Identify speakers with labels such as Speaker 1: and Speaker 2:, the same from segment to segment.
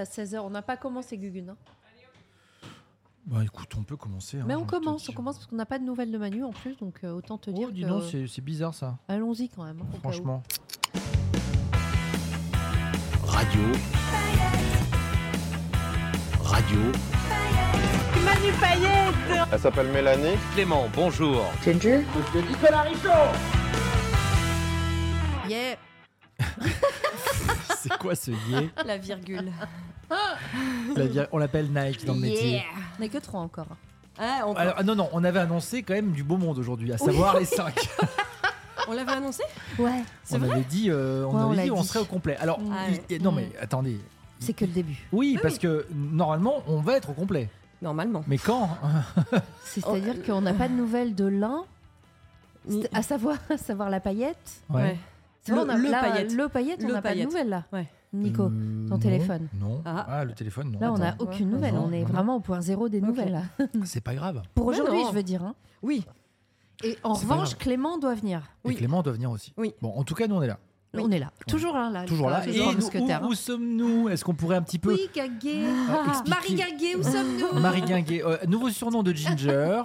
Speaker 1: à 16h. On n'a pas commencé, Gugun. hein.
Speaker 2: Bah écoute, on peut commencer. hein,
Speaker 1: Mais
Speaker 2: j'ai
Speaker 1: on
Speaker 2: envie de te
Speaker 1: commence, on
Speaker 2: dire.
Speaker 1: commence parce qu'on n'a pas de nouvelles de Manu en plus, donc euh, autant te dire
Speaker 2: Oh, dis
Speaker 1: que-
Speaker 2: donc, c'est- c'est bizarre ça.
Speaker 1: allons-y quand même. hein, au cas où.
Speaker 2: Franchement.
Speaker 3: Radio. Radio.
Speaker 4: Elle s'appelle Mélanie.
Speaker 3: Clément, bonjour.
Speaker 1: Yeah,
Speaker 2: c'est quoi ce yeah
Speaker 5: La virgule.
Speaker 2: La vie- On l'appelle Nike dans le métier.
Speaker 1: on n'est que trois encore. hein.
Speaker 5: Ah, on,
Speaker 2: Alors, ah non, non, on avait annoncé quand même du beau monde aujourd'hui, à savoir les 5.
Speaker 5: on l'avait annoncé
Speaker 1: Ouais,
Speaker 5: C'est
Speaker 2: on
Speaker 5: vrai
Speaker 2: avait dit, euh,
Speaker 1: Ouais,
Speaker 2: on,
Speaker 1: on
Speaker 2: avait
Speaker 1: l'a
Speaker 2: dit, on
Speaker 1: dit.
Speaker 2: serait au complet. Alors,
Speaker 5: Ah
Speaker 2: il-
Speaker 5: ouais.
Speaker 2: il- non
Speaker 1: Mm.
Speaker 2: mais attendez.
Speaker 1: c'est que le début.
Speaker 2: Oui,
Speaker 5: Oui,
Speaker 2: parce
Speaker 5: oui.
Speaker 2: que normalement, on va être au complet.
Speaker 5: Normalement.
Speaker 2: Mais quand
Speaker 1: C'est-à-dire qu'on n'a pas de nouvelles de l'un,
Speaker 5: Ni-
Speaker 1: à savoir, à savoir la paillette.
Speaker 2: Ouais.
Speaker 5: Ouais.
Speaker 1: C'est vrai,
Speaker 5: Le-
Speaker 1: on a-
Speaker 5: le
Speaker 1: là,
Speaker 5: paillette.
Speaker 1: Le paillette, on
Speaker 5: Le
Speaker 1: n'a pas de
Speaker 5: paillette.
Speaker 1: nouvelles là.
Speaker 5: Ouais.
Speaker 1: Nico,
Speaker 2: Euh,
Speaker 1: ton
Speaker 2: non,
Speaker 1: téléphone.
Speaker 2: Non. Ah.
Speaker 5: Ah.
Speaker 2: le téléphone, non.
Speaker 1: Là, on n'a
Speaker 2: attends.
Speaker 1: aucune nouvelle.
Speaker 2: Non,
Speaker 1: on est
Speaker 2: non.
Speaker 1: vraiment au point zéro des nouvelles là.
Speaker 2: C'est pas grave.
Speaker 1: Pour
Speaker 5: Mais
Speaker 1: aujourd'hui,
Speaker 5: non.
Speaker 1: je veux dire. hein.
Speaker 5: Oui.
Speaker 1: Et en
Speaker 2: C'est pas
Speaker 1: revanche,
Speaker 2: grave.
Speaker 1: Clément doit venir.
Speaker 2: Et
Speaker 5: Oui.
Speaker 2: Clément doit venir aussi.
Speaker 5: Oui.
Speaker 2: Bon, en tout cas, nous, on est là.
Speaker 1: On est là. Toujours là, là.
Speaker 2: Toujours là.
Speaker 1: les
Speaker 2: Et
Speaker 1: trois
Speaker 2: nous,
Speaker 1: mousquetaires,
Speaker 2: où,
Speaker 1: hein.
Speaker 2: où sommes-nous Est-ce qu'on pourrait un petit peu euh,
Speaker 1: Oui, Gaguet.
Speaker 2: expliquer-
Speaker 1: Marie Gaguet, où sommes-nous
Speaker 2: Marie Guinguet, euh, nouveau surnom de Ginger.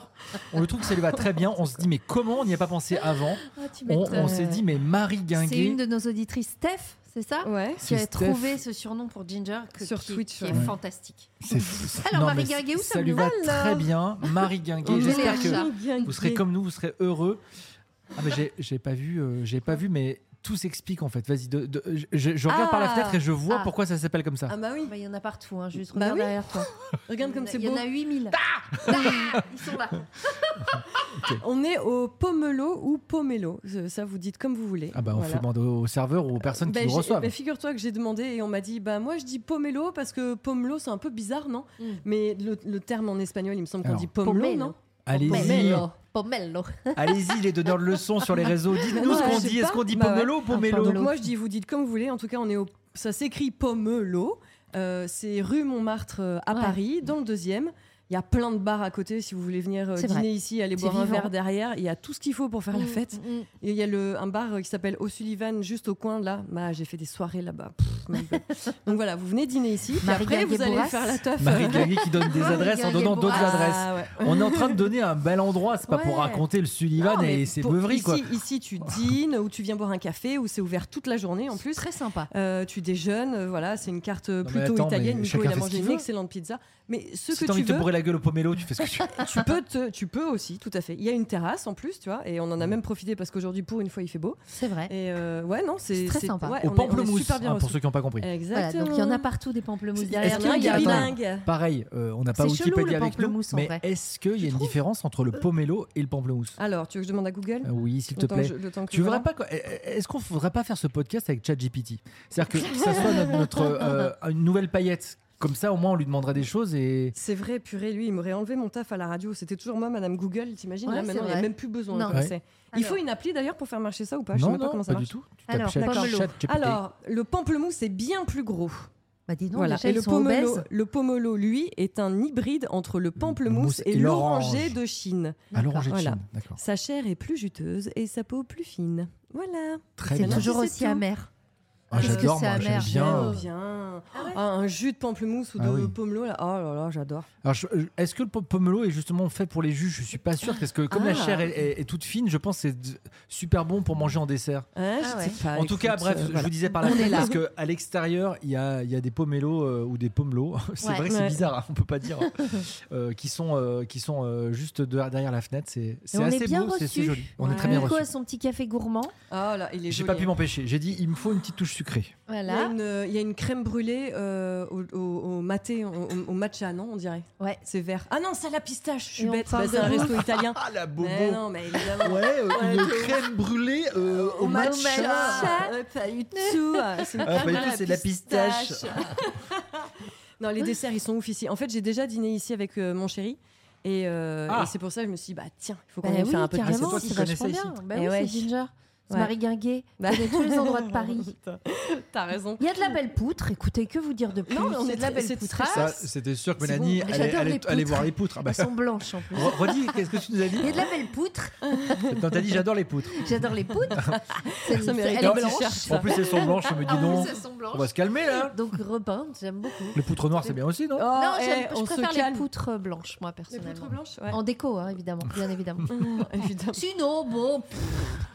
Speaker 2: On le trouve que ça lui va très bien. On se dit, mais comment on n'y a pas pensé avant
Speaker 1: Ah, tu
Speaker 2: On,
Speaker 1: m'étonnes.
Speaker 2: on s'est dit, mais Marie
Speaker 1: C'est
Speaker 2: Guinguet.
Speaker 1: une de nos auditrices, Steph, c'est ça
Speaker 5: Ouais.
Speaker 1: Qui a
Speaker 2: C'est Steph.
Speaker 1: trouvé ce surnom pour Ginger que-
Speaker 5: Sur
Speaker 1: qui,
Speaker 5: Twitch,
Speaker 1: qui est
Speaker 2: ouais.
Speaker 1: fantastique.
Speaker 2: c'est fou, ça.
Speaker 1: Alors, Marie
Speaker 2: mais
Speaker 1: Guinguet, où
Speaker 2: Ça lui va
Speaker 1: sommes-nous
Speaker 2: très bien. Marie Guinguet,
Speaker 1: On
Speaker 2: j'espère
Speaker 1: est
Speaker 2: que
Speaker 1: là.
Speaker 2: vous serez comme nous, vous serez heureux. Ah, mais j'ai- j'ai pas vu, euh, j'ai pas vu, mais tout s'explique en fait. Vas-y, de- de- je- je, je regarde par la
Speaker 5: Ah.
Speaker 2: fenêtre et je vois
Speaker 1: Ah.
Speaker 2: pourquoi ça s'appelle comme ça.
Speaker 5: Ah bah oui.
Speaker 1: Bah, Il y en a partout, hein, juste
Speaker 5: Bah
Speaker 1: regarde
Speaker 5: oui.
Speaker 1: derrière toi.
Speaker 5: Regarde comme c'est
Speaker 1: Il y
Speaker 5: beau.
Speaker 1: en a 8000.
Speaker 2: Ah
Speaker 1: Ils sont là.
Speaker 5: On est au pomelo ou pomelo. Je- Ça vous dites comme vous voulez.
Speaker 2: Ah bah on
Speaker 5: Voilà.
Speaker 2: fait demander aux serveurs ou aux personnes
Speaker 5: Bah,
Speaker 2: qui nous
Speaker 5: j'ai-
Speaker 2: reçoivent.
Speaker 5: bah, figure-toi que j'ai demandé et on m'a dit bah moi je dis pomelo parce que pomelo c'est un peu bizarre non
Speaker 1: Mm.
Speaker 5: mais le, le terme en espagnol il me semble qu'on
Speaker 2: Alors,
Speaker 5: dit pomelo,
Speaker 1: pomelo.
Speaker 5: non
Speaker 2: Allez-y,
Speaker 5: hein.
Speaker 1: Pomelo. Pomelo.
Speaker 2: allez-y les donneurs de leçons sur les réseaux. Dites-nous
Speaker 5: Non,
Speaker 2: ce
Speaker 5: je
Speaker 2: qu'on
Speaker 5: sais
Speaker 2: dit. Est-ce
Speaker 5: pas.
Speaker 2: qu'on dit
Speaker 5: Bah ouais.
Speaker 2: pomelo ou pomelo
Speaker 5: Donc moi je dis vous dites comme vous voulez. En tout cas on est au ça s'écrit pomelo. Euh, c'est rue Montmartre euh, à
Speaker 1: Ouais.
Speaker 5: Paris dans le deuxième. Il y a plein de bars à côté si vous voulez venir euh,
Speaker 1: C'est
Speaker 5: dîner
Speaker 1: vrai.
Speaker 5: ici, aller
Speaker 1: C'est
Speaker 5: boire un
Speaker 1: vivant.
Speaker 5: verre derrière. Il y a tout ce qu'il faut pour faire la fête.
Speaker 1: Mm, mm.
Speaker 5: Et Il y a le, un bar euh, qui s'appelle O'Sullivan juste au coin là. Bah, j'ai fait des soirées là-bas. Pff, même pas. Donc voilà vous venez dîner ici. puis
Speaker 1: Marie
Speaker 5: après vous allez
Speaker 1: Gaguet-Bourras.
Speaker 5: faire la teuf.
Speaker 2: Marie Gaguet qui donne des adresses en
Speaker 1: Gaguet
Speaker 2: donnant d'autres
Speaker 1: Bourras.
Speaker 2: adresses.
Speaker 5: Ah, ouais.
Speaker 2: On est en train de donner un bel endroit, c'est pas pour
Speaker 1: Ouais.
Speaker 2: raconter le Sullivan
Speaker 5: Non, mais
Speaker 2: et ses
Speaker 5: pour-
Speaker 2: beuveries
Speaker 5: ici,
Speaker 2: quoi.
Speaker 5: ici tu dînes ou tu viens boire un café ou c'est ouvert toute la journée en plus.
Speaker 1: Très sympa.
Speaker 5: Euh, tu déjeunes, euh, voilà, c'est une carte euh,
Speaker 2: mais
Speaker 5: plutôt
Speaker 2: attends,
Speaker 5: italienne.
Speaker 2: mais
Speaker 5: Nico,
Speaker 2: chacun
Speaker 5: il a
Speaker 2: fait ce
Speaker 5: mangé
Speaker 2: qu'il
Speaker 5: une
Speaker 2: veut.
Speaker 5: excellente pizza. Mais ce
Speaker 2: Si
Speaker 5: que
Speaker 2: t'as envie de
Speaker 5: tu
Speaker 2: te
Speaker 5: veux, Ah,
Speaker 2: bourrer la gueule au pomelo, tu fais ce que tu veux.
Speaker 5: tu peux, te- tu peux aussi, tout à fait. Il y a une terrasse en plus, tu vois, et on en a même profité parce qu'aujourd'hui, pour une fois, il fait beau.
Speaker 1: C'est vrai.
Speaker 5: Et euh, ouais, non, c'est
Speaker 1: C'est très
Speaker 5: c'est-
Speaker 1: sympa.
Speaker 5: ouais,
Speaker 2: Au
Speaker 5: on est- on est
Speaker 2: pamplemousse,
Speaker 5: super bien
Speaker 2: hein, pour
Speaker 5: reçus.
Speaker 2: ceux qui n'ont pas compris.
Speaker 1: Voilà,
Speaker 5: Exactement.
Speaker 1: donc il y en a partout des pamplemousses
Speaker 2: Est-ce
Speaker 1: derrière.
Speaker 2: qu'il
Speaker 1: toi,
Speaker 2: y a-
Speaker 1: des
Speaker 2: attends.
Speaker 1: dingues.
Speaker 5: bilingue.
Speaker 2: Pareil, euh, on n'a pas
Speaker 1: C'est chelou,
Speaker 2: Wikipédia
Speaker 1: le
Speaker 2: avec nous,
Speaker 1: pamplemousse, en
Speaker 2: mais
Speaker 1: vrai.
Speaker 2: est-ce qu'il y a une différence entre le pomelo et le pamplemousse
Speaker 5: Alors, tu veux que je demande à Google
Speaker 2: Euh, Oui, s'il te
Speaker 5: Le temps que
Speaker 2: plaît.
Speaker 5: je- le temps que
Speaker 2: Tu voudrais
Speaker 5: voilà.
Speaker 2: pas que- Est-ce qu'on faudrait pas faire ce podcast avec ChatGPT C'est-à-dire que ça soit notre, notre, euh, une nouvelle paillette. Comme ça, au moins, on lui demanderait des choses et
Speaker 5: C'est vrai, purée, lui, il m'aurait enlevé mon taf à la radio. C'était toujours moi, Madame Google, t'imagines
Speaker 1: Ouais,
Speaker 5: Là,
Speaker 1: c'est
Speaker 5: maintenant, il n'y
Speaker 1: vrai.
Speaker 5: a même plus besoin.
Speaker 1: Non.
Speaker 5: comme
Speaker 2: Ouais.
Speaker 5: c'est. Il
Speaker 1: Alors.
Speaker 5: faut une appli d'ailleurs pour faire marcher ça ou pas Je sais
Speaker 2: non,
Speaker 5: même pas
Speaker 2: non,
Speaker 5: comment ça
Speaker 2: pas du
Speaker 5: marche.
Speaker 2: tout. Tu
Speaker 1: Alors,
Speaker 2: tapes chat-
Speaker 1: pomelo.
Speaker 2: ChatGPT.
Speaker 5: Alors, le pamplemousse est bien plus gros.
Speaker 1: Bah dis donc,
Speaker 5: Voilà.
Speaker 1: déjà,
Speaker 5: et
Speaker 1: ils
Speaker 5: le
Speaker 1: sont
Speaker 5: pomelo,
Speaker 1: obèses.
Speaker 5: le pomelo, lui, est un hybride entre le pamplemousse
Speaker 2: mousse
Speaker 5: et
Speaker 2: et l'orange.
Speaker 5: l'oranger de Chine.
Speaker 2: à
Speaker 1: D'accord.
Speaker 2: l'orange de
Speaker 5: Voilà.
Speaker 2: Chine, d'accord.
Speaker 5: Sa chair est plus juteuse et sa peau plus fine. Voilà.
Speaker 2: Très
Speaker 1: C'est
Speaker 2: bien.
Speaker 1: toujours
Speaker 5: C'est
Speaker 1: aussi
Speaker 5: tout.
Speaker 1: amer.
Speaker 2: Ah,
Speaker 1: Parce que
Speaker 2: J'adore,
Speaker 1: c'est
Speaker 2: moi, j'aime
Speaker 1: amer.
Speaker 2: bien.
Speaker 5: J'aime
Speaker 2: euh,
Speaker 5: Oh, bien. Ah, un jus de pamplemousse ou de
Speaker 2: Ah oui.
Speaker 5: pomelo, là. Oh là là, j'adore.
Speaker 2: Alors, je- je- est-ce que le pom- pomelo est justement fait pour les jus Je suis pas sûr parce que comme la
Speaker 5: Ah.
Speaker 2: chair est, est- est toute fine, je pense que c'est d- super bon pour manger en dessert.
Speaker 5: Hein,
Speaker 1: Ah
Speaker 5: je
Speaker 1: ouais.
Speaker 5: sais pas,
Speaker 2: en tout
Speaker 5: écoute,
Speaker 2: cas, bref,
Speaker 5: euh,
Speaker 2: je
Speaker 5: voilà.
Speaker 2: vous disais par la
Speaker 5: On
Speaker 2: fenêtre
Speaker 5: est là.
Speaker 2: parce que à l'extérieur, il y a, il y a des pomelos euh, ou des pomelos. c'est
Speaker 1: Ouais.
Speaker 2: vrai que c'est
Speaker 5: Ouais.
Speaker 2: bizarre, hein, on peut pas dire. euh, qui sont, euh, qui sont euh, juste de- derrière la fenêtre. C'est c'est
Speaker 1: on est
Speaker 2: assez
Speaker 1: bien
Speaker 2: beau, c'est c'est
Speaker 1: reçus.
Speaker 2: joli. On est très
Speaker 5: Ouais.
Speaker 2: bien
Speaker 1: Nico a
Speaker 2: reçus.
Speaker 1: son petit café gourmand.
Speaker 5: Ah là, il est
Speaker 2: J'ai
Speaker 5: joli,
Speaker 2: pas pu
Speaker 5: hein.
Speaker 2: m'empêcher. J'ai dit, il me faut une petite touche sucrée.
Speaker 5: Il y, a
Speaker 1: Voilà.
Speaker 5: une, euh, il y a une crème brûlée euh, au, au- au maté, au, au matcha, non On dirait.
Speaker 1: Ouais.
Speaker 5: C'est vert. Ah non, c'est à la pistache. Je suis
Speaker 1: Et on
Speaker 5: bête.
Speaker 1: parle
Speaker 5: Bah, c'est un
Speaker 1: de
Speaker 5: resto italien.
Speaker 2: Ah la bobo.
Speaker 5: Mais non, mais évidemment.
Speaker 2: Ouais, euh,
Speaker 5: Ouais,
Speaker 2: une crème brûlée euh, au
Speaker 5: Au matcha.
Speaker 1: matcha.
Speaker 5: Ouais, Pas du tout. hein. C'est une
Speaker 2: Ah, pas
Speaker 5: crème
Speaker 2: du
Speaker 5: à
Speaker 2: tout, c'est de la pistache.
Speaker 5: non, les desserts, ils sont ouf ici. En fait, j'ai déjà dîné ici avec euh, mon chéri. Et, euh,
Speaker 2: Ah.
Speaker 5: et c'est pour ça que je me suis dit, bah tiens, il faut qu'on
Speaker 1: Bah
Speaker 5: aille
Speaker 1: oui,
Speaker 5: faire un peu de
Speaker 1: carrément,
Speaker 2: toi
Speaker 5: desserts.
Speaker 2: qui
Speaker 1: c'est vachement
Speaker 2: connaissais
Speaker 1: bien.
Speaker 2: ici.
Speaker 1: Bah
Speaker 5: Eh
Speaker 1: oui,
Speaker 5: ouais.
Speaker 1: c'est Ginger. se marie guinguet,
Speaker 5: Bah.
Speaker 1: connaît tous les endroits de Paris.
Speaker 5: Putain, T'as raison.
Speaker 1: Il y a de la belle poutre, écoutez, que vous dire de plus
Speaker 5: Non, mais on
Speaker 1: C'est
Speaker 5: est
Speaker 1: de la
Speaker 5: très-
Speaker 1: belle
Speaker 5: c'est
Speaker 1: poutre.
Speaker 5: très
Speaker 1: Ah,
Speaker 2: Ça,
Speaker 5: c'est-
Speaker 2: c'était sûr que
Speaker 5: c'est
Speaker 2: Mélanie
Speaker 1: bon.
Speaker 2: allait,
Speaker 1: J'adore
Speaker 2: allait-
Speaker 1: les poutres.
Speaker 2: allait voir les poutres. Ah bah,
Speaker 1: Elles sont blanches en plus.
Speaker 2: re- redis, qu'est-ce que tu nous as dit
Speaker 1: Il y a de la belle poutre,
Speaker 2: Non, t'as dit j'adore les poutres.
Speaker 1: j'adore les poutres. C'est-
Speaker 5: Ça
Speaker 1: c'est-
Speaker 5: mérite
Speaker 1: elle
Speaker 5: un
Speaker 1: est
Speaker 5: petit
Speaker 1: blanche.
Speaker 5: cherche.
Speaker 2: En plus, elles sont blanches, je me dis
Speaker 1: Ah oui,
Speaker 2: non.
Speaker 1: elles sont
Speaker 2: On
Speaker 1: blanches.
Speaker 2: va se calmer là.
Speaker 1: Donc repeinte, j'aime beaucoup.
Speaker 2: Les poutres noires, c'est bien aussi, non
Speaker 1: non, j'aime- je
Speaker 5: Oh, eh, on
Speaker 1: préfère
Speaker 5: se
Speaker 1: les
Speaker 5: calme.
Speaker 1: poutres euh, blanches, moi,
Speaker 5: Les
Speaker 1: personnellement.
Speaker 5: poutres blanches, ouais.
Speaker 1: En déco, hein, évidemment, bien évidemment.
Speaker 5: Évidemment,
Speaker 1: Sinon, bon, pff,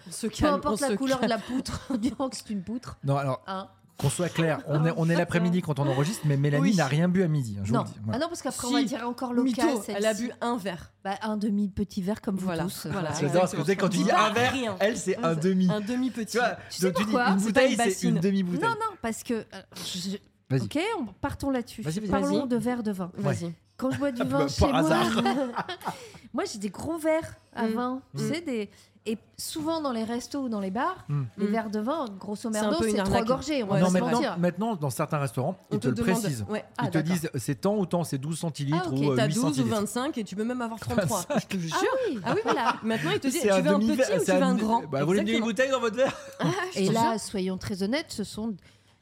Speaker 5: on se
Speaker 1: peu
Speaker 5: calme.
Speaker 1: importe
Speaker 5: on se
Speaker 1: la couleur de
Speaker 5: calme.
Speaker 1: la poutre, on dira que c'est une poutre.
Speaker 2: Non, alors
Speaker 1: Hein.
Speaker 2: qu'on soit clair, on est, on est l'après-midi quand on enregistre, mais Mélanie
Speaker 5: Oui.
Speaker 2: n'a rien bu à midi. hein, je
Speaker 1: Non.
Speaker 2: vous le dis. Voilà.
Speaker 1: Ah non, parce qu'après, on va
Speaker 5: Si.
Speaker 1: dire encore
Speaker 5: Mytho,
Speaker 1: local.
Speaker 5: elle a bu un verre.
Speaker 1: Bah, un demi petit verre comme vous
Speaker 5: Voilà,
Speaker 1: tous.
Speaker 5: voilà.
Speaker 1: Enfin,
Speaker 2: Ah, J'adore ce que vous savez, quand tu
Speaker 5: Dis
Speaker 2: dis
Speaker 5: pas
Speaker 2: un verre,
Speaker 5: rien.
Speaker 2: elle c'est un
Speaker 5: Un-
Speaker 2: demi.
Speaker 5: Un demi-petit.
Speaker 2: Tu vois,
Speaker 1: Tu sais
Speaker 2: donc tu dis
Speaker 1: pourquoi
Speaker 2: une
Speaker 5: C'est pas une
Speaker 2: bouteille, c'est une
Speaker 5: bassine.
Speaker 2: demi-bouteille.
Speaker 1: Non, non, parce que. euh, je-
Speaker 2: Vas-y.
Speaker 1: Ok, on, partons là-dessus.
Speaker 2: Vas-y, vas-y.
Speaker 1: Parlons
Speaker 5: Vas-y.
Speaker 1: de verre de vin.
Speaker 5: Vas-y.
Speaker 1: Quand je bois du
Speaker 2: Bah,
Speaker 1: vin
Speaker 2: par
Speaker 1: chez moi,
Speaker 2: hasard.
Speaker 1: moi j'ai des gros verres à
Speaker 5: Mm.
Speaker 1: vin. Tu
Speaker 2: Mm.
Speaker 1: sais, des... Et souvent dans les restos ou dans les bars,
Speaker 2: Mm.
Speaker 1: les
Speaker 5: Mm.
Speaker 1: verres de vin, grosso
Speaker 5: C'est un
Speaker 1: merdo,
Speaker 5: peu une
Speaker 1: c'est trois
Speaker 5: arnaque.
Speaker 1: gorgées. On va
Speaker 5: Ouais,
Speaker 2: non,
Speaker 1: pas se
Speaker 2: maintenant,
Speaker 1: mentir.
Speaker 2: maintenant, dans certains restaurants, ils te, le
Speaker 5: demande-
Speaker 2: précisent.
Speaker 5: Ouais.
Speaker 1: Ah,
Speaker 2: ils te
Speaker 1: d'accord.
Speaker 2: disent c'est tant ou tant, c'est 12 centilitres
Speaker 1: Ah, ok,
Speaker 2: ou euh,
Speaker 5: T'as
Speaker 2: 8
Speaker 5: 12 ou
Speaker 2: centilitres.
Speaker 5: 25 et tu peux même avoir 33. Je te jure.
Speaker 1: Ah oui,
Speaker 5: Ah oui, voilà. Maintenant, il te dit,
Speaker 2: C'est
Speaker 5: tu veux un
Speaker 2: demi-verre-
Speaker 5: petit ou tu
Speaker 2: c'est
Speaker 5: veux un
Speaker 2: demi-
Speaker 5: grand
Speaker 2: Bah, vous voulez une
Speaker 5: Exactement.
Speaker 2: demi-bouteille dans votre verre
Speaker 1: Et
Speaker 5: te
Speaker 1: là, soyons très honnêtes, ce sont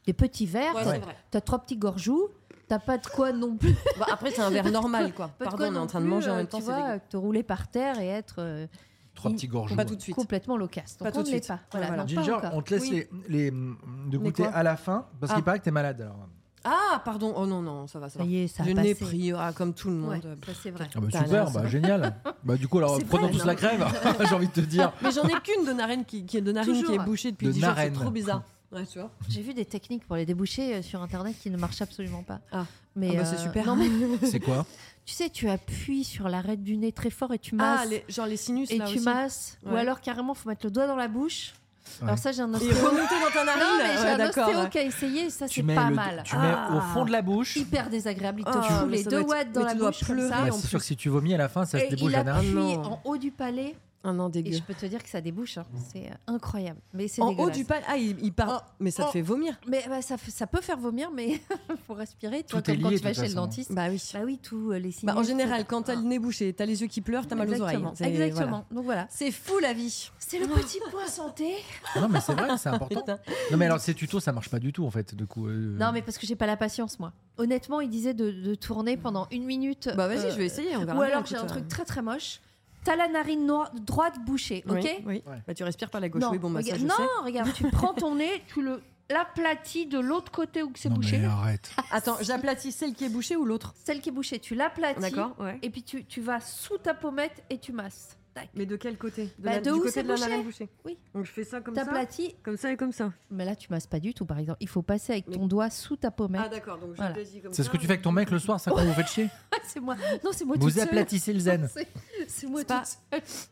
Speaker 1: des petits verres.
Speaker 5: Ouais,
Speaker 1: T'as-
Speaker 5: c'est vrai.
Speaker 1: T'as trois petits gorgeous. T'as pas de quoi non plus.
Speaker 5: Bah, après, c'est un verre normal, quoi.
Speaker 1: pas de
Speaker 5: Pardon,
Speaker 1: quoi
Speaker 5: on est
Speaker 1: non
Speaker 5: en train de
Speaker 1: plus,
Speaker 5: manger en
Speaker 1: euh,
Speaker 5: même temps,
Speaker 1: Tu
Speaker 5: c'est
Speaker 1: vois,
Speaker 5: dégueu.
Speaker 1: te rouler par terre et être euh,
Speaker 2: Trois
Speaker 1: Ils-
Speaker 2: petits gorgeons.
Speaker 5: Pas tout de suite.
Speaker 1: complètement loquace. Donc
Speaker 5: Pas tout
Speaker 1: on
Speaker 5: de
Speaker 1: ne l'est
Speaker 5: suite.
Speaker 1: pas. Voilà,
Speaker 5: Ouais,
Speaker 1: non, pas
Speaker 2: Ginger,
Speaker 1: encore.
Speaker 2: on te laisse
Speaker 5: Oui.
Speaker 2: les, les, mm, de
Speaker 5: Mais
Speaker 2: goûter
Speaker 5: quoi
Speaker 2: à la fin parce qu'il
Speaker 5: Ah.
Speaker 2: paraît que t'es malade alors.
Speaker 5: Ah, pardon. Oh non, non, ça va, ça
Speaker 1: Ça
Speaker 5: va.
Speaker 1: y est, ça a
Speaker 5: Je
Speaker 1: passé.
Speaker 5: n'ai pris, ah, comme tout le
Speaker 1: Ouais,
Speaker 5: monde.
Speaker 1: ça c'est vrai.
Speaker 2: Ah bah
Speaker 5: T'as
Speaker 2: super,
Speaker 5: raison.
Speaker 2: bah génial. bah du coup alors
Speaker 5: C'est
Speaker 2: prenons
Speaker 5: vrai,
Speaker 2: tous
Speaker 5: non
Speaker 2: la crève, j'ai envie de te dire.
Speaker 5: Mais j'en ai qu'une de narine qui, qui est de narine qui
Speaker 1: Toujours.
Speaker 5: est bouchée depuis
Speaker 2: De
Speaker 5: 10 jours. C'est
Speaker 2: narine.
Speaker 5: trop bizarre. Ouais, tu vois.
Speaker 1: J'ai vu des techniques pour les déboucher euh, sur internet qui ne marchent absolument pas.
Speaker 5: Ah.
Speaker 1: mais euh,
Speaker 5: Ah bah, c'est super.
Speaker 1: non, mais
Speaker 2: C'est quoi
Speaker 1: tu sais, tu appuies sur l'arête du nez très fort et tu masses.
Speaker 5: Ah, les- genre les sinus
Speaker 1: et
Speaker 5: là
Speaker 1: tu
Speaker 5: aussi.
Speaker 1: masses. Ou
Speaker 5: Ouais.
Speaker 1: alors carrément, faut mettre le doigt dans la bouche.
Speaker 2: Ouais.
Speaker 1: Alors ça, j'ai un
Speaker 5: Et
Speaker 1: ostéo.
Speaker 5: remonter dans ta narine.
Speaker 1: Non, mais j'ai
Speaker 5: Ouais,
Speaker 1: un
Speaker 5: d'accord.
Speaker 1: ostéo
Speaker 5: ouais.
Speaker 1: qui a essayé. Ça, c'est
Speaker 2: Tu mets
Speaker 1: pas
Speaker 2: le-
Speaker 1: mal.
Speaker 2: tu mets au
Speaker 5: Ah.
Speaker 2: fond de la bouche.
Speaker 1: Hyper désagréable. Il te
Speaker 5: Ah,
Speaker 1: fout
Speaker 5: mais
Speaker 1: les
Speaker 5: ça
Speaker 1: deux
Speaker 5: doit être-
Speaker 1: watts dans
Speaker 5: mais
Speaker 1: la
Speaker 5: tu dois
Speaker 1: bouche comme ça.
Speaker 5: pleurer.
Speaker 2: Bah,
Speaker 5: en
Speaker 2: c'est
Speaker 5: plus.
Speaker 2: sûr que si tu vomis à la fin, ça
Speaker 1: Et
Speaker 2: se
Speaker 1: il
Speaker 2: débouche la narine.
Speaker 1: appuie
Speaker 5: Non.
Speaker 1: en haut du palais.
Speaker 5: Ah non,
Speaker 1: Et
Speaker 5: dégueu.
Speaker 1: je peux te dire que ça débouche. hein. C'est euh, incroyable. Mais c'est
Speaker 5: En haut
Speaker 1: dégueulasse.
Speaker 5: du pal. Ah, il, il part. mais ça
Speaker 1: oh.
Speaker 5: te fait vomir.
Speaker 1: Mais bah, ça, fait- ça peut faire vomir, mais faut respirer. Tu vois,
Speaker 2: Tout est
Speaker 1: comme quand
Speaker 2: lié,
Speaker 1: tu vas
Speaker 2: de toute
Speaker 1: chez le
Speaker 2: façon.
Speaker 1: dentiste.
Speaker 5: Bah oui.
Speaker 1: Bah oui, tous euh, les signes.
Speaker 5: Bah, en général, quand t'as le nez bouché, t'as les yeux qui pleurent, t'as mal aux oreilles.
Speaker 1: Exactement.
Speaker 5: hein, C'est-
Speaker 1: Exactement.
Speaker 5: voilà.
Speaker 1: Donc voilà. Ah.
Speaker 5: C'est fou la vie.
Speaker 1: C'est le petit point santé.
Speaker 2: Non mais c'est vrai, c'est important.
Speaker 5: Putain.
Speaker 2: Non mais alors ces tutos ça marche pas du tout en fait du coup. euh,
Speaker 1: Non, mais parce que j'ai pas la patience, moi. Honnêtement, il disait de, de tourner pendant une minute.
Speaker 5: Bah vas-y,
Speaker 1: euh,
Speaker 5: je vais essayer. On verra
Speaker 1: Ou
Speaker 5: bien,
Speaker 1: alors j'ai un
Speaker 5: écoute, euh,
Speaker 1: truc très très moche. T'as la narine noire- droite bouchée,
Speaker 5: euh,
Speaker 1: ok
Speaker 5: oui, oui.
Speaker 2: Ouais.
Speaker 5: Bah, tu respires par la gauche.
Speaker 1: Non,
Speaker 5: oui, bon, bah, ça,
Speaker 1: regarde,
Speaker 5: je
Speaker 1: non,
Speaker 5: sais.
Speaker 1: regarde, tu prends ton nez, tu le l'aplatis de l'autre côté où que c'est
Speaker 2: non,
Speaker 1: bouché.
Speaker 2: mais arrête.
Speaker 5: Attends, j'aplatis celle qui est bouchée ou l'autre
Speaker 1: Celle qui est bouchée, tu l'aplatis.
Speaker 5: D'accord, ouais.
Speaker 1: Et puis tu, tu vas sous ta pommette et tu masses. Tac.
Speaker 5: Mais de quel côté De,
Speaker 1: Bah,
Speaker 5: la,
Speaker 1: de
Speaker 5: du
Speaker 1: où
Speaker 5: côté
Speaker 1: c'est
Speaker 5: de la
Speaker 1: bouché
Speaker 5: narine bouchée
Speaker 1: Oui.
Speaker 5: Donc je fais ça comme ça,
Speaker 1: T'aplatis,
Speaker 5: comme ça et comme ça.
Speaker 1: mais là tu masses pas du tout par exemple. Il faut passer avec ton
Speaker 5: Mais-
Speaker 1: doigt sous ta
Speaker 5: Ah
Speaker 1: pommette.
Speaker 5: d'accord, donc je
Speaker 1: Voilà.
Speaker 5: platis comme ça.
Speaker 2: C'est ce que tu fais avec ton mec le soir, ça quand vous faites chier.
Speaker 1: Ah, c'est moi. Non, c'est moi toute
Speaker 2: Vous
Speaker 1: seule.
Speaker 2: aplatissez le zen.
Speaker 1: C'est- C'est moi
Speaker 5: C'est pas-
Speaker 1: toute seule.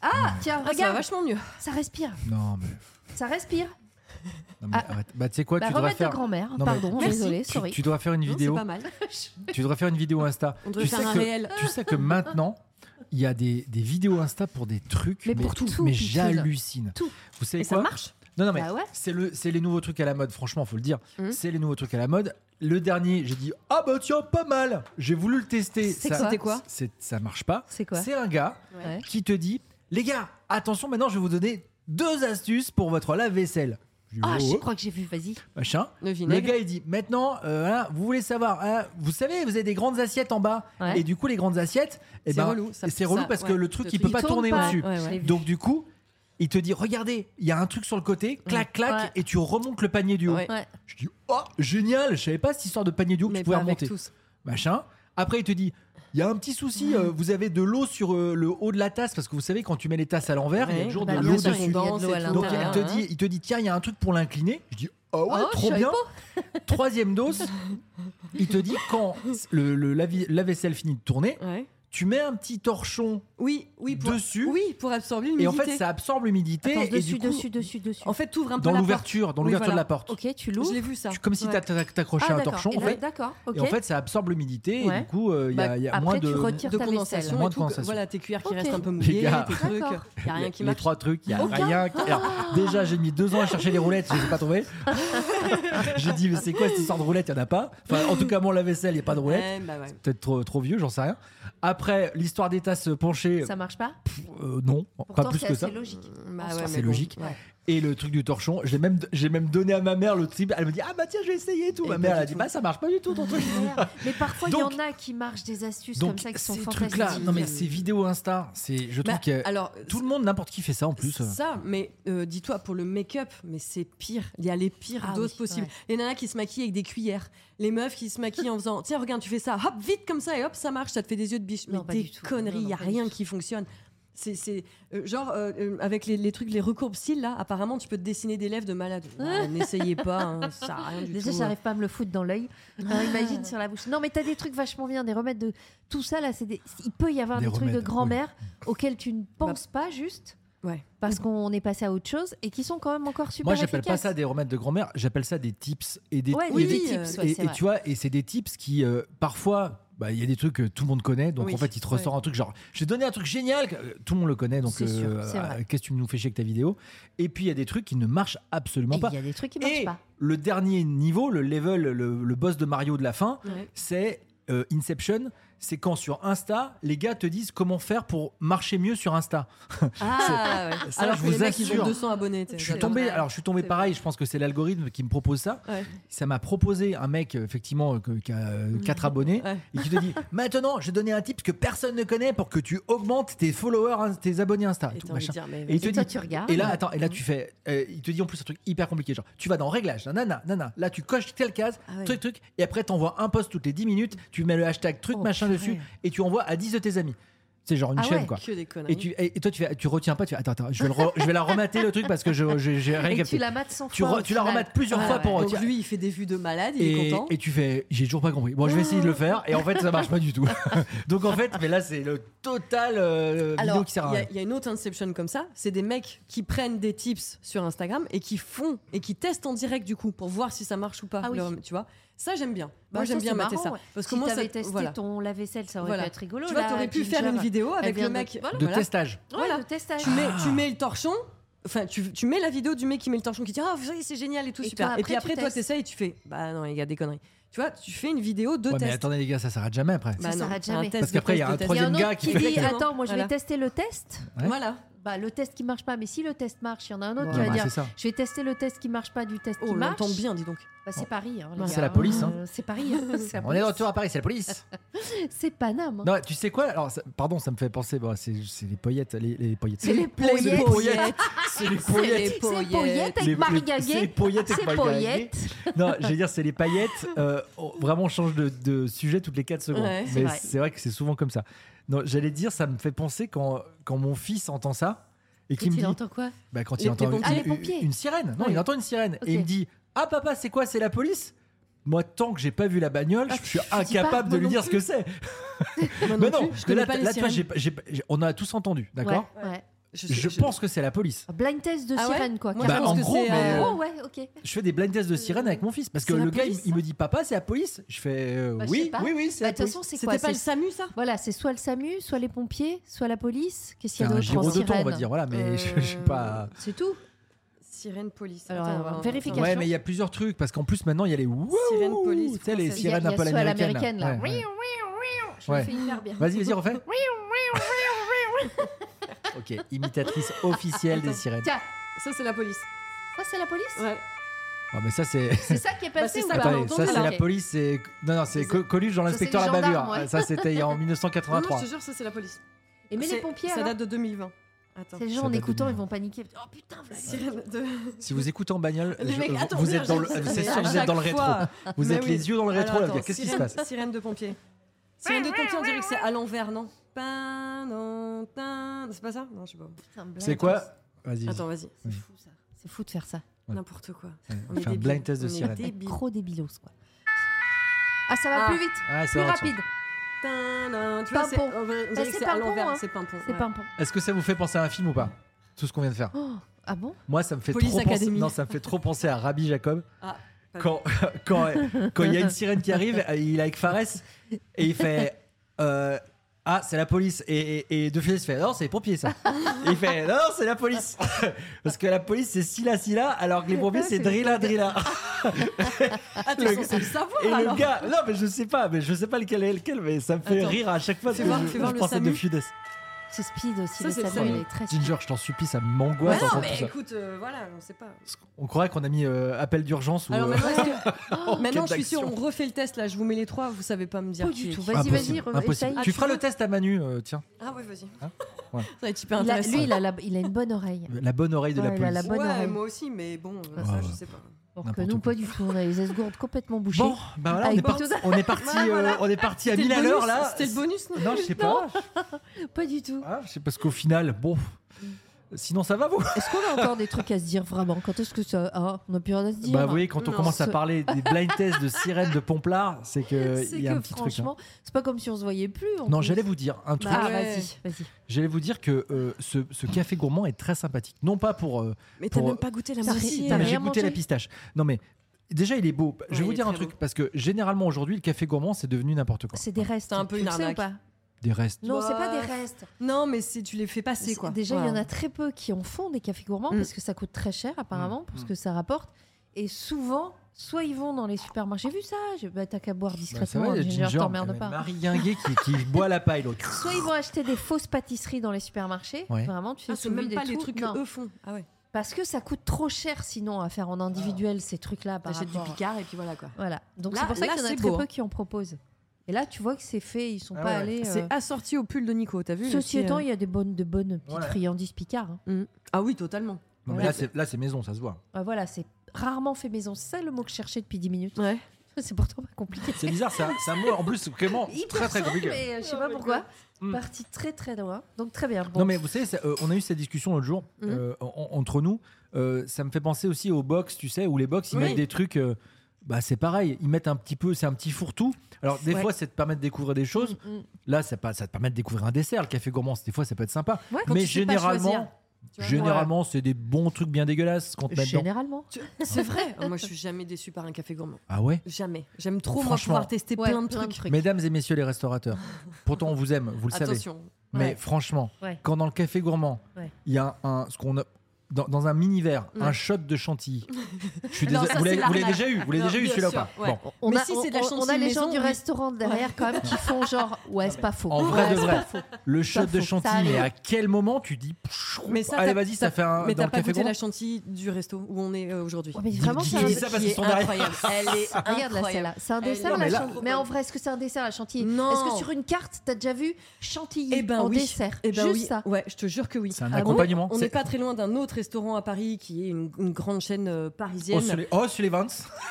Speaker 1: Ah, tiens,
Speaker 5: Ah, ça va
Speaker 1: regarde,
Speaker 5: vachement mieux.
Speaker 1: ça respire.
Speaker 2: Non mais,
Speaker 1: Ça respire.
Speaker 2: non, mais
Speaker 1: Ah.
Speaker 2: arrête. Bah tu sais quoi,
Speaker 1: La
Speaker 2: tu devrais
Speaker 1: remède
Speaker 2: faire.
Speaker 1: de grand-mère,
Speaker 2: Non, mais
Speaker 1: pardon,
Speaker 5: Merci.
Speaker 1: désolée,
Speaker 2: tu,
Speaker 1: sorry.
Speaker 2: tu dois faire une
Speaker 5: Non,
Speaker 2: vidéo.
Speaker 5: C'est pas mal.
Speaker 2: Tu devrais faire une vidéo Insta.
Speaker 5: On devrait
Speaker 2: Tu sais
Speaker 5: faire un
Speaker 2: que-
Speaker 5: réel.
Speaker 2: Tu sais que maintenant, il y a des, des vidéos Insta pour des trucs,
Speaker 1: Mais pour tout, Pitbull.
Speaker 2: mais j'hallucine.
Speaker 1: Tout.
Speaker 2: Vous savez
Speaker 5: Et ça
Speaker 2: quoi
Speaker 5: marche
Speaker 2: Non, non, mais
Speaker 1: Bah ouais. Mmh.
Speaker 2: c'est le, c'est les nouveaux trucs à la mode. Franchement, faut le dire,
Speaker 5: Mhm.
Speaker 2: c'est les nouveaux trucs à la mode. Le dernier, j'ai dit ah bah tiens pas mal. J'ai voulu le tester.
Speaker 1: C'est
Speaker 2: Ça-
Speaker 1: quoi
Speaker 5: C'était quoi
Speaker 2: c'est- Ça marche pas.
Speaker 1: C'est quoi
Speaker 2: C'est un gars
Speaker 1: Ouais.
Speaker 2: qui te dit les gars, attention maintenant, je vais vous donner deux astuces pour votre lave-vaisselle. Je dis,
Speaker 1: Ah,
Speaker 2: oh,
Speaker 1: je
Speaker 2: oh,
Speaker 1: crois que j'ai vu, vas-y.
Speaker 2: machin.
Speaker 5: Le
Speaker 2: Le
Speaker 5: vinaigre.
Speaker 2: gars il dit maintenant, euh, voilà, vous voulez savoir, hein, vous savez, vous avez des grandes assiettes en bas,
Speaker 1: Ouais.
Speaker 2: et du coup les grandes assiettes, eh
Speaker 5: C'est
Speaker 2: ben,
Speaker 5: relou, ça-
Speaker 2: c'est relou
Speaker 5: ça-
Speaker 2: parce
Speaker 5: ouais,
Speaker 2: que le truc il
Speaker 5: le truc,
Speaker 2: peut
Speaker 1: il
Speaker 2: pas
Speaker 1: tourne
Speaker 2: tourner
Speaker 1: pas.
Speaker 2: au-dessus.
Speaker 5: Ouais, ouais.
Speaker 1: Je l'ai vu.
Speaker 2: Donc du coup, il te dit regardez, il y a un truc sur le côté, clac clac,
Speaker 1: Ouais.
Speaker 2: et tu remontes le panier du haut.
Speaker 5: Ouais.
Speaker 1: Ouais.
Speaker 2: Je dis oh génial, je savais pas cette histoire de panier du haut que
Speaker 5: Mais
Speaker 2: tu pouvais
Speaker 5: pas avec
Speaker 2: remonter.
Speaker 5: tous.
Speaker 2: Machin. Après il te dit il y a un petit souci, euh, vous avez de l'eau sur euh, le haut de la tasse parce que vous savez quand tu mets les tasses à l'envers, il y a
Speaker 5: Ouais.
Speaker 2: toujours
Speaker 1: Bah,
Speaker 2: de
Speaker 1: bien
Speaker 2: l'eau
Speaker 1: sûr,
Speaker 2: dessus.
Speaker 1: il y a de l'eau à
Speaker 2: Donc
Speaker 1: l'intérieur,
Speaker 2: il te dit, il te dit tiens, il y a un truc pour l'incliner. Je dis ah ouais,
Speaker 1: Oh, je
Speaker 2: trop
Speaker 1: savais
Speaker 2: bien. Troisième dose. il te dit quand le, le lavi- lave-vaisselle finit de tourner,
Speaker 5: Ouais.
Speaker 2: tu mets un petit torchon
Speaker 5: Oui, oui, pour...
Speaker 2: dessus
Speaker 5: oui, pour absorber l'humidité.
Speaker 2: et en fait ça absorbe l'humidité
Speaker 1: Attends,
Speaker 2: et
Speaker 1: dessus,
Speaker 2: du coup
Speaker 1: dessus, dessus, dessus.
Speaker 5: En fait, t'ouvres un peu
Speaker 2: dans
Speaker 5: la porte.
Speaker 2: l'ouverture, dans
Speaker 5: Oui,
Speaker 2: l'ouverture de
Speaker 5: voilà.
Speaker 2: la porte.
Speaker 1: Ok, tu
Speaker 5: Je
Speaker 1: l'ouvres.
Speaker 5: l'ai vu ça.
Speaker 2: Tu- comme si
Speaker 5: Ouais.
Speaker 2: t'a- t'a- t'accrochais
Speaker 1: Ah,
Speaker 2: un
Speaker 1: d'accord.
Speaker 2: torchon
Speaker 1: Et
Speaker 2: en
Speaker 1: là-
Speaker 2: fait.
Speaker 1: D'accord, ok.
Speaker 2: Et en fait ça absorbe l'humidité et
Speaker 1: Ouais.
Speaker 2: du coup euh, il y a, il y a
Speaker 1: Bah,
Speaker 2: moins
Speaker 1: après, tu
Speaker 2: de
Speaker 1: retires
Speaker 5: de
Speaker 1: ta
Speaker 5: condensation,
Speaker 1: vaisselle.
Speaker 2: Moins de
Speaker 5: et tout, que-
Speaker 2: condensation.
Speaker 5: Voilà, tes cuillères qui
Speaker 1: Ok.
Speaker 5: restent un peu
Speaker 2: Les
Speaker 5: mouillées,
Speaker 2: gars.
Speaker 5: tes trucs.
Speaker 1: D'accord.
Speaker 5: Y a rien qui
Speaker 2: les
Speaker 5: marche.
Speaker 2: trois trucs, il y a
Speaker 1: Aucun
Speaker 2: rien. qui- Alors, déjà, j'ai mis deux ans à chercher les roulettes, je les ai pas trouvées. j'ai dit, mais c'est quoi cette histoire de roulette Il n'y en a pas. Enfin, en tout cas, mon lave-vaisselle, il n'y a pas de roulette.
Speaker 5: Ouais, bah ouais.
Speaker 2: Peut-être trop, trop vieux, j'en sais rien. Après, l'histoire des tasses penchées,
Speaker 1: Ça marche pas
Speaker 2: pff, euh, non, pas
Speaker 1: Pourtant,
Speaker 2: plus
Speaker 1: c'est
Speaker 2: que ça.
Speaker 1: assez logique.
Speaker 5: Bah
Speaker 1: En
Speaker 5: ouais,
Speaker 1: soi,
Speaker 5: mais
Speaker 2: c'est
Speaker 5: bon,
Speaker 2: logique.
Speaker 5: ouais.
Speaker 2: Et le truc du torchon, j'ai même, j'ai même donné à ma mère le type. Elle me dit Ah bah tiens, je vais essayer et tout.
Speaker 5: Et
Speaker 2: ma
Speaker 5: pas
Speaker 2: mère, elle
Speaker 5: du
Speaker 2: a dit
Speaker 5: tout.
Speaker 2: Bah ça marche pas du tout ton truc.
Speaker 1: Merde. Mais parfois, il y
Speaker 2: Donc-
Speaker 1: en a qui marchent des astuces
Speaker 2: Donc,
Speaker 1: comme ça qui sont
Speaker 2: ces
Speaker 1: fantastiques.
Speaker 2: trucs-là, non mais ces vidéos Insta, c'est, je trouve
Speaker 5: Bah,
Speaker 2: que
Speaker 5: alors,
Speaker 2: tout le monde, n'importe qui fait ça en plus.
Speaker 5: Ça, mais euh, dis-toi, pour le make-up, mais c'est pire. Il y a les pires
Speaker 1: Ah
Speaker 5: doses
Speaker 1: oui,
Speaker 5: possibles.
Speaker 1: ouais.
Speaker 5: Les nanas qui se maquillent avec des cuillères. Les meufs qui se maquillent en faisant Tiens, regarde, tu fais ça, hop, vite comme ça, et hop, ça marche, ça te fait des yeux de biche.
Speaker 1: Non,
Speaker 5: mais
Speaker 1: pas
Speaker 5: des
Speaker 1: du tout.
Speaker 5: conneries,
Speaker 1: Non,
Speaker 5: il
Speaker 1: non,
Speaker 5: n'y a
Speaker 1: pas du
Speaker 5: rien
Speaker 1: tout.
Speaker 5: qui fonctionne. C'est, c'est, euh, genre, euh, euh, avec les, les trucs, les recourbes cils, là, apparemment, tu peux te dessiner des lèvres de malade. Bah, N'essayez pas, hein, ça sert à rien du
Speaker 1: Déjà,
Speaker 5: tout.
Speaker 1: j'arrive pas à me le foutre dans l'œil. Alors,
Speaker 5: Ah.
Speaker 1: imagine sur la bouche. Non, mais t'as des trucs vachement bien, des remèdes de tout ça là. C'est des... il peut y avoir
Speaker 2: Des
Speaker 1: des, trucs de
Speaker 2: remèdes,
Speaker 1: grand-mère auxquels tu ne penses pas juste
Speaker 5: Bah. Ouais.
Speaker 1: parce qu'on est passé à autre chose et qui sont quand même encore super
Speaker 2: Moi, j'appelle pas
Speaker 1: efficaces.
Speaker 2: ça des remèdes de grand-mère, j'appelle ça des tips et des.
Speaker 1: Ouais,
Speaker 2: et
Speaker 5: Oui,
Speaker 1: des
Speaker 2: des-
Speaker 5: euh,
Speaker 1: tips, ouais,
Speaker 2: et,
Speaker 1: c'est
Speaker 2: et
Speaker 1: vrai.
Speaker 2: tu vois, et c'est des tips qui euh, parfois, bah, il y a des trucs que tout le monde connaît, donc
Speaker 5: Oui,
Speaker 2: en fait, il te
Speaker 5: ouais.
Speaker 2: ressort un truc genre, je t'ai donné un truc génial, que- euh, tout le monde le connaît, donc
Speaker 1: C'est sûr,
Speaker 2: euh,
Speaker 1: c'est vrai.
Speaker 2: euh, qu'est-ce que tu nous fais chier avec ta vidéo Et puis il y a des trucs qui ne marchent absolument
Speaker 1: Et
Speaker 2: pas.
Speaker 1: Il y a des trucs qui marchent
Speaker 2: Et
Speaker 1: pas.
Speaker 2: le dernier niveau, le level, le, le boss de Mario de la fin,
Speaker 5: hein. Ouais.
Speaker 2: c'est euh, Inception. C'est quand sur Insta, les gars te disent comment faire pour marcher mieux sur Insta.
Speaker 5: Ah, ouais.
Speaker 2: ça,
Speaker 5: Alors
Speaker 2: je
Speaker 5: que
Speaker 2: vous
Speaker 5: les mecs, ils
Speaker 2: assure.
Speaker 5: ont 200 abonnés. t'es-
Speaker 2: Je suis
Speaker 5: j'adore.
Speaker 2: tombé, alors je suis tombé
Speaker 5: C'est
Speaker 2: pareil, je pense que c'est l'algorithme qui me propose ça.
Speaker 5: Ouais.
Speaker 2: Ça m'a proposé un mec, euh, effectivement, euh, que- qui a 4 abonnés,
Speaker 5: Ouais.
Speaker 2: et qui te dit Maintenant, je vais donner un tip que personne ne connaît pour que tu augmentes tes followers, hein, tes abonnés Insta.
Speaker 5: Et
Speaker 2: tout,
Speaker 5: t'as envie de
Speaker 2: machin.
Speaker 5: dire, ah, mais
Speaker 2: Et il
Speaker 1: Et
Speaker 2: te
Speaker 1: toi,
Speaker 2: dit-
Speaker 1: tu regardes.
Speaker 2: Et là, attends, et là tu fais, euh, il te dit en plus un truc hyper compliqué, genre tu vas dans réglages, nanana, nanana, là tu coches telle case,
Speaker 5: Ah ouais.
Speaker 2: truc, truc, et après t'envoies un post toutes les 10 minutes, tu mets le hashtag truc,
Speaker 1: Oh,
Speaker 2: machin
Speaker 1: purée.
Speaker 2: dessus, et tu envoies à 10 de tes amis. C'est genre une
Speaker 1: Ah
Speaker 2: chaîne
Speaker 1: ouais.
Speaker 2: quoi.
Speaker 5: que des conneries.
Speaker 2: Et, tu, et, et toi tu, fais, tu retiens pas, tu fais, attends, attends, je vais, le re- je vais la remater le truc parce que je- je- j'ai rien
Speaker 1: Et tu
Speaker 2: capté.
Speaker 1: la mates sans
Speaker 2: Tu, re- tu la remates plusieurs
Speaker 5: Ouais,
Speaker 2: fois
Speaker 5: Ah ouais.
Speaker 2: pour
Speaker 5: Donc
Speaker 2: retirer.
Speaker 5: lui, il fait des vues de malade, il est
Speaker 2: Et,
Speaker 5: content.
Speaker 2: et tu fais, j'ai toujours pas compris. Bon, je vais essayer de le faire, et en fait, ça marche pas du tout. Donc en fait, mais là, c'est le total euh, vidéo
Speaker 5: Alors,
Speaker 2: qui
Speaker 5: il y,
Speaker 2: sert à rien.
Speaker 5: a- il y a une autre Inception comme ça. C'est des mecs qui prennent des tips sur Instagram et qui font et qui testent en direct du coup pour voir si ça marche ou pas.
Speaker 1: Ah oui.
Speaker 5: leur- tu vois, ça j'aime bien. Moi
Speaker 1: Bah, ça,
Speaker 5: j'aime bien
Speaker 1: c'est
Speaker 5: mater
Speaker 1: marrant,
Speaker 5: ça
Speaker 1: ouais.
Speaker 5: parce que
Speaker 1: si
Speaker 5: moi ça.
Speaker 1: t'avais testé
Speaker 5: voilà.
Speaker 1: ton lave-vaisselle, ça aurait
Speaker 5: Voilà.
Speaker 1: pu être rigolo.
Speaker 5: Tu vois,
Speaker 1: là,
Speaker 5: t'aurais pu
Speaker 1: Ginger.
Speaker 5: faire une vidéo avec
Speaker 1: vient
Speaker 5: le
Speaker 1: de-
Speaker 5: mec.
Speaker 1: voilà. Ah.
Speaker 2: De
Speaker 5: Voilà.
Speaker 2: testage.
Speaker 1: Ouais,
Speaker 5: Voilà.
Speaker 1: le testage.
Speaker 5: Tu mets, tu mets le torchon. Enfin, tu, tu mets la vidéo du mec qui met le torchon qui dit ah vous savez, c'est génial et tout
Speaker 1: Et
Speaker 5: super.
Speaker 1: toi,
Speaker 5: et puis
Speaker 1: après, tu
Speaker 5: après toi
Speaker 1: testes.
Speaker 5: t'essayes et tu fais bah non les gars des conneries. Tu vois, tu fais une vidéo de
Speaker 2: Ouais, mais
Speaker 5: test.
Speaker 2: attendez, les gars, ça s'arrête jamais après.
Speaker 1: Ça
Speaker 5: Bah non,
Speaker 1: s'arrête
Speaker 5: un
Speaker 1: jamais.
Speaker 5: test
Speaker 2: Parce
Speaker 5: de
Speaker 2: qu'après, il y a
Speaker 5: test de
Speaker 2: un
Speaker 5: test.
Speaker 1: Il y a un autre
Speaker 2: troisième gars
Speaker 1: qui
Speaker 2: fait
Speaker 1: dit
Speaker 5: que-
Speaker 1: Attends, moi je vais
Speaker 5: Voilà.
Speaker 1: tester le test.
Speaker 2: Ouais.
Speaker 5: Voilà.
Speaker 1: Bah, le test qui marche pas, mais si le test marche, il y en a un autre
Speaker 5: Ouais,
Speaker 1: qui
Speaker 2: Ouais,
Speaker 1: va
Speaker 2: bah,
Speaker 1: dire
Speaker 2: c'est ça.
Speaker 1: Je vais tester le test qui marche pas du test
Speaker 5: Oh,
Speaker 1: qui
Speaker 5: on
Speaker 1: marche.
Speaker 5: l'entend bien, dis donc.
Speaker 1: Bah, c'est Paris. hein, les
Speaker 2: C'est
Speaker 1: gars.
Speaker 2: la police, hein.
Speaker 1: Euh, C'est Paris. hein. C'est la
Speaker 2: On est de
Speaker 1: police.
Speaker 2: retour à Paris, c'est la police.
Speaker 1: C'est Paname. hein.
Speaker 2: non, tu sais quoi Alors, ça- pardon, ça me fait penser. bon, c'est c'est les paillettes, les, les paillettes. Oh,
Speaker 1: C'est les
Speaker 2: les
Speaker 1: paillettes.
Speaker 2: paillettes. C'est les paillettes.
Speaker 1: C'est paillettes
Speaker 2: Les- les-
Speaker 1: avec Marie
Speaker 2: C'est les
Speaker 1: Gaguet.
Speaker 2: paillettes avec
Speaker 1: C'est
Speaker 2: Marie Gaguet.
Speaker 1: paillettes.
Speaker 2: Non, je vais dire, c'est les paillettes. euh, on- vraiment, on change de, de sujet toutes les 4 secondes.
Speaker 5: Ouais,
Speaker 1: c'est
Speaker 2: Mais
Speaker 1: vrai.
Speaker 2: c'est vrai que c'est souvent comme ça. Non, j'allais dire, ça me fait penser quand, quand mon fils entend ça et
Speaker 1: Et
Speaker 2: qu'il me
Speaker 1: tu
Speaker 2: dit.
Speaker 1: entends quoi
Speaker 2: Bah, quand
Speaker 5: Les-
Speaker 2: il entend
Speaker 5: les
Speaker 2: une,
Speaker 1: pompiers. Ah, les
Speaker 2: une-
Speaker 1: pompiers.
Speaker 2: une sirène. Non,
Speaker 1: Ouais.
Speaker 2: il entend une sirène.
Speaker 1: Ok.
Speaker 2: Et il me dit Ah, papa, c'est quoi C'est la police moi, tant que j'ai pas vu la bagnole,
Speaker 1: Ah,
Speaker 2: je suis
Speaker 1: tu dis pas,
Speaker 2: incapable
Speaker 1: moi
Speaker 2: de lui
Speaker 1: non
Speaker 2: dire ce que c'est. Mais non,
Speaker 5: je
Speaker 2: mais
Speaker 5: connais
Speaker 2: là,
Speaker 5: pas les
Speaker 2: là, tu vois,
Speaker 5: sirènes.
Speaker 2: j'ai pas- j'ai pas- j'ai- on a tous entendu, d'accord
Speaker 1: Ouais, ouais.
Speaker 5: Je,
Speaker 2: je, pense que c'est la police.
Speaker 1: Un Blind test de
Speaker 5: Ah ouais
Speaker 1: sirène, quoi.
Speaker 5: Moi,
Speaker 2: Bah,
Speaker 5: je
Speaker 1: carrément.
Speaker 5: pense
Speaker 2: en
Speaker 5: que
Speaker 2: gros,
Speaker 5: c'est,
Speaker 2: mais,
Speaker 5: euh,
Speaker 2: en
Speaker 1: Oh, ouais, ok.
Speaker 2: Je fais des blind tests de sirène avec mon fils parce que
Speaker 1: C'est la
Speaker 2: le gars, il-
Speaker 1: police,
Speaker 2: il,
Speaker 1: ça
Speaker 2: me dit Papa, c'est la police Je fais euh,
Speaker 1: Bah, je sais
Speaker 2: Oui,
Speaker 1: pas.
Speaker 2: oui, oui, c'est
Speaker 1: Bah,
Speaker 2: la
Speaker 1: De toute
Speaker 2: police.
Speaker 1: façon, c'est quoi
Speaker 5: C'était pas le
Speaker 1: c'est-
Speaker 5: SAMU, ça
Speaker 1: Voilà, c'est soit le SAMU, soit les pompiers, soit la police. Qu'est-ce
Speaker 2: C'est
Speaker 1: qu'il y a
Speaker 2: un
Speaker 1: d'autre en
Speaker 2: giro de temps, on va
Speaker 1: sirène Euh,
Speaker 2: dire, voilà, mais je, je sais pas.
Speaker 1: C'est tout.
Speaker 5: Sirène police.
Speaker 1: Alors,
Speaker 5: Attends,
Speaker 1: euh,
Speaker 5: attends,
Speaker 1: vérification.
Speaker 5: attends.
Speaker 2: Ouais, mais il y a plusieurs trucs parce qu'en plus, maintenant, il y a les wouh,
Speaker 5: Sirène police
Speaker 2: tu sais, les
Speaker 5: française.
Speaker 1: Il y a-
Speaker 2: sirènes
Speaker 1: il y a
Speaker 2: un peu à
Speaker 1: soit
Speaker 2: l'américaine.
Speaker 1: l'américaine, là.
Speaker 2: Ouais, ouais.
Speaker 1: Je le
Speaker 2: Ouais.
Speaker 1: fais hyper bien.
Speaker 2: Vas-y, vas-y, refais. ok, imitatrice officielle des sirènes.
Speaker 1: Tiens,
Speaker 5: Ça, c'est la police.
Speaker 1: ça c'est la police
Speaker 5: Ouais.
Speaker 2: Oh, mais ça, c'est.
Speaker 1: C'est ça qui est passé
Speaker 5: c'est
Speaker 1: ou
Speaker 5: ça,
Speaker 1: pas
Speaker 5: bah,
Speaker 2: Attendez,
Speaker 5: on
Speaker 2: ça,
Speaker 5: entend
Speaker 2: c'est
Speaker 5: là.
Speaker 2: la police. c'est- Non, non, c'est
Speaker 5: Ça,
Speaker 2: Co- Coluche dans
Speaker 1: c'est
Speaker 2: l'inspecteur à
Speaker 1: les
Speaker 2: la bavure.
Speaker 1: gendarmes, ouais.
Speaker 2: Ça, c'était en
Speaker 5: Non, non,
Speaker 2: 1983.
Speaker 5: je te jure, ça, c'est la police.
Speaker 1: Et mais
Speaker 5: C'est-
Speaker 1: les pompiers
Speaker 5: Ça
Speaker 1: alors
Speaker 5: date de 2020. Attends.
Speaker 1: C'est les gens
Speaker 2: Ça
Speaker 1: en
Speaker 2: date de
Speaker 1: écoutant, ils
Speaker 2: 2000.
Speaker 1: vont paniquer. Oh putain, Vladimir.
Speaker 5: Sirène de.
Speaker 2: Si vous écoutez en bagnole,
Speaker 5: Les
Speaker 2: je-
Speaker 5: mecs, attends,
Speaker 2: vous
Speaker 5: oui,
Speaker 2: êtes dans le,
Speaker 5: je-
Speaker 2: c'est
Speaker 5: mais
Speaker 2: sûr,
Speaker 5: à
Speaker 2: vous êtes dans le
Speaker 5: chaque
Speaker 2: rétro.
Speaker 5: fois.
Speaker 2: Vous
Speaker 5: Mais
Speaker 2: êtes
Speaker 5: oui.
Speaker 2: les yeux dans le rétro.
Speaker 5: Alors,
Speaker 2: là, vous
Speaker 5: attends,
Speaker 2: dites, Qu'est-ce qui se
Speaker 5: sirène-
Speaker 2: passe
Speaker 5: Sirène de pompier. Sirène de pompier, on dirait que c'est à l'envers, non Tin, non, tin. C'est pas ça Non, je sais pas.
Speaker 1: Putain, blind
Speaker 2: C'est quoi
Speaker 1: test.
Speaker 2: Vas-y.
Speaker 5: Attends, vas-y.
Speaker 1: C'est fou ça. C'est fou de faire ça.
Speaker 2: Ouais.
Speaker 5: N'importe quoi.
Speaker 2: Ouais,
Speaker 5: On
Speaker 2: on
Speaker 5: est
Speaker 2: fait un
Speaker 5: débiles.
Speaker 2: blind test de
Speaker 5: On est
Speaker 2: sirène.
Speaker 5: débiles.
Speaker 1: Pro débilos quoi. Ah, ça va
Speaker 5: Ah.
Speaker 1: plus vite,
Speaker 2: Ah, c'est
Speaker 1: plus
Speaker 2: vrai,
Speaker 1: rapide.
Speaker 5: Tin, non, Tu vois, c'est
Speaker 1: Pimpon.
Speaker 5: on dirait que
Speaker 1: Bah, c'est
Speaker 5: c'est à
Speaker 1: pimpon, hein.
Speaker 5: l'envers. C'est pimpon.
Speaker 1: C'est
Speaker 5: ouais.
Speaker 1: pas un pont.
Speaker 2: ça. Est-ce que ça vous fait penser à un film ou pas Tout ce qu'on vient de faire.
Speaker 1: Oh, ah bon
Speaker 2: Moi, ça me fait
Speaker 5: Police
Speaker 2: trop penser.
Speaker 5: Academy.
Speaker 2: Non, ça me fait trop penser à Rabbi Jacob.
Speaker 5: Ah, pas
Speaker 2: Quand quand quand il y a une sirène qui arrive, il est avec Fares et il fait. euh, ah, c'est la police. Et, et, et De Funès fait Non, c'est les pompiers, ça. Et il fait Non, c'est la police. Parce que la police, c'est Silla Silla, alors que les pompiers, c'est Drilla Drilla.
Speaker 5: Ah, t'es
Speaker 2: Le-
Speaker 5: censé le savoir
Speaker 2: Et
Speaker 5: alors
Speaker 2: le gars, non mais je sais pas, mais je sais pas lequel est lequel, mais ça me fait
Speaker 5: Attends.
Speaker 2: rire à chaque fois
Speaker 5: Fais
Speaker 2: que
Speaker 5: voir-
Speaker 2: je,
Speaker 5: fais voir
Speaker 2: je
Speaker 5: le
Speaker 2: pense à
Speaker 5: Samu.
Speaker 2: De Funès.
Speaker 1: C'est speed aussi,
Speaker 5: Ça,
Speaker 1: le
Speaker 5: c'est le
Speaker 1: sabot,
Speaker 5: seul.
Speaker 1: il est très
Speaker 2: Ginger, je t'en supplie, ça m'angoisse.
Speaker 5: Ouais, non,
Speaker 2: d'entendre
Speaker 5: mais
Speaker 2: tout ça.
Speaker 5: écoute, euh, voilà, on sait pas.
Speaker 2: On croirait qu'on a mis euh, appel d'urgence ou.
Speaker 5: Alors
Speaker 2: euh,
Speaker 5: maintenant, est-ce que- maintenant, je suis
Speaker 2: d'action.
Speaker 5: sûre, on refait le test là, je vous mets les trois, vous savez pas me dire.
Speaker 1: Pas
Speaker 5: qui
Speaker 1: du
Speaker 5: est
Speaker 1: tout.
Speaker 5: qui.
Speaker 1: Vas-y, vas-y,
Speaker 2: impossible,
Speaker 1: re-
Speaker 2: impossible.
Speaker 1: essaye.
Speaker 2: Tu feras le test à Manu, euh, tiens.
Speaker 5: Ah ouais, vas-y.
Speaker 2: Hein Ouais.
Speaker 5: Ça va être hyper
Speaker 1: Il a-
Speaker 5: intéressant.
Speaker 1: lui, il a, la- il a une bonne oreille.
Speaker 2: La bonne oreille de
Speaker 5: Ah,
Speaker 1: Ouais,
Speaker 2: la
Speaker 1: il a
Speaker 2: police.
Speaker 1: la bonne
Speaker 5: ouais,
Speaker 1: oreille.
Speaker 5: moi aussi, mais bon, euh,
Speaker 2: Ouais,
Speaker 5: ça, je
Speaker 2: ouais.
Speaker 5: sais pas.
Speaker 1: Alors que
Speaker 2: N'importe
Speaker 1: nous,
Speaker 2: quoi.
Speaker 1: pas du tout. On a les esgourdes complètement bouchées.
Speaker 2: Bon, bah voilà, on
Speaker 1: Avec
Speaker 2: est parti,
Speaker 1: Bordeaux.
Speaker 2: on est parti,
Speaker 5: Ouais, voilà.
Speaker 2: euh, on est parti à
Speaker 5: C'était
Speaker 2: 1000
Speaker 5: le
Speaker 2: à l'heure
Speaker 5: bonus,
Speaker 2: là.
Speaker 5: C'était le bonus, non
Speaker 2: Non, je sais pas.
Speaker 1: Pas du tout.
Speaker 2: Ah, je sais parce qu'au final, bon. Sinon, ça va vous
Speaker 1: Est-ce qu'on a encore des trucs à se dire vraiment Quand est-ce que ça. Ah, on n'a plus rien à se dire.
Speaker 2: Bah, vous voyez, quand on
Speaker 5: Non,
Speaker 2: commence à
Speaker 1: ce-
Speaker 2: parler des blind tests de sirène de Pomplard, c'est
Speaker 1: C'est
Speaker 2: qu'il y a
Speaker 1: que
Speaker 2: un petit truc. hein.
Speaker 1: franchement, c'est pas comme si on se voyait plus. en
Speaker 2: Non,
Speaker 1: plus.
Speaker 2: j'allais vous dire un truc.
Speaker 1: Bah,
Speaker 5: Ouais.
Speaker 1: vas-y, vas-y.
Speaker 2: J'allais vous dire que euh, ce, ce café gourmand est très sympathique. Non pas pour. euh,
Speaker 5: Mais t'as
Speaker 2: Pour-
Speaker 5: même pas goûté la
Speaker 1: Ça-
Speaker 5: moitié.
Speaker 1: t'as
Speaker 2: mais
Speaker 1: rien
Speaker 2: j'ai goûté
Speaker 1: mangé
Speaker 2: la pistache. Non mais déjà il est beau. Je vais
Speaker 5: Ouais,
Speaker 2: vous
Speaker 5: il est
Speaker 2: dire un
Speaker 5: très
Speaker 2: truc
Speaker 5: beau.
Speaker 2: parce que généralement aujourd'hui le café gourmand c'est devenu n'importe quoi.
Speaker 1: C'est des restes.
Speaker 5: C'est un peu
Speaker 1: tu
Speaker 5: une
Speaker 1: le sais
Speaker 5: arnaque.
Speaker 1: ou pas
Speaker 2: Des restes. Bah,
Speaker 1: Non, c'est pas
Speaker 5: Ouah.
Speaker 1: des restes.
Speaker 5: Non, mais c'est- tu les fais passer
Speaker 1: C'est-
Speaker 5: quoi.
Speaker 1: Déjà, il y en
Speaker 5: Voilà.
Speaker 1: a très peu qui en font des cafés gourmands
Speaker 5: Mm.
Speaker 1: parce que ça coûte très cher apparemment pour ce
Speaker 2: Mm.
Speaker 1: que ça rapporte. Et souvent, soit ils vont dans les supermarchés. J'ai vu ça. Je... Bah, T'as qu'à boire
Speaker 2: Bah, ça
Speaker 1: discrètement.
Speaker 2: va, il y a
Speaker 1: hein, Ginger,
Speaker 2: mais
Speaker 1: t'emmerdes pas.
Speaker 2: Marie Guinguet qui, qui boit la paille l'autre.
Speaker 1: Soit ils vont acheter des fausses pâtisseries dans les supermarchés.
Speaker 2: Ouais.
Speaker 1: Vraiment, tu fais
Speaker 5: Ah, c'est même
Speaker 1: solide et
Speaker 5: pas les
Speaker 1: tout.
Speaker 5: trucs
Speaker 1: Non.
Speaker 5: que eux font. Ah ouais.
Speaker 1: Parce que ça coûte trop cher sinon à faire en individuel ces trucs-là. par
Speaker 5: T'achètes du
Speaker 1: rapport-
Speaker 5: picard et puis voilà quoi.
Speaker 1: Voilà. Donc
Speaker 5: Là-
Speaker 1: c'est pour ça
Speaker 5: là,
Speaker 1: qu'il y en a
Speaker 5: c'est
Speaker 1: très
Speaker 5: beau,
Speaker 1: peu
Speaker 5: hein.
Speaker 1: qui en proposent. Et là, tu vois que c'est fait, ils sont
Speaker 2: Ah
Speaker 1: pas
Speaker 2: ouais.
Speaker 1: allés. euh,
Speaker 5: C'est assorti au pull de Nico, t'as vu le
Speaker 1: Ceci
Speaker 5: petit,
Speaker 1: étant,
Speaker 5: euh,
Speaker 1: il y a des bonnes, de bonnes petites
Speaker 2: Ouais.
Speaker 1: friandises Picard. hein.
Speaker 5: Ah oui, totalement.
Speaker 2: Non, mais
Speaker 1: Ouais.
Speaker 2: là c'est là c'est maison ça se voit.
Speaker 1: Ah, voilà, c'est rarement fait maison. C'est ça le mot que je cherchais depuis 10 minutes.
Speaker 5: Ouais.
Speaker 1: C'est pourtant pas compliqué.
Speaker 2: C'est bizarre ça. C'est un mot en plus vraiment
Speaker 1: Hyper
Speaker 2: très très
Speaker 1: simple,
Speaker 2: compliqué.
Speaker 1: mais euh,
Speaker 5: Ah,
Speaker 1: je sais pas pourquoi.
Speaker 2: Mm.
Speaker 1: Parti très très loin. Donc très bien. Bon.
Speaker 2: Non mais vous savez, ça, euh, on a eu cette discussion l'autre jour
Speaker 5: Mhm.
Speaker 2: euh, en- en- entre nous. Euh, ça me fait penser aussi aux box, tu sais, où les box ils
Speaker 5: Oui.
Speaker 2: mettent des trucs. euh, bah c'est pareil, ils mettent un petit peu, c'est un petit fourre-tout. Alors des
Speaker 5: Ouais. Mhm.
Speaker 2: fois, ça te permet de découvrir des choses.
Speaker 1: Mm, mm.
Speaker 2: Là, ça, pa- ça te permet de découvrir un dessert. Le café gourmand, c'est- des fois, ça peut être sympa.
Speaker 1: Ouais,
Speaker 5: Ah, quand
Speaker 2: mais
Speaker 5: tu sais pas choisir,
Speaker 2: généralement,
Speaker 5: tu vois.
Speaker 2: généralement, c'est des bons trucs bien dégueulasses qu'on te met dedans.
Speaker 1: Généralement.
Speaker 5: Tu- C'est vrai. Ah, Moi, je suis jamais déçue par un café gourmand.
Speaker 2: Ah ouais.
Speaker 5: Jamais. J'aime trop moi
Speaker 2: Franchement.
Speaker 5: pouvoir tester
Speaker 1: Ouais,
Speaker 5: plein de trucs.
Speaker 2: Mesdames et messieurs les restaurateurs, pourtant on vous aime, vous le savez.
Speaker 5: Attention.
Speaker 2: Mais
Speaker 1: Ouais.
Speaker 2: franchement,
Speaker 1: Ouais.
Speaker 2: quand dans le café gourmand, il
Speaker 1: Ouais.
Speaker 2: y a un, ce qu'on a, dans, dans un mini verre,
Speaker 5: Ouais.
Speaker 2: un shot de chantilly. Je suis
Speaker 5: Non,
Speaker 2: désolé, vous
Speaker 5: ça, c'est
Speaker 2: l'avez vous l'avez
Speaker 5: l'arnaque.
Speaker 2: déjà eu, vous l'avez
Speaker 5: Non,
Speaker 2: déjà eu
Speaker 5: bien
Speaker 2: celui-là ou
Speaker 5: sûr,
Speaker 2: pas
Speaker 5: ouais.
Speaker 2: Bon,
Speaker 1: On
Speaker 5: Mais
Speaker 1: a,
Speaker 5: si,
Speaker 1: on-
Speaker 5: c'est de la
Speaker 1: on- on a
Speaker 5: chantilly
Speaker 1: les gens
Speaker 5: maison,
Speaker 1: du
Speaker 5: oui.
Speaker 1: restaurant derrière quand même qui font genre ouais c'est pas faux.
Speaker 2: En
Speaker 1: Ouais,
Speaker 2: vrai de
Speaker 1: c'est
Speaker 2: vrai.
Speaker 1: pas faux.
Speaker 2: le shot de
Speaker 1: faux, ça
Speaker 2: chantilly,
Speaker 1: arrive.
Speaker 2: mais à quel moment tu dis pff,
Speaker 5: Mais ça,
Speaker 2: Allez,
Speaker 5: t'as-
Speaker 2: vas-y, ça
Speaker 5: t'as-
Speaker 2: fait un
Speaker 5: Mais
Speaker 2: Ah, dans
Speaker 5: t'as
Speaker 2: le
Speaker 5: pas
Speaker 2: café
Speaker 5: goûté
Speaker 2: gourmand Oh,
Speaker 5: la chantilly du resto où on est euh, aujourd'hui.
Speaker 1: Ouais, mais vraiment
Speaker 2: dis-
Speaker 1: c'est
Speaker 2: dis
Speaker 1: un-
Speaker 2: ça
Speaker 5: qui
Speaker 2: parce qu'ils
Speaker 5: est
Speaker 2: sont derrière.
Speaker 5: incroyable. Elle est
Speaker 1: Regarde là
Speaker 5: incroyable.
Speaker 1: celle-là. C'est un
Speaker 5: Elle est-
Speaker 1: dessert
Speaker 2: Non,
Speaker 1: la
Speaker 2: mais là-
Speaker 1: chantilly. Mais en vrai est-ce que c'est un dessert la chantilly
Speaker 5: Non.
Speaker 1: Est-ce que sur une carte t'as déjà vu chantilly
Speaker 5: Eh ben
Speaker 1: en
Speaker 5: oui.
Speaker 1: dessert
Speaker 5: Eh ben
Speaker 1: Juste
Speaker 5: oui.
Speaker 1: ça.
Speaker 5: Ouais, je te jure que oui.
Speaker 2: C'est un
Speaker 5: Ah bon
Speaker 2: accompagnement.
Speaker 5: On
Speaker 2: C'est-
Speaker 5: n'est pas très loin d'un autre restaurant à Paris qui est une, une grande chaîne euh,
Speaker 2: Oh,
Speaker 5: parisienne.
Speaker 2: sur les, oh, sur les 20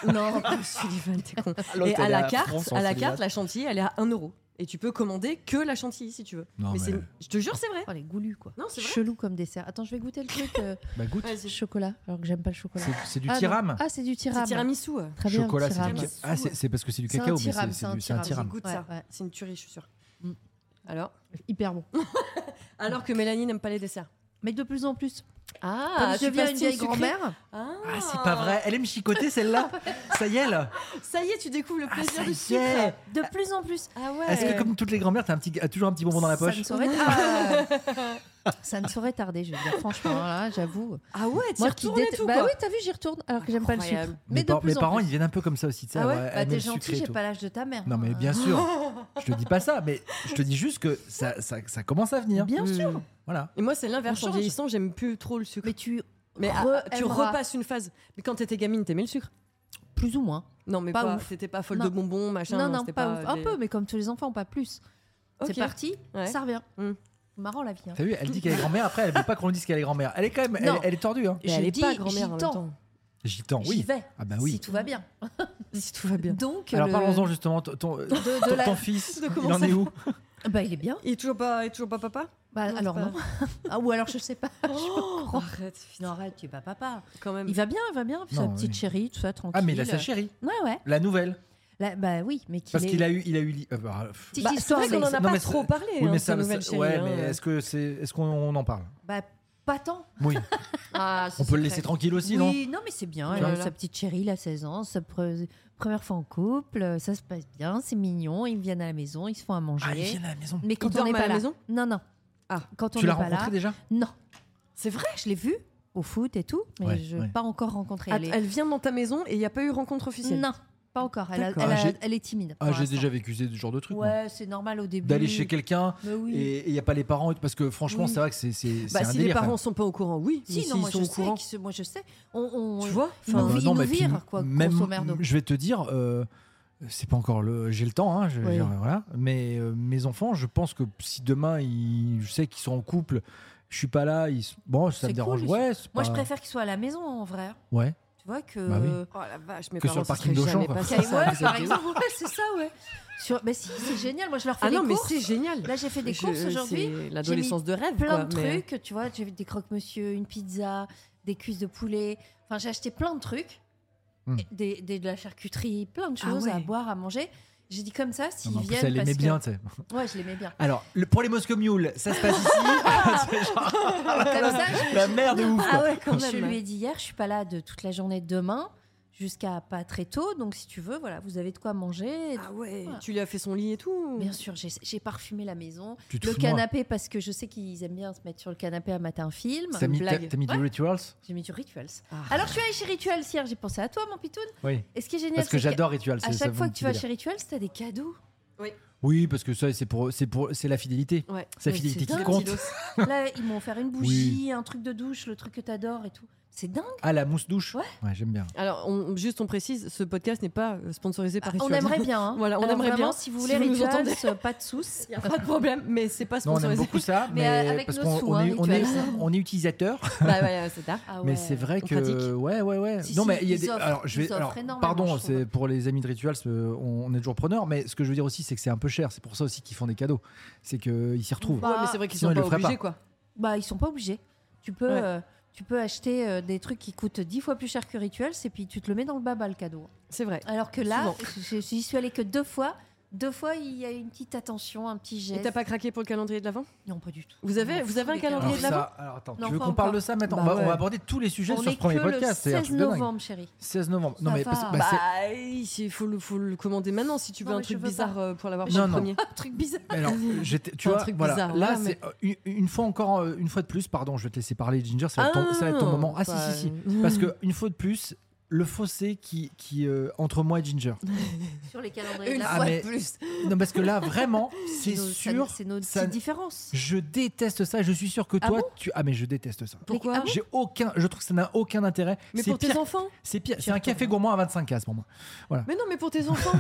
Speaker 5: Non, Sullivan, t'es con.
Speaker 2: L'autre,
Speaker 5: Et
Speaker 2: elle
Speaker 5: à
Speaker 2: est
Speaker 5: la
Speaker 2: à France,
Speaker 5: carte,
Speaker 2: on
Speaker 5: à la
Speaker 2: se les
Speaker 5: carte,
Speaker 2: lasse.
Speaker 5: la chantilly, elle est à 1 euro. Et tu peux commander que la chantilly si tu veux.
Speaker 2: Non,
Speaker 5: mais
Speaker 2: Oh, mais-
Speaker 5: c'est, je te jure, c'est vrai.
Speaker 1: Oh, les goulus quoi.
Speaker 5: Non, c'est vrai.
Speaker 1: Chelou comme dessert. Attends, je vais goûter le truc euh,
Speaker 2: Bah goûte,
Speaker 5: Vas-y.
Speaker 1: chocolat alors que j'aime pas le chocolat.
Speaker 2: c'est c'est du
Speaker 1: Ah, non.
Speaker 2: tiram.
Speaker 1: Ah, c'est du
Speaker 5: C'est
Speaker 1: tiramisu.
Speaker 5: tiramisu. euh.
Speaker 1: Très bien,
Speaker 2: Chocolat,
Speaker 1: le
Speaker 2: c'est du
Speaker 1: tiramisu.
Speaker 5: tiramisu,
Speaker 2: ca- ah, c'est- c'est parce que c'est du
Speaker 1: C'est un
Speaker 2: cacao, mais
Speaker 1: tiram,
Speaker 2: c'est-
Speaker 1: c'est un
Speaker 2: c'est du- c'est un
Speaker 1: tiram.
Speaker 2: tiram.
Speaker 5: Vas-y, goûte
Speaker 1: Ouais,
Speaker 5: ça.
Speaker 1: ouais.
Speaker 5: C'est une tuerie, je suis sûre.
Speaker 1: Mm.
Speaker 5: Alors,
Speaker 1: Hyper bon.
Speaker 5: alors que Mélanie n'aime pas les desserts.
Speaker 1: Mais de plus en plus.
Speaker 5: Ah,
Speaker 1: Comme je viens une vieille grand-mère.
Speaker 5: Ah,
Speaker 2: Ah, c'est pas vrai. Elle aime chicoter celle-là. Ça y est, là.
Speaker 5: Ça y est, tu découvres le plaisir
Speaker 2: Ah, ça
Speaker 5: du
Speaker 2: y
Speaker 5: sucre.
Speaker 2: est.
Speaker 1: De plus en plus.
Speaker 5: Ah ouais.
Speaker 2: Est-ce que, comme toutes les grand-mères, t'as un petit- t'as toujours un petit bonbon dans la
Speaker 1: Ça
Speaker 2: poche
Speaker 1: ne saurait tarder. Ah. ça ne saurait tarder, je veux dire. Franchement, hein, là, j'avoue.
Speaker 5: Ah ouais, tu
Speaker 1: Moi qui
Speaker 5: retournes et
Speaker 1: déteste-
Speaker 5: tout.
Speaker 1: Bah
Speaker 5: quoi.
Speaker 1: oui, t'as vu, j'y retourne alors que j'aime pas le
Speaker 5: Incroyable.
Speaker 1: sucre.
Speaker 2: Mes,
Speaker 1: Mais de
Speaker 2: par-
Speaker 1: plus
Speaker 2: mes
Speaker 1: en
Speaker 2: parents,
Speaker 1: plus.
Speaker 2: ils viennent un peu comme ça aussi. tu sais,
Speaker 5: Ah ouais
Speaker 2: avoir-
Speaker 1: Bah,
Speaker 2: aimer
Speaker 1: t'es
Speaker 2: le
Speaker 1: gentil,
Speaker 2: sucré et
Speaker 1: j'ai
Speaker 2: tout.
Speaker 1: pas l'âge de ta mère.
Speaker 2: Non, mais
Speaker 1: hein.
Speaker 2: bien sûr. je te dis pas ça, mais je te dis juste que ça, ça, ça commence à venir.
Speaker 1: Bien sûr.
Speaker 2: Voilà.
Speaker 5: Et moi, c'est l'inverse.
Speaker 1: On
Speaker 5: En
Speaker 1: change.
Speaker 5: vieillissant, j'aime plus trop le sucre.
Speaker 1: Mais tu,
Speaker 5: Mais
Speaker 1: Re-
Speaker 5: ah, tu
Speaker 1: aimera.
Speaker 5: repasses une phase. Mais quand t'étais gamine, t'aimais le sucre.
Speaker 1: plus ou moins.
Speaker 5: Non, mais
Speaker 1: Pas
Speaker 5: pas.
Speaker 1: ouf.
Speaker 5: T'étais pas folle
Speaker 1: Non.
Speaker 5: de bonbons, machin.
Speaker 1: non, non,
Speaker 5: c'était
Speaker 1: pas, ouf. Un
Speaker 5: des-
Speaker 1: peu, mais comme tous les enfants, pas plus.
Speaker 5: Ok.
Speaker 1: C'est parti,
Speaker 5: Ouais.
Speaker 1: ça revient.
Speaker 5: Mm.
Speaker 1: Marrant la vie. hein.
Speaker 2: T'as vu, elle dit qu'elle est grand-mère, après, elle veut pas qu'on lui dise qu'elle est grand-mère. Elle est quand même, elle,
Speaker 1: Non.
Speaker 2: elle est tordue. Hein.
Speaker 5: Mais
Speaker 1: Je
Speaker 5: elle est
Speaker 1: dis,
Speaker 5: pas grand-mère en
Speaker 1: j'y tends.
Speaker 5: même temps.
Speaker 2: Gitan,
Speaker 1: J'y
Speaker 2: oui.
Speaker 1: vais.
Speaker 2: Ah bah oui.
Speaker 1: Si tout va bien.
Speaker 5: Si tout va bien.
Speaker 1: Donc,
Speaker 2: Alors
Speaker 1: le-
Speaker 2: parlons-en justement. Ton, ton-
Speaker 1: de, de
Speaker 2: ton-
Speaker 1: la-
Speaker 2: ton fils,
Speaker 5: De
Speaker 2: il
Speaker 5: comment
Speaker 2: en
Speaker 5: ça
Speaker 2: est où
Speaker 1: Bah, il est bien.
Speaker 5: Il est toujours pas, il est toujours pas papa
Speaker 1: Bah,
Speaker 5: Non,
Speaker 1: alors
Speaker 5: c'est pas-
Speaker 1: non. Ah, ou alors je sais pas.
Speaker 5: Oh,
Speaker 1: crois.
Speaker 5: Arrête,
Speaker 1: Non, arrête, tu es pas papa.
Speaker 5: quand même.
Speaker 1: Il va bien, il va bien. sa
Speaker 2: Non,
Speaker 1: petite
Speaker 2: oui.
Speaker 1: chérie, tout ça, tranquille.
Speaker 2: Ah, mais il a sa chérie,
Speaker 1: Ouais, ouais.
Speaker 2: la nouvelle.
Speaker 1: Là, bah oui, mais qu'il
Speaker 2: Parce
Speaker 1: est-
Speaker 2: qu'il a eu. Il a eu li- euh, bah, pff.
Speaker 1: Petite
Speaker 5: Bah, c'est
Speaker 1: histoire,
Speaker 5: vrai
Speaker 1: mais-
Speaker 5: qu'on en a
Speaker 2: non,
Speaker 5: pas
Speaker 2: mais c'est-
Speaker 5: trop parlé.
Speaker 2: Oui,
Speaker 5: hein,
Speaker 2: mais
Speaker 5: de
Speaker 2: ça,
Speaker 5: sa nouvelle
Speaker 2: ça-
Speaker 5: chérie,
Speaker 2: ouais,
Speaker 5: hein.
Speaker 2: mais est-ce que c'est, est-ce qu'on on en parle
Speaker 1: Bah, pas tant.
Speaker 2: Oui.
Speaker 1: Ah,
Speaker 2: On peut le laisser tranquille aussi, non
Speaker 1: Oui, non, mais c'est bien.
Speaker 5: Oh
Speaker 1: Elle
Speaker 5: là
Speaker 1: a
Speaker 5: là.
Speaker 1: sa petite chérie, il a 16 ans, sa pre- première fois en couple, euh, ça se passe bien, c'est mignon, ils viennent à la maison, ils se font à manger.
Speaker 2: Ah, il vient à la maison.
Speaker 1: Mais quand
Speaker 5: Ils
Speaker 1: on
Speaker 5: dorment
Speaker 1: n'est
Speaker 5: à
Speaker 1: pas
Speaker 5: la
Speaker 1: là.
Speaker 5: maison
Speaker 1: Non, non.
Speaker 5: Ah.
Speaker 1: quand on
Speaker 2: Tu
Speaker 1: n'est
Speaker 2: l'as
Speaker 1: pas
Speaker 2: rencontré
Speaker 1: là.
Speaker 2: déjà
Speaker 1: Non,
Speaker 5: C'est vrai
Speaker 1: je l'ai vu au foot et tout, mais
Speaker 2: Ouais,
Speaker 1: je
Speaker 2: ouais.
Speaker 1: pas encore rencontré.
Speaker 5: Att-
Speaker 1: Elle est-
Speaker 5: Elle vient dans ta maison et il n'y a pas eu rencontre officielle.
Speaker 1: Non, Pas encore. Elle, a-
Speaker 5: D'accord.
Speaker 1: elle a-
Speaker 2: Ah, j'ai-
Speaker 1: elle est timide.
Speaker 2: Ah,
Speaker 1: pour
Speaker 2: j'ai
Speaker 1: l'instant.
Speaker 2: déjà vécu ce genre de truc. moi.
Speaker 1: Ouais, c'est normal au début.
Speaker 2: D'aller chez quelqu'un
Speaker 1: Mais oui.
Speaker 2: et il n'y a pas les parents. et tout, Parce que franchement,
Speaker 5: Oui.
Speaker 2: c'est vrai que c'est c'est- c'est
Speaker 5: Bah,
Speaker 2: un
Speaker 5: si les
Speaker 2: délire.
Speaker 5: parents sont pas au courant, oui. mais
Speaker 1: Si, non,
Speaker 5: s'ils
Speaker 1: moi
Speaker 5: sont
Speaker 1: je,
Speaker 5: au
Speaker 1: sais
Speaker 5: courant,
Speaker 1: qu'ils se- moi je sais. On, on-
Speaker 5: tu vois
Speaker 1: ils nous,
Speaker 2: Bah,
Speaker 1: ils
Speaker 2: non,
Speaker 1: nous
Speaker 2: mais puis
Speaker 1: virent, quoi,
Speaker 2: même-
Speaker 1: grosso merdo.
Speaker 2: Je vais te dire, euh, c'est pas encore le. J'ai le temps, hein, je-
Speaker 1: Oui.
Speaker 2: je- voilà. Mais euh, mes enfants, je pense que si demain, ils, je sais qu'ils sont en couple, je suis pas là, ils, se- bon, ça
Speaker 1: C'est
Speaker 2: me dérange.
Speaker 1: cool,
Speaker 2: ouais, c'est
Speaker 1: Moi,
Speaker 2: pas-
Speaker 1: je préfère qu'ils soient à la maison, en vrai.
Speaker 2: Ouais.
Speaker 1: Tu vois que...
Speaker 2: Bah oui.
Speaker 5: Oh la vache, mes
Speaker 2: Que sur
Speaker 5: parents
Speaker 2: le parking
Speaker 5: se seraient
Speaker 2: d'Auchan,
Speaker 5: jamais
Speaker 2: quoi.
Speaker 5: passés
Speaker 1: Ok,
Speaker 5: à ça.
Speaker 1: ouais, par exemple, ouais, c'est ça, ouais. Sur... Mais si, c'est génial. Moi, je leur fais
Speaker 5: Ah
Speaker 1: des
Speaker 5: non, mais
Speaker 1: courses.
Speaker 5: c'est génial.
Speaker 1: Là, j'ai fait des
Speaker 5: Je-
Speaker 1: courses aujourd'hui.
Speaker 5: c'est L'adolescence de rêve,
Speaker 1: Plein de
Speaker 5: quoi, mais-
Speaker 1: trucs, tu vois. J'ai vu des croque-monsieur, une pizza, des cuisses de poulet. Enfin, j'ai acheté plein de trucs.
Speaker 2: Hmm.
Speaker 1: Et Des, des- de la charcuterie, plein de
Speaker 5: Ah
Speaker 1: choses à
Speaker 5: ouais.
Speaker 1: boire, à manger. J'ai dit comme ça,
Speaker 2: Non,
Speaker 1: s'ils
Speaker 2: mais en plus,
Speaker 1: viennent.
Speaker 2: elle aimait
Speaker 1: parce que-
Speaker 2: bien, tu sais.
Speaker 1: Ouais, je l'aimais bien.
Speaker 2: Alors, le- pour les Moscow Mule, ça se passe ici.
Speaker 1: Ah.
Speaker 2: C'est genre
Speaker 1: Comme ça, je-
Speaker 2: la merde de ouf. quoi.
Speaker 5: Ah ouais, quand
Speaker 1: je
Speaker 5: même.
Speaker 1: lui ai dit hier, je suis pas là de toute la journée de demain jusqu'à pas très tôt. Donc, si tu veux, voilà, vous avez de quoi manger.
Speaker 5: Ah ouais,
Speaker 1: Voilà.
Speaker 5: tu lui as fait son lit et tout
Speaker 1: Bien sûr, j'ai- j'ai parfumé la maison.
Speaker 2: Tu te
Speaker 1: Le
Speaker 2: fous de moi.
Speaker 1: canapé, parce que je sais qu'ils aiment bien se mettre sur le canapé à matin film.
Speaker 2: T'as mis, t'as-
Speaker 5: blague.
Speaker 2: t'as mis du Rituals
Speaker 1: J'ai mis du Rituals.
Speaker 5: Ah.
Speaker 1: Alors, je suis allée chez Rituals hier, j'ai pensé à toi, mon pitoun.
Speaker 2: Oui.
Speaker 1: Et ce qui est génial,
Speaker 2: Parce que
Speaker 1: c'est qu'à
Speaker 2: j'adore Rituals. c'est- ça
Speaker 1: chaque
Speaker 2: me
Speaker 1: fois
Speaker 2: fait
Speaker 1: que tu vas
Speaker 2: délire.
Speaker 1: chez Rituals, t'as des cadeaux.
Speaker 2: Oui, parce que ça, c'est pour, c'est pour, c'est la fidélité.
Speaker 5: Ouais.
Speaker 2: C'est la
Speaker 1: Mais
Speaker 2: fidélité
Speaker 1: c'est dingue.
Speaker 2: qui compte.
Speaker 1: Là, ils m'ont offert une bougie, un truc de douche, le truc que t'adores et tout. C'est dingue.
Speaker 2: Ah, la mousse douche.
Speaker 1: Ouais.
Speaker 2: j'aime bien.
Speaker 5: Alors, on- juste on précise, ce podcast n'est pas euh, sponsorisé par
Speaker 1: on
Speaker 5: Rituals.
Speaker 1: aimerait bien. hein.
Speaker 5: Voilà, on
Speaker 1: Alors,
Speaker 5: aimerait
Speaker 1: vraiment,
Speaker 5: bien.
Speaker 1: Si vous
Speaker 5: Si
Speaker 1: voulez
Speaker 5: vous nous
Speaker 1: Rituals,
Speaker 5: entendez.
Speaker 1: euh, pas de soucis.
Speaker 5: Il n'y a pas de problème, mais c'est pas
Speaker 2: Non, on aime
Speaker 5: sponsorisé.
Speaker 2: beaucoup ça,
Speaker 1: Mais,
Speaker 2: mais,
Speaker 1: euh, avec
Speaker 2: parce
Speaker 1: nos
Speaker 2: qu'on
Speaker 1: sous,
Speaker 2: on
Speaker 1: hein,
Speaker 2: est, on est,
Speaker 1: Rituals.
Speaker 2: on est utilisateur.
Speaker 5: bah ouais, c'est tard.
Speaker 1: Ah
Speaker 2: mais
Speaker 1: ouais.
Speaker 2: c'est vrai
Speaker 5: on
Speaker 2: que
Speaker 5: pratique.
Speaker 2: ouais, ouais, ouais.
Speaker 1: Si,
Speaker 2: non,
Speaker 1: si,
Speaker 2: mais il y a
Speaker 1: ils
Speaker 2: des.
Speaker 1: offrent-
Speaker 2: alors, je
Speaker 1: ils
Speaker 2: vais.
Speaker 1: offrent
Speaker 2: alors,
Speaker 1: énormément,
Speaker 2: pardon,
Speaker 1: je trouve.
Speaker 2: c'est pour les amis de Rituals, euh, on, on est toujours preneurs. Mais ce que je veux dire aussi, c'est que c'est un peu cher. C'est pour ça aussi qu'ils font des cadeaux. C'est qu'ils s'y retrouvent.
Speaker 1: Bah,
Speaker 5: ouais, mais c'est vrai qu'ils
Speaker 2: Sinon,
Speaker 5: sont
Speaker 2: ils le
Speaker 5: pas
Speaker 2: feraient pas.
Speaker 5: obligés, quoi.
Speaker 1: Bah, ils sont pas obligés. Tu peux,
Speaker 5: Ouais.
Speaker 1: euh, tu peux acheter euh, des trucs qui coûtent 10 fois plus cher que Rituals et puis tu te le mets dans le baba, le cadeau. hein.
Speaker 5: C'est vrai.
Speaker 1: Alors que là, je- je- j'y suis allée que deux fois. Deux fois, il y a une petite attention, un petit
Speaker 5: Et
Speaker 1: geste.
Speaker 5: t'as pas craqué pour le calendrier de l'avant
Speaker 1: Non, pas du tout.
Speaker 5: Vous avez-
Speaker 1: On s'en
Speaker 5: vous
Speaker 1: fout
Speaker 5: avez un
Speaker 1: des
Speaker 5: calendrier
Speaker 2: Alors,
Speaker 1: calendriers.
Speaker 5: de l'avant
Speaker 2: ça, alors attends,
Speaker 1: Non,
Speaker 2: tu veux
Speaker 1: pas
Speaker 2: qu'on parle
Speaker 1: encore.
Speaker 2: de ça maintenant
Speaker 5: Bah
Speaker 2: on, va, on
Speaker 5: ouais.
Speaker 2: va aborder tous les sujets
Speaker 1: On
Speaker 2: sur
Speaker 1: est
Speaker 2: ce premier
Speaker 1: que le
Speaker 2: podcast. C'est
Speaker 1: 16
Speaker 2: un truc de dingue.
Speaker 1: novembre, chérie.
Speaker 2: 16 novembre. Non,
Speaker 1: Ça
Speaker 2: mais parce-
Speaker 1: va.
Speaker 2: bah, c'est-
Speaker 5: Bah, il faut le, faut le commander maintenant si tu veux
Speaker 1: Non,
Speaker 5: un
Speaker 1: mais je
Speaker 5: truc
Speaker 1: veux
Speaker 5: bizarre
Speaker 1: pas.
Speaker 5: euh, pour l'avoir
Speaker 2: Mais
Speaker 5: chez le
Speaker 2: non, non.
Speaker 5: premier.
Speaker 1: Truc bizarre.
Speaker 2: Mais Alors, j'étais- tu
Speaker 5: Un
Speaker 2: vois,
Speaker 5: truc
Speaker 2: voilà,
Speaker 5: bizarre,
Speaker 2: là,
Speaker 5: voilà, mais-
Speaker 2: c'est euh, une, une fois encore, euh, une fois de plus, pardon, je vais te laisser parler, Ginger, ça va être ton, ça va être ton moment. Ah, si, si, si. Parce que, une fois de plus, le fossé qui, qui euh, entre moi et Ginger.
Speaker 1: Sur les calendriers de
Speaker 5: Une
Speaker 2: Ah,
Speaker 5: fois
Speaker 1: l'avant.
Speaker 2: mais-
Speaker 5: de plus.
Speaker 2: Non, parce que là, vraiment, Ah, c'est
Speaker 1: nos- ça-
Speaker 2: sûr,
Speaker 1: C'est nos
Speaker 2: ça-
Speaker 1: petites différences.
Speaker 2: je déteste ça. Je suis sûr que
Speaker 1: Ah
Speaker 2: toi,
Speaker 1: bon
Speaker 2: tu. Ah, mais je déteste ça.
Speaker 5: Pourquoi
Speaker 1: Ah bon
Speaker 2: J'ai aucun, je trouve que ça n'a aucun intérêt.
Speaker 5: Mais
Speaker 2: C'est
Speaker 5: pour tes
Speaker 2: pire,
Speaker 5: enfants
Speaker 2: c'est pire. C'est un café gourmand à 25 cases pour moi.
Speaker 5: Mais non, mais pour tes enfants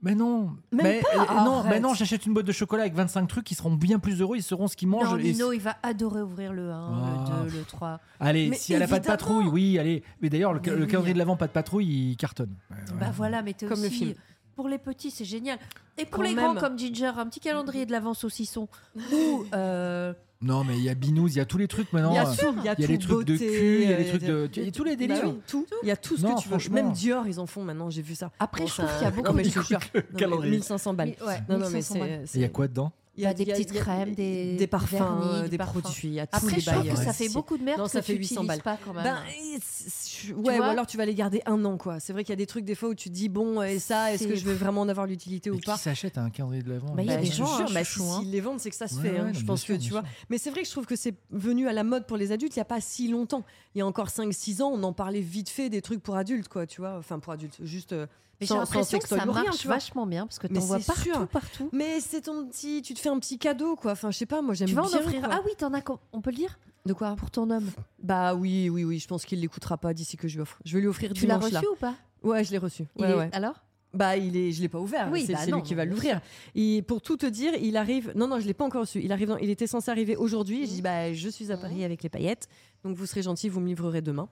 Speaker 2: Mais non,
Speaker 5: Même
Speaker 2: mais,
Speaker 5: pas,
Speaker 2: euh, non,
Speaker 5: arrête.
Speaker 2: mais non, j'achète une boîte de chocolat avec 25 trucs, ils seront bien plus heureux, ils sauront ce qu'ils mangent.
Speaker 1: Non,
Speaker 2: et-
Speaker 1: Nino, il va adorer ouvrir le 1,
Speaker 2: Ah.
Speaker 1: le 2, le 3.
Speaker 2: Allez,
Speaker 5: Mais
Speaker 2: si elle a pas de
Speaker 5: évidemment.
Speaker 2: patrouille, oui, allez. Mais d'ailleurs, le,
Speaker 1: Mais
Speaker 2: le
Speaker 1: oui.
Speaker 2: calendrier de l'avant, pas de patrouille, il cartonne.
Speaker 1: Bah voilà, mais t'es
Speaker 5: Comme
Speaker 1: aussi...
Speaker 5: le film.
Speaker 1: Pour les petits, c'est génial. Et pour
Speaker 5: Quand
Speaker 1: les
Speaker 5: même.
Speaker 1: grands, comme Ginger, un petit calendrier de l'avant saucisson. Ou... euh,
Speaker 2: Non, mais il y a Binous, il y a tous les trucs maintenant.
Speaker 5: Il y a
Speaker 2: Euh,
Speaker 5: tout, il y a,
Speaker 2: il y a
Speaker 5: tout,
Speaker 2: les trucs de
Speaker 5: beauté, euh,
Speaker 2: cul, il y a les trucs de- il y a tous les
Speaker 5: Bah
Speaker 2: délires.
Speaker 5: oui, tout. Il y a tout ce
Speaker 2: Non,
Speaker 5: que tu veux.
Speaker 2: franchement.
Speaker 5: Même Dior, ils en font maintenant, j'ai vu ça.
Speaker 1: Après,
Speaker 5: Bon,
Speaker 1: je trouve
Speaker 5: ça-
Speaker 1: qu'il y a
Speaker 5: Non,
Speaker 1: beaucoup
Speaker 5: mais
Speaker 1: de
Speaker 5: je te jure. Non, mais
Speaker 2: calendrier.
Speaker 5: 1500 balles.
Speaker 1: Mais- ouais,
Speaker 5: Non, non, mais
Speaker 1: 1500 balles.
Speaker 5: c'est.
Speaker 2: Il y a quoi dedans
Speaker 5: Il y a
Speaker 1: Bah, des
Speaker 5: il y a-
Speaker 1: petites
Speaker 5: il y a-
Speaker 1: crèmes, des-
Speaker 5: des parfums,
Speaker 1: vernis,
Speaker 5: euh,
Speaker 1: des
Speaker 5: des
Speaker 1: parfums.
Speaker 5: produits. il y a tous
Speaker 1: Après,
Speaker 5: les
Speaker 1: je trouve
Speaker 5: bails,
Speaker 1: que
Speaker 5: euh,
Speaker 1: ça
Speaker 5: si,
Speaker 1: fait
Speaker 5: si.
Speaker 1: beaucoup de merde
Speaker 5: Non,
Speaker 1: que
Speaker 5: ça fait
Speaker 1: tu
Speaker 5: 800
Speaker 1: utilises
Speaker 5: balles.
Speaker 1: pas quand même.
Speaker 5: Ben, et c'est- ouais, ou
Speaker 1: vois
Speaker 5: alors tu vas les garder un an, quoi. C'est vrai qu'il y a des trucs, des fois, où tu te dis, bon, et ça, est-ce
Speaker 1: C'est-
Speaker 5: que je vais vraiment en avoir l'utilité ou
Speaker 2: Mais Qui
Speaker 5: pas
Speaker 2: s'achète un calendrier de l'avant
Speaker 1: Bah, il y a
Speaker 5: Bah,
Speaker 1: des
Speaker 5: je
Speaker 1: gens,
Speaker 5: te
Speaker 1: hein,
Speaker 5: jure, bah, si-
Speaker 1: chouchous, hein.
Speaker 5: s'ils les vendent, c'est que ça se fait. hein. je pense que tu vois. Mais c'est vrai que je trouve que c'est venu à la mode pour les adultes il n'y a pas si longtemps. Il y a encore 5-6 ans, on en parlait vite fait des trucs pour adultes, quoi, tu vois. Enfin, pour adultes, juste. euh,
Speaker 1: Mais j'ai
Speaker 5: sans- sans
Speaker 1: l'impression que ça
Speaker 5: sextoy ou rien,
Speaker 1: marche
Speaker 5: tu vois.
Speaker 1: vachement bien parce que
Speaker 5: Mais
Speaker 1: t'en vois
Speaker 5: c'est
Speaker 1: partout,
Speaker 5: sûr.
Speaker 1: partout.
Speaker 5: Mais c'est ton petit. Tu te fais un petit cadeau, quoi. Enfin, je sais pas, moi j'aime
Speaker 1: Tu
Speaker 5: bien.
Speaker 1: vas en offrir.
Speaker 5: quoi.
Speaker 1: Ah oui, t'en as. com- On peut le dire
Speaker 5: De quoi
Speaker 1: pour ton homme.
Speaker 5: Bah oui, oui, oui, je pense qu'il l'écoutera pas d'ici que je lui offre. Je vais lui offrir
Speaker 1: Tu l'as
Speaker 5: dimanche,
Speaker 1: reçu
Speaker 5: là.
Speaker 1: ou pas
Speaker 5: Ouais, je l'ai reçu.
Speaker 1: Il
Speaker 5: Ouais,
Speaker 1: est-
Speaker 5: ouais.
Speaker 1: Alors
Speaker 5: Bah, il est, je l'ai pas ouvert.
Speaker 1: Oui,
Speaker 5: c'est
Speaker 1: bah
Speaker 5: c'est
Speaker 1: non,
Speaker 5: lui qui va
Speaker 1: non,
Speaker 5: l'ouvrir. Et pour tout te dire, il arrive. Non, non, je l'ai pas encore reçu. Il arrive. dans- Il était censé arriver aujourd'hui.
Speaker 1: Mhm.
Speaker 5: Je dis bah, je suis à Paris avec les paillettes. Donc vous serez gentil, vous me livrerez demain.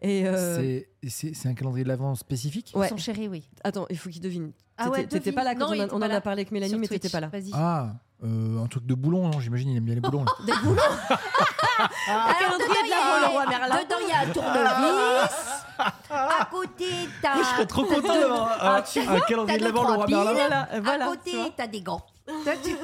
Speaker 5: Et euh,
Speaker 2: C'est c'est- c'est un calendrier de l'avant spécifique
Speaker 5: ouais.
Speaker 1: Son chéri, oui.
Speaker 5: Attends, il faut qu'il devine.
Speaker 1: Ah ouais,
Speaker 5: T'étais- T'étais
Speaker 1: devine.
Speaker 5: pas là quand
Speaker 1: Non, il
Speaker 5: on, a-
Speaker 1: était
Speaker 5: on
Speaker 1: pas
Speaker 5: en
Speaker 1: là.
Speaker 5: a parlé avec Mélanie,
Speaker 1: Sur
Speaker 5: mais
Speaker 1: Twitch.
Speaker 5: t'étais pas là.
Speaker 1: Vas-y.
Speaker 2: Ah, euh, un truc de boulon, non, j'imagine, il aime bien les boulons. lui.
Speaker 1: Des boulons. Alors,
Speaker 5: calendrier de l'Avent, le roi Merlin.
Speaker 1: Dedans, il y a un tournevis. À côté, t'as.
Speaker 2: Moi, Ah, je serais trop content d'avoir
Speaker 5: Ah,
Speaker 2: un, un
Speaker 1: t'as
Speaker 2: calendrier de
Speaker 1: deux,
Speaker 2: l'avant, le
Speaker 1: trois
Speaker 2: roi
Speaker 1: piles.
Speaker 2: Merlin.
Speaker 5: Voilà, euh, voilà.
Speaker 1: À
Speaker 5: tu vois.
Speaker 1: côté, t'as des gants. T'as du-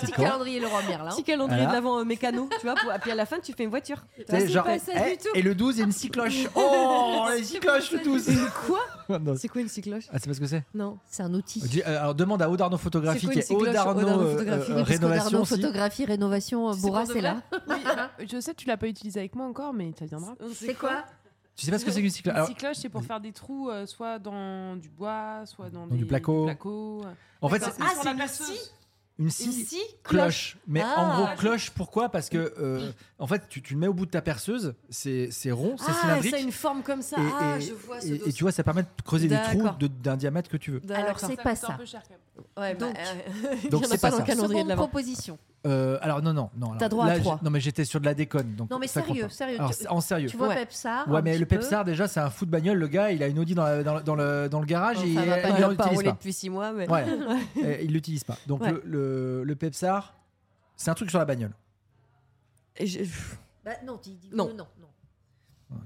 Speaker 1: Petit
Speaker 2: Quoi
Speaker 1: calendrier, le roi Merlin.
Speaker 5: Petit calendrier de
Speaker 2: Voilà.
Speaker 5: l'avant euh, mécano, tu vois. Pour... Et puis à la fin, tu fais une voiture.
Speaker 2: Tu sais,
Speaker 5: C'est
Speaker 2: genre,
Speaker 5: pas ça
Speaker 2: eh,
Speaker 5: du tout.
Speaker 2: et le 12, il y a une cycloche. Oh, les cycloches, le 12.
Speaker 5: Une quoi
Speaker 2: Non.
Speaker 5: C'est quoi une cycloche
Speaker 2: Ah, c'est parce que c'est
Speaker 5: Non.
Speaker 1: C'est un outil.
Speaker 2: Dis- euh, Alors demande à Audarno Photographie
Speaker 5: C'est quoi
Speaker 2: qui
Speaker 5: une
Speaker 2: est Audarno,
Speaker 5: cycloche Audarno
Speaker 2: euh,
Speaker 5: Photographie,
Speaker 2: euh,
Speaker 1: Oui, parce
Speaker 2: Rénovation.
Speaker 1: qu'Audarno,
Speaker 2: si.
Speaker 1: photographie, rénovation,
Speaker 5: C'est
Speaker 1: Bourra,
Speaker 5: pour de
Speaker 1: c'est
Speaker 5: vrai
Speaker 1: là.
Speaker 6: Je sais, tu l'as pas utilisé avec moi encore, mais ça viendra.
Speaker 1: C'est quoi
Speaker 2: Tu sais pas ce que c'est qu'une cycloche
Speaker 6: Une
Speaker 2: Alors,
Speaker 6: cycloche, c'est pour faire des trous, euh, soit dans du bois, soit dans,
Speaker 2: Dans
Speaker 6: des-
Speaker 2: du placo.
Speaker 6: placo.
Speaker 2: En fait,
Speaker 6: D'accord.
Speaker 2: c'est
Speaker 6: Ah,
Speaker 2: c'est
Speaker 6: sur la perceuse.
Speaker 2: une
Speaker 5: Ah, Une
Speaker 2: scie.
Speaker 5: scie,
Speaker 2: Cloche, mais
Speaker 5: Ah.
Speaker 2: en gros cloche, pourquoi Parce que euh, en fait, tu, tu le mets au bout de ta perceuse, c'est c'est rond, c'est
Speaker 5: Ah,
Speaker 2: cylindrique,
Speaker 5: ça a une forme comme ça.
Speaker 2: et,
Speaker 5: ah,
Speaker 2: et-
Speaker 5: je vois ce
Speaker 2: et-
Speaker 5: dos.
Speaker 2: et tu vois, ça permet de creuser des trous
Speaker 5: D'accord.
Speaker 2: de- d'un diamètre que tu veux.
Speaker 1: Alors, c'est
Speaker 6: coûte
Speaker 1: pas
Speaker 6: un
Speaker 1: ça.
Speaker 6: peu cher, quand même.
Speaker 5: Ouais, bah, euh,
Speaker 1: Donc-
Speaker 2: Donc,
Speaker 5: il y en a
Speaker 2: c'est pas
Speaker 5: pas dans le
Speaker 2: ça.
Speaker 5: calendrier de
Speaker 1: Seconde
Speaker 5: l'avant.
Speaker 1: proposition.
Speaker 2: Euh, alors non, non, non. alors
Speaker 5: T'as droit à
Speaker 2: là,
Speaker 5: trois.
Speaker 2: j'ai- Non, mais j'étais sur de la déconne. Donc
Speaker 1: Non, mais
Speaker 2: ça compte
Speaker 1: sérieux,
Speaker 2: pas.
Speaker 1: sérieux.
Speaker 2: Alors,
Speaker 1: tu,
Speaker 2: c'est- en sérieux.
Speaker 1: tu vois
Speaker 5: Ouais.
Speaker 1: Pepsar
Speaker 2: ouais,
Speaker 1: un
Speaker 2: mais
Speaker 1: petit
Speaker 2: le
Speaker 1: peu.
Speaker 2: Pepsar, déjà, c'est un fou de bagnole. Le gars, il a une Audi dans, la- dans, le- dans le, dans le garage
Speaker 5: Enfin,
Speaker 2: et
Speaker 5: va
Speaker 2: il
Speaker 5: pas
Speaker 2: ne
Speaker 5: dire pas
Speaker 2: euh, l'utilise
Speaker 5: roulé
Speaker 2: pas.
Speaker 5: depuis six mois, mais.
Speaker 2: Ouais. Et il l'utilise pas. Donc
Speaker 5: Ouais.
Speaker 2: le, le, le Pepsar, c'est un truc sur la bagnole.
Speaker 5: Et j'ai-
Speaker 1: Bah, non, dis- dis-
Speaker 5: Non.
Speaker 1: non, non, non.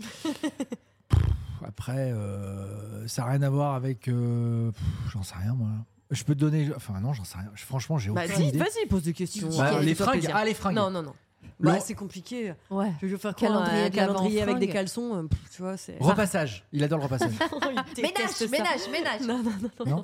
Speaker 2: Ok. Pff, Après, euh, ça n'a rien à voir avec. euh, pff, j'en sais rien, moi. Je peux te donner. Enfin, non, j'en sais rien. Je- franchement, j'ai
Speaker 5: Bah,
Speaker 2: aucune
Speaker 5: dis,
Speaker 2: idée.
Speaker 5: vas-y, pose des questions.
Speaker 1: Bah,
Speaker 2: Bah,
Speaker 5: Fais-toi
Speaker 2: les fringues.
Speaker 5: plaisir.
Speaker 2: Ah, les fringues.
Speaker 5: Non, non, non. Bah,
Speaker 2: Le-
Speaker 5: c'est compliqué.
Speaker 1: Ouais.
Speaker 5: Je veux faire quoi, euh,
Speaker 1: Calendrier
Speaker 5: un
Speaker 1: de l'Avent
Speaker 5: calendrier avec des
Speaker 1: fringue.
Speaker 5: caleçons, euh, pff, tu vois, c'est.
Speaker 2: Repassage. Il adore le repassage. Euh,
Speaker 1: Ménage, ménage, ménage,
Speaker 5: Non, non, non.
Speaker 2: non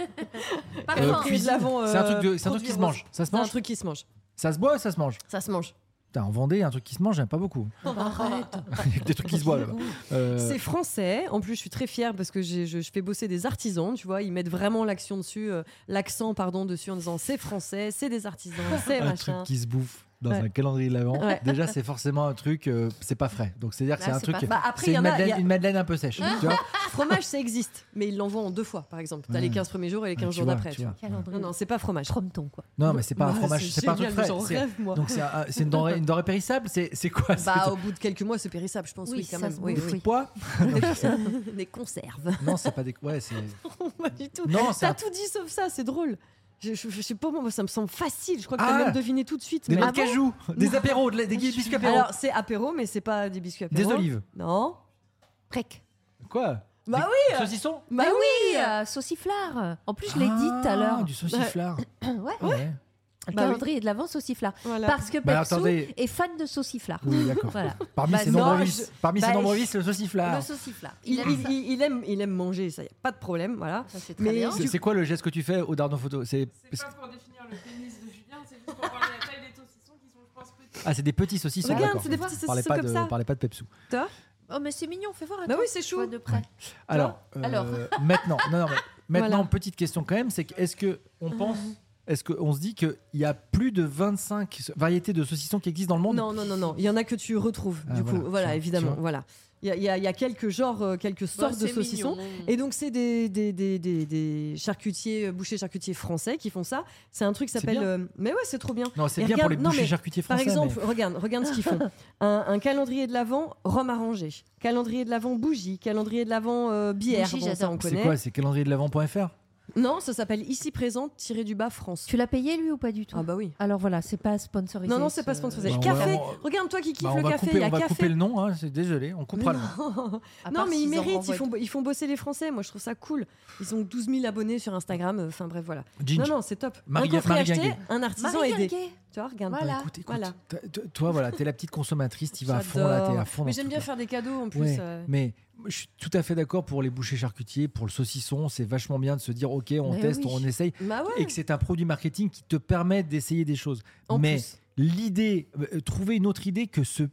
Speaker 1: Par
Speaker 2: Euh,
Speaker 1: contre,
Speaker 2: puis- cuisine. C'est un truc, de- c'est un truc qui se mange. Ça se
Speaker 5: C'est un
Speaker 2: mange
Speaker 5: truc qui se mange.
Speaker 2: Ça se boit ou ça se mange
Speaker 5: Ça se mange.
Speaker 2: Putain, en Vendée, un truc qui se mange, j'aime pas beaucoup.
Speaker 1: arrête.
Speaker 2: Il y a que des trucs qui se boivent là-bas. Euh,
Speaker 5: C'est français. En plus, je suis très fière parce que j'ai- je, je fais bosser des artisans. Tu vois, ils mettent vraiment l'action dessus, euh, l'accent pardon dessus en disant c'est français, c'est des artisans, c'est
Speaker 2: un
Speaker 5: machin.
Speaker 2: truc qui se bouffe dans
Speaker 5: Ouais.
Speaker 2: un calendrier de l'avant.
Speaker 5: Ouais.
Speaker 2: Déjà, c'est forcément un truc, euh, c'est pas frais. Donc, c'est-à-dire que
Speaker 1: Là,
Speaker 2: c'est un
Speaker 1: c'est
Speaker 2: truc.
Speaker 1: pas-
Speaker 5: Bah, après,
Speaker 2: C'est
Speaker 5: il y
Speaker 2: une,
Speaker 5: en a. il
Speaker 2: madeleine-
Speaker 5: y a-
Speaker 2: une madeleine un peu sèche. tu vois
Speaker 5: Fromage, ça existe, mais ils l'envoient en deux fois, par exemple. T'as
Speaker 2: Ouais.
Speaker 5: les 15 premiers jours et les 15
Speaker 2: Ouais, tu
Speaker 5: jours
Speaker 2: vois,
Speaker 5: d'après.
Speaker 2: tu
Speaker 5: tu vois.
Speaker 2: vois.
Speaker 1: Calendrier.
Speaker 5: Non, non, c'est pas fromage.
Speaker 1: Prompton, quoi.
Speaker 2: Non, mais c'est pas un
Speaker 5: Bah,
Speaker 2: fromage, c'est pas un truc
Speaker 5: génial,
Speaker 2: frais.
Speaker 5: J'en
Speaker 2: c'est-
Speaker 5: rêve, moi.
Speaker 2: Donc, c'est un- c'est une denrée, une denrée périssable C'est c'est quoi c'est-
Speaker 5: Bah, au bout de quelques mois, c'est périssable, je pense.
Speaker 1: Oui,
Speaker 5: Oui, quand
Speaker 1: ça
Speaker 5: même.
Speaker 1: se
Speaker 5: Oui,
Speaker 2: Des
Speaker 1: bouffe,
Speaker 5: oui.
Speaker 2: petits pois
Speaker 1: Des conserves.
Speaker 2: Non, c'est pas des. Ouais, c'est.
Speaker 5: Pas du tout.
Speaker 2: Non, c'est
Speaker 5: T'as
Speaker 2: un-
Speaker 5: tout dit sauf ça, c'est drôle. Je, je- je sais pas, moi, ça me semble facile. Je crois que
Speaker 2: Ah.
Speaker 5: t'as même deviné tout de suite.
Speaker 2: des
Speaker 5: mais-
Speaker 2: noix de cajou, des apéros, de la- des biscuits apéros,
Speaker 5: Alors, c'est apéro, mais c'est pas des biscuits apéro.
Speaker 2: des olives.
Speaker 5: Non.
Speaker 1: Prec.
Speaker 2: Quoi
Speaker 5: Bah
Speaker 2: Des
Speaker 5: oui, euh.
Speaker 2: Saucissons
Speaker 5: Bah
Speaker 1: Mais
Speaker 5: oui.
Speaker 1: oui, euh, sauciflard. En plus, je l'ai dit tout à l'heure.
Speaker 2: Ah, Du sauciflard.
Speaker 1: Ouais,
Speaker 2: Ouais.
Speaker 1: le
Speaker 5: Bah oui.
Speaker 1: calendrier de l'avant sauciflard.
Speaker 5: Voilà.
Speaker 1: Parce que
Speaker 2: Bah,
Speaker 1: Pepsou
Speaker 2: attendez.
Speaker 1: est fan de sauciflard.
Speaker 2: Oui, d'accord.
Speaker 1: Voilà.
Speaker 2: Parmi
Speaker 5: Bah,
Speaker 2: ces
Speaker 5: non,
Speaker 2: nombreux
Speaker 5: je-
Speaker 2: vices, parmi ces
Speaker 5: bah,
Speaker 2: nombreux
Speaker 5: je-
Speaker 2: vices, le
Speaker 1: Le
Speaker 2: sauciflard.
Speaker 1: sauciflard.
Speaker 5: Il,
Speaker 1: Il aime
Speaker 5: il-
Speaker 1: ça.
Speaker 5: il- il aime, il aime manger, ça y a pas de problème, voilà.
Speaker 1: Ça, c'est très
Speaker 5: Mais
Speaker 1: bien.
Speaker 5: tu-
Speaker 2: C'est c'est quoi le geste que tu fais au Dardo photo C'est
Speaker 6: C'est pas pour définir le pénis de Julien, c'est juste pour parler de la taille des saucissons qui sont, je pense, petits.
Speaker 2: ah, c'est des petits saucissons.
Speaker 5: Regarde,
Speaker 2: d'accord.
Speaker 5: c'est des petits
Speaker 2: Parlez
Speaker 5: saucissons
Speaker 2: pas
Speaker 5: comme
Speaker 2: de-
Speaker 5: ça.
Speaker 2: Parlez pas de Pepsou.
Speaker 1: Oh, mais c'est mignon, fais voir.
Speaker 5: Bah
Speaker 1: attends,
Speaker 5: oui, c'est
Speaker 1: je vois
Speaker 5: chou.
Speaker 1: de près.
Speaker 2: Alors, euh,
Speaker 1: Alors.
Speaker 2: maintenant, non, non, mais maintenant,
Speaker 5: Voilà. Ah.
Speaker 2: petite question quand même, c'est que est-ce que on pense, est-ce qu'on se dit qu'il y a plus de 25 variétés de saucissons qui existent dans le monde
Speaker 5: Non, non, non, non. Il y en a que tu retrouves,
Speaker 2: Oh, Ah,
Speaker 5: du coup.
Speaker 2: voilà,
Speaker 5: Voilà,
Speaker 2: tu vois, tu
Speaker 5: évidemment.
Speaker 2: vois.
Speaker 5: Voilà. Il y a, il y a- il y a quelques genres, euh, quelques sortes de saucissons. Et donc, c'est des, des, des, des, des charcutiers, euh, bouchers charcutiers français qui font ça. C'est un truc qui
Speaker 2: C'est
Speaker 5: s'appelle.
Speaker 2: bien.
Speaker 5: euh, mais ouais, c'est trop bien.
Speaker 2: Non, c'est
Speaker 5: Et
Speaker 2: bien pour
Speaker 5: regarde-
Speaker 2: les
Speaker 5: non,
Speaker 2: bouchers
Speaker 5: mais
Speaker 2: charcutiers
Speaker 5: Par
Speaker 2: français.
Speaker 5: exemple, regarde, regarde ce qu'ils font. Un, un calendrier de l'avant, rhum arrangé. Calendrier de l'avant, bougie. Calendrier de l'avant, euh, bière.
Speaker 1: Bougie,
Speaker 5: Bon, ça,
Speaker 1: j'adore.
Speaker 5: on
Speaker 2: mais c'est
Speaker 5: connaît.
Speaker 2: quoi C'est calendrier de l'avant.fr
Speaker 5: non, ça s'appelle ici présent tiré du bas France.
Speaker 1: Tu l'as payé, lui, ou pas du tout
Speaker 5: Ah bah oui.
Speaker 1: Alors voilà, c'est pas sponsorisé.
Speaker 5: Non, non, c'est
Speaker 1: ce-
Speaker 5: pas sponsorisé.
Speaker 2: Bah, on va-
Speaker 5: café.
Speaker 2: on-
Speaker 5: Regarde, toi qui kiffes
Speaker 2: Bah, on
Speaker 5: le
Speaker 2: va,
Speaker 5: café, il
Speaker 2: couper,
Speaker 5: y a
Speaker 2: on va
Speaker 5: café.
Speaker 2: couper le nom, hein, c'est désolé, on coupera
Speaker 5: Mais
Speaker 2: le nom.
Speaker 5: non.
Speaker 1: À
Speaker 5: Non,
Speaker 1: part
Speaker 5: mais ils
Speaker 1: s'ils en
Speaker 5: méritent, ils
Speaker 1: renvoient
Speaker 5: font, bo- ils font bosser les Français. Moi, je trouve ça cool. Ils ont 12 000 abonnés sur Instagram. euh, Enfin, bref, voilà.
Speaker 2: Ginger.
Speaker 5: Non, non, c'est top.
Speaker 2: Marie-
Speaker 5: un coffret
Speaker 2: Marie
Speaker 5: acheté,
Speaker 2: Guinguet.
Speaker 5: un
Speaker 1: tout.
Speaker 5: artisan
Speaker 1: Marie
Speaker 5: aidé.
Speaker 1: Guinguet.
Speaker 5: Tu vois, regarde.
Speaker 1: Voilà.
Speaker 2: Écoute, écoute,
Speaker 5: Voilà.
Speaker 2: t'as- t- toi, voilà, t'es la petite consommatrice, tu vas à fond là,
Speaker 5: J'adore.
Speaker 2: t'es à fond.
Speaker 5: Mais
Speaker 2: dans ce
Speaker 5: j'aime bien
Speaker 2: truc-là.
Speaker 5: faire des cadeaux en plus.
Speaker 2: Ouais,
Speaker 5: euh.
Speaker 2: Mais je suis tout à fait d'accord pour les bouchers charcutiers, pour le saucisson, c'est vachement bien de se dire ok, on
Speaker 1: Mais
Speaker 2: teste,
Speaker 1: oui.
Speaker 2: on essaye.
Speaker 5: Bah ouais.
Speaker 2: et que c'est un produit marketing qui te permet d'essayer des choses.
Speaker 5: En
Speaker 2: mais
Speaker 5: plus.
Speaker 2: l'idée, euh, trouver une autre idée que ce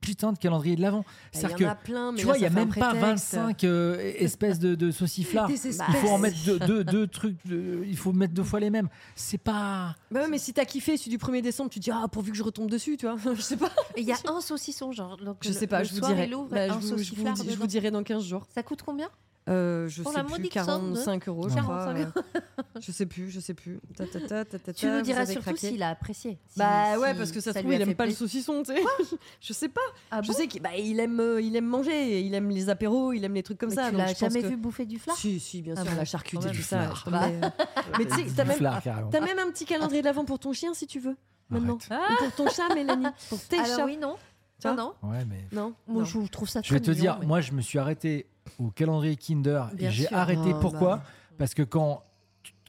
Speaker 2: putain de calendrier de l'avant.
Speaker 5: Bah,
Speaker 2: C'est-à-dire
Speaker 5: Il y
Speaker 2: que,
Speaker 5: en a plein, mais
Speaker 2: tu
Speaker 5: là,
Speaker 2: vois, il
Speaker 5: ça
Speaker 2: n'y a
Speaker 5: fait un
Speaker 2: même pas
Speaker 5: prétexte. Bah,
Speaker 2: 25 euh, espèces de, de sauciflards.
Speaker 5: Des espèces.
Speaker 2: Il faut en mettre deux, deux- deux trucs, euh, il faut mettre deux fois les mêmes. C'est pas.
Speaker 5: Bah ouais, mais si t'as kiffé celui du 1er décembre, tu te dis ah pourvu que je retombe dessus, tu vois. je sais pas.
Speaker 1: Et Il y a un saucisson, genre. donc
Speaker 5: Je
Speaker 1: le-
Speaker 5: sais pas,
Speaker 1: le
Speaker 5: je vous
Speaker 1: soir,
Speaker 5: dirai.
Speaker 1: il ouvre
Speaker 5: Bah, je,
Speaker 1: un
Speaker 5: vous, je, vous,
Speaker 1: sauciflard
Speaker 5: je vous
Speaker 1: dedans.
Speaker 5: dirai dans 15 jours.
Speaker 1: Ça coûte combien
Speaker 5: Euh, je
Speaker 1: Pour
Speaker 5: sais
Speaker 1: la
Speaker 5: plus,
Speaker 1: maudite somme de-
Speaker 5: 45 euros, je crois.
Speaker 1: 45
Speaker 5: euh, je sais plus, je sais plus. Ta, ta, ta, ta, ta,
Speaker 1: Tu
Speaker 5: ta,
Speaker 1: nous
Speaker 5: vous
Speaker 1: diras
Speaker 5: avez
Speaker 1: surtout
Speaker 5: craqué.
Speaker 1: s'il a apprécié. Si-
Speaker 5: Bah ouais,
Speaker 1: si
Speaker 5: parce que ça se
Speaker 1: lui
Speaker 5: trouve,
Speaker 1: a
Speaker 5: il aime
Speaker 1: fait
Speaker 5: pas le
Speaker 1: plaisir.
Speaker 5: saucisson, tu sais. je sais pas.
Speaker 1: Ah
Speaker 5: je
Speaker 1: bon
Speaker 5: sais qu'il bah, il aime, euh, il aime manger, il aime les apéros, il aime les trucs comme
Speaker 1: Mais
Speaker 5: ça.
Speaker 1: Tu
Speaker 5: donc
Speaker 1: l'as
Speaker 5: je pense
Speaker 1: jamais
Speaker 5: que-
Speaker 1: vu bouffer du flard
Speaker 5: Si, si, bien
Speaker 1: Ah
Speaker 5: sûr,
Speaker 1: bon.
Speaker 5: la charcuterie,
Speaker 2: Ouais,
Speaker 5: tout
Speaker 2: du
Speaker 5: ça.
Speaker 2: flard.
Speaker 5: bah, je te mets, euh, Mais tu sais,
Speaker 2: Du
Speaker 5: t'as même,
Speaker 2: flard, carrément.
Speaker 5: t'as même un petit calendrier de l'avant pour ton chien si tu veux. Maintenant. Ou Pour ton chat, Mélanie. Pour tes
Speaker 1: Alors
Speaker 5: chats.
Speaker 1: oui, non.
Speaker 5: Tu
Speaker 1: Non,
Speaker 5: vois
Speaker 1: non.
Speaker 2: Ouais, mais.
Speaker 5: Non,
Speaker 1: Moi,
Speaker 5: non.
Speaker 1: je trouve ça
Speaker 2: Je vais
Speaker 1: très
Speaker 2: te
Speaker 1: mignon,
Speaker 2: dire,
Speaker 1: mais-
Speaker 2: moi, je me suis arrêté au calendrier Kinder
Speaker 1: Bien
Speaker 2: et j'ai
Speaker 1: sûr.
Speaker 2: arrêté.
Speaker 5: Ah,
Speaker 2: Pourquoi
Speaker 5: bah.
Speaker 2: Parce que quand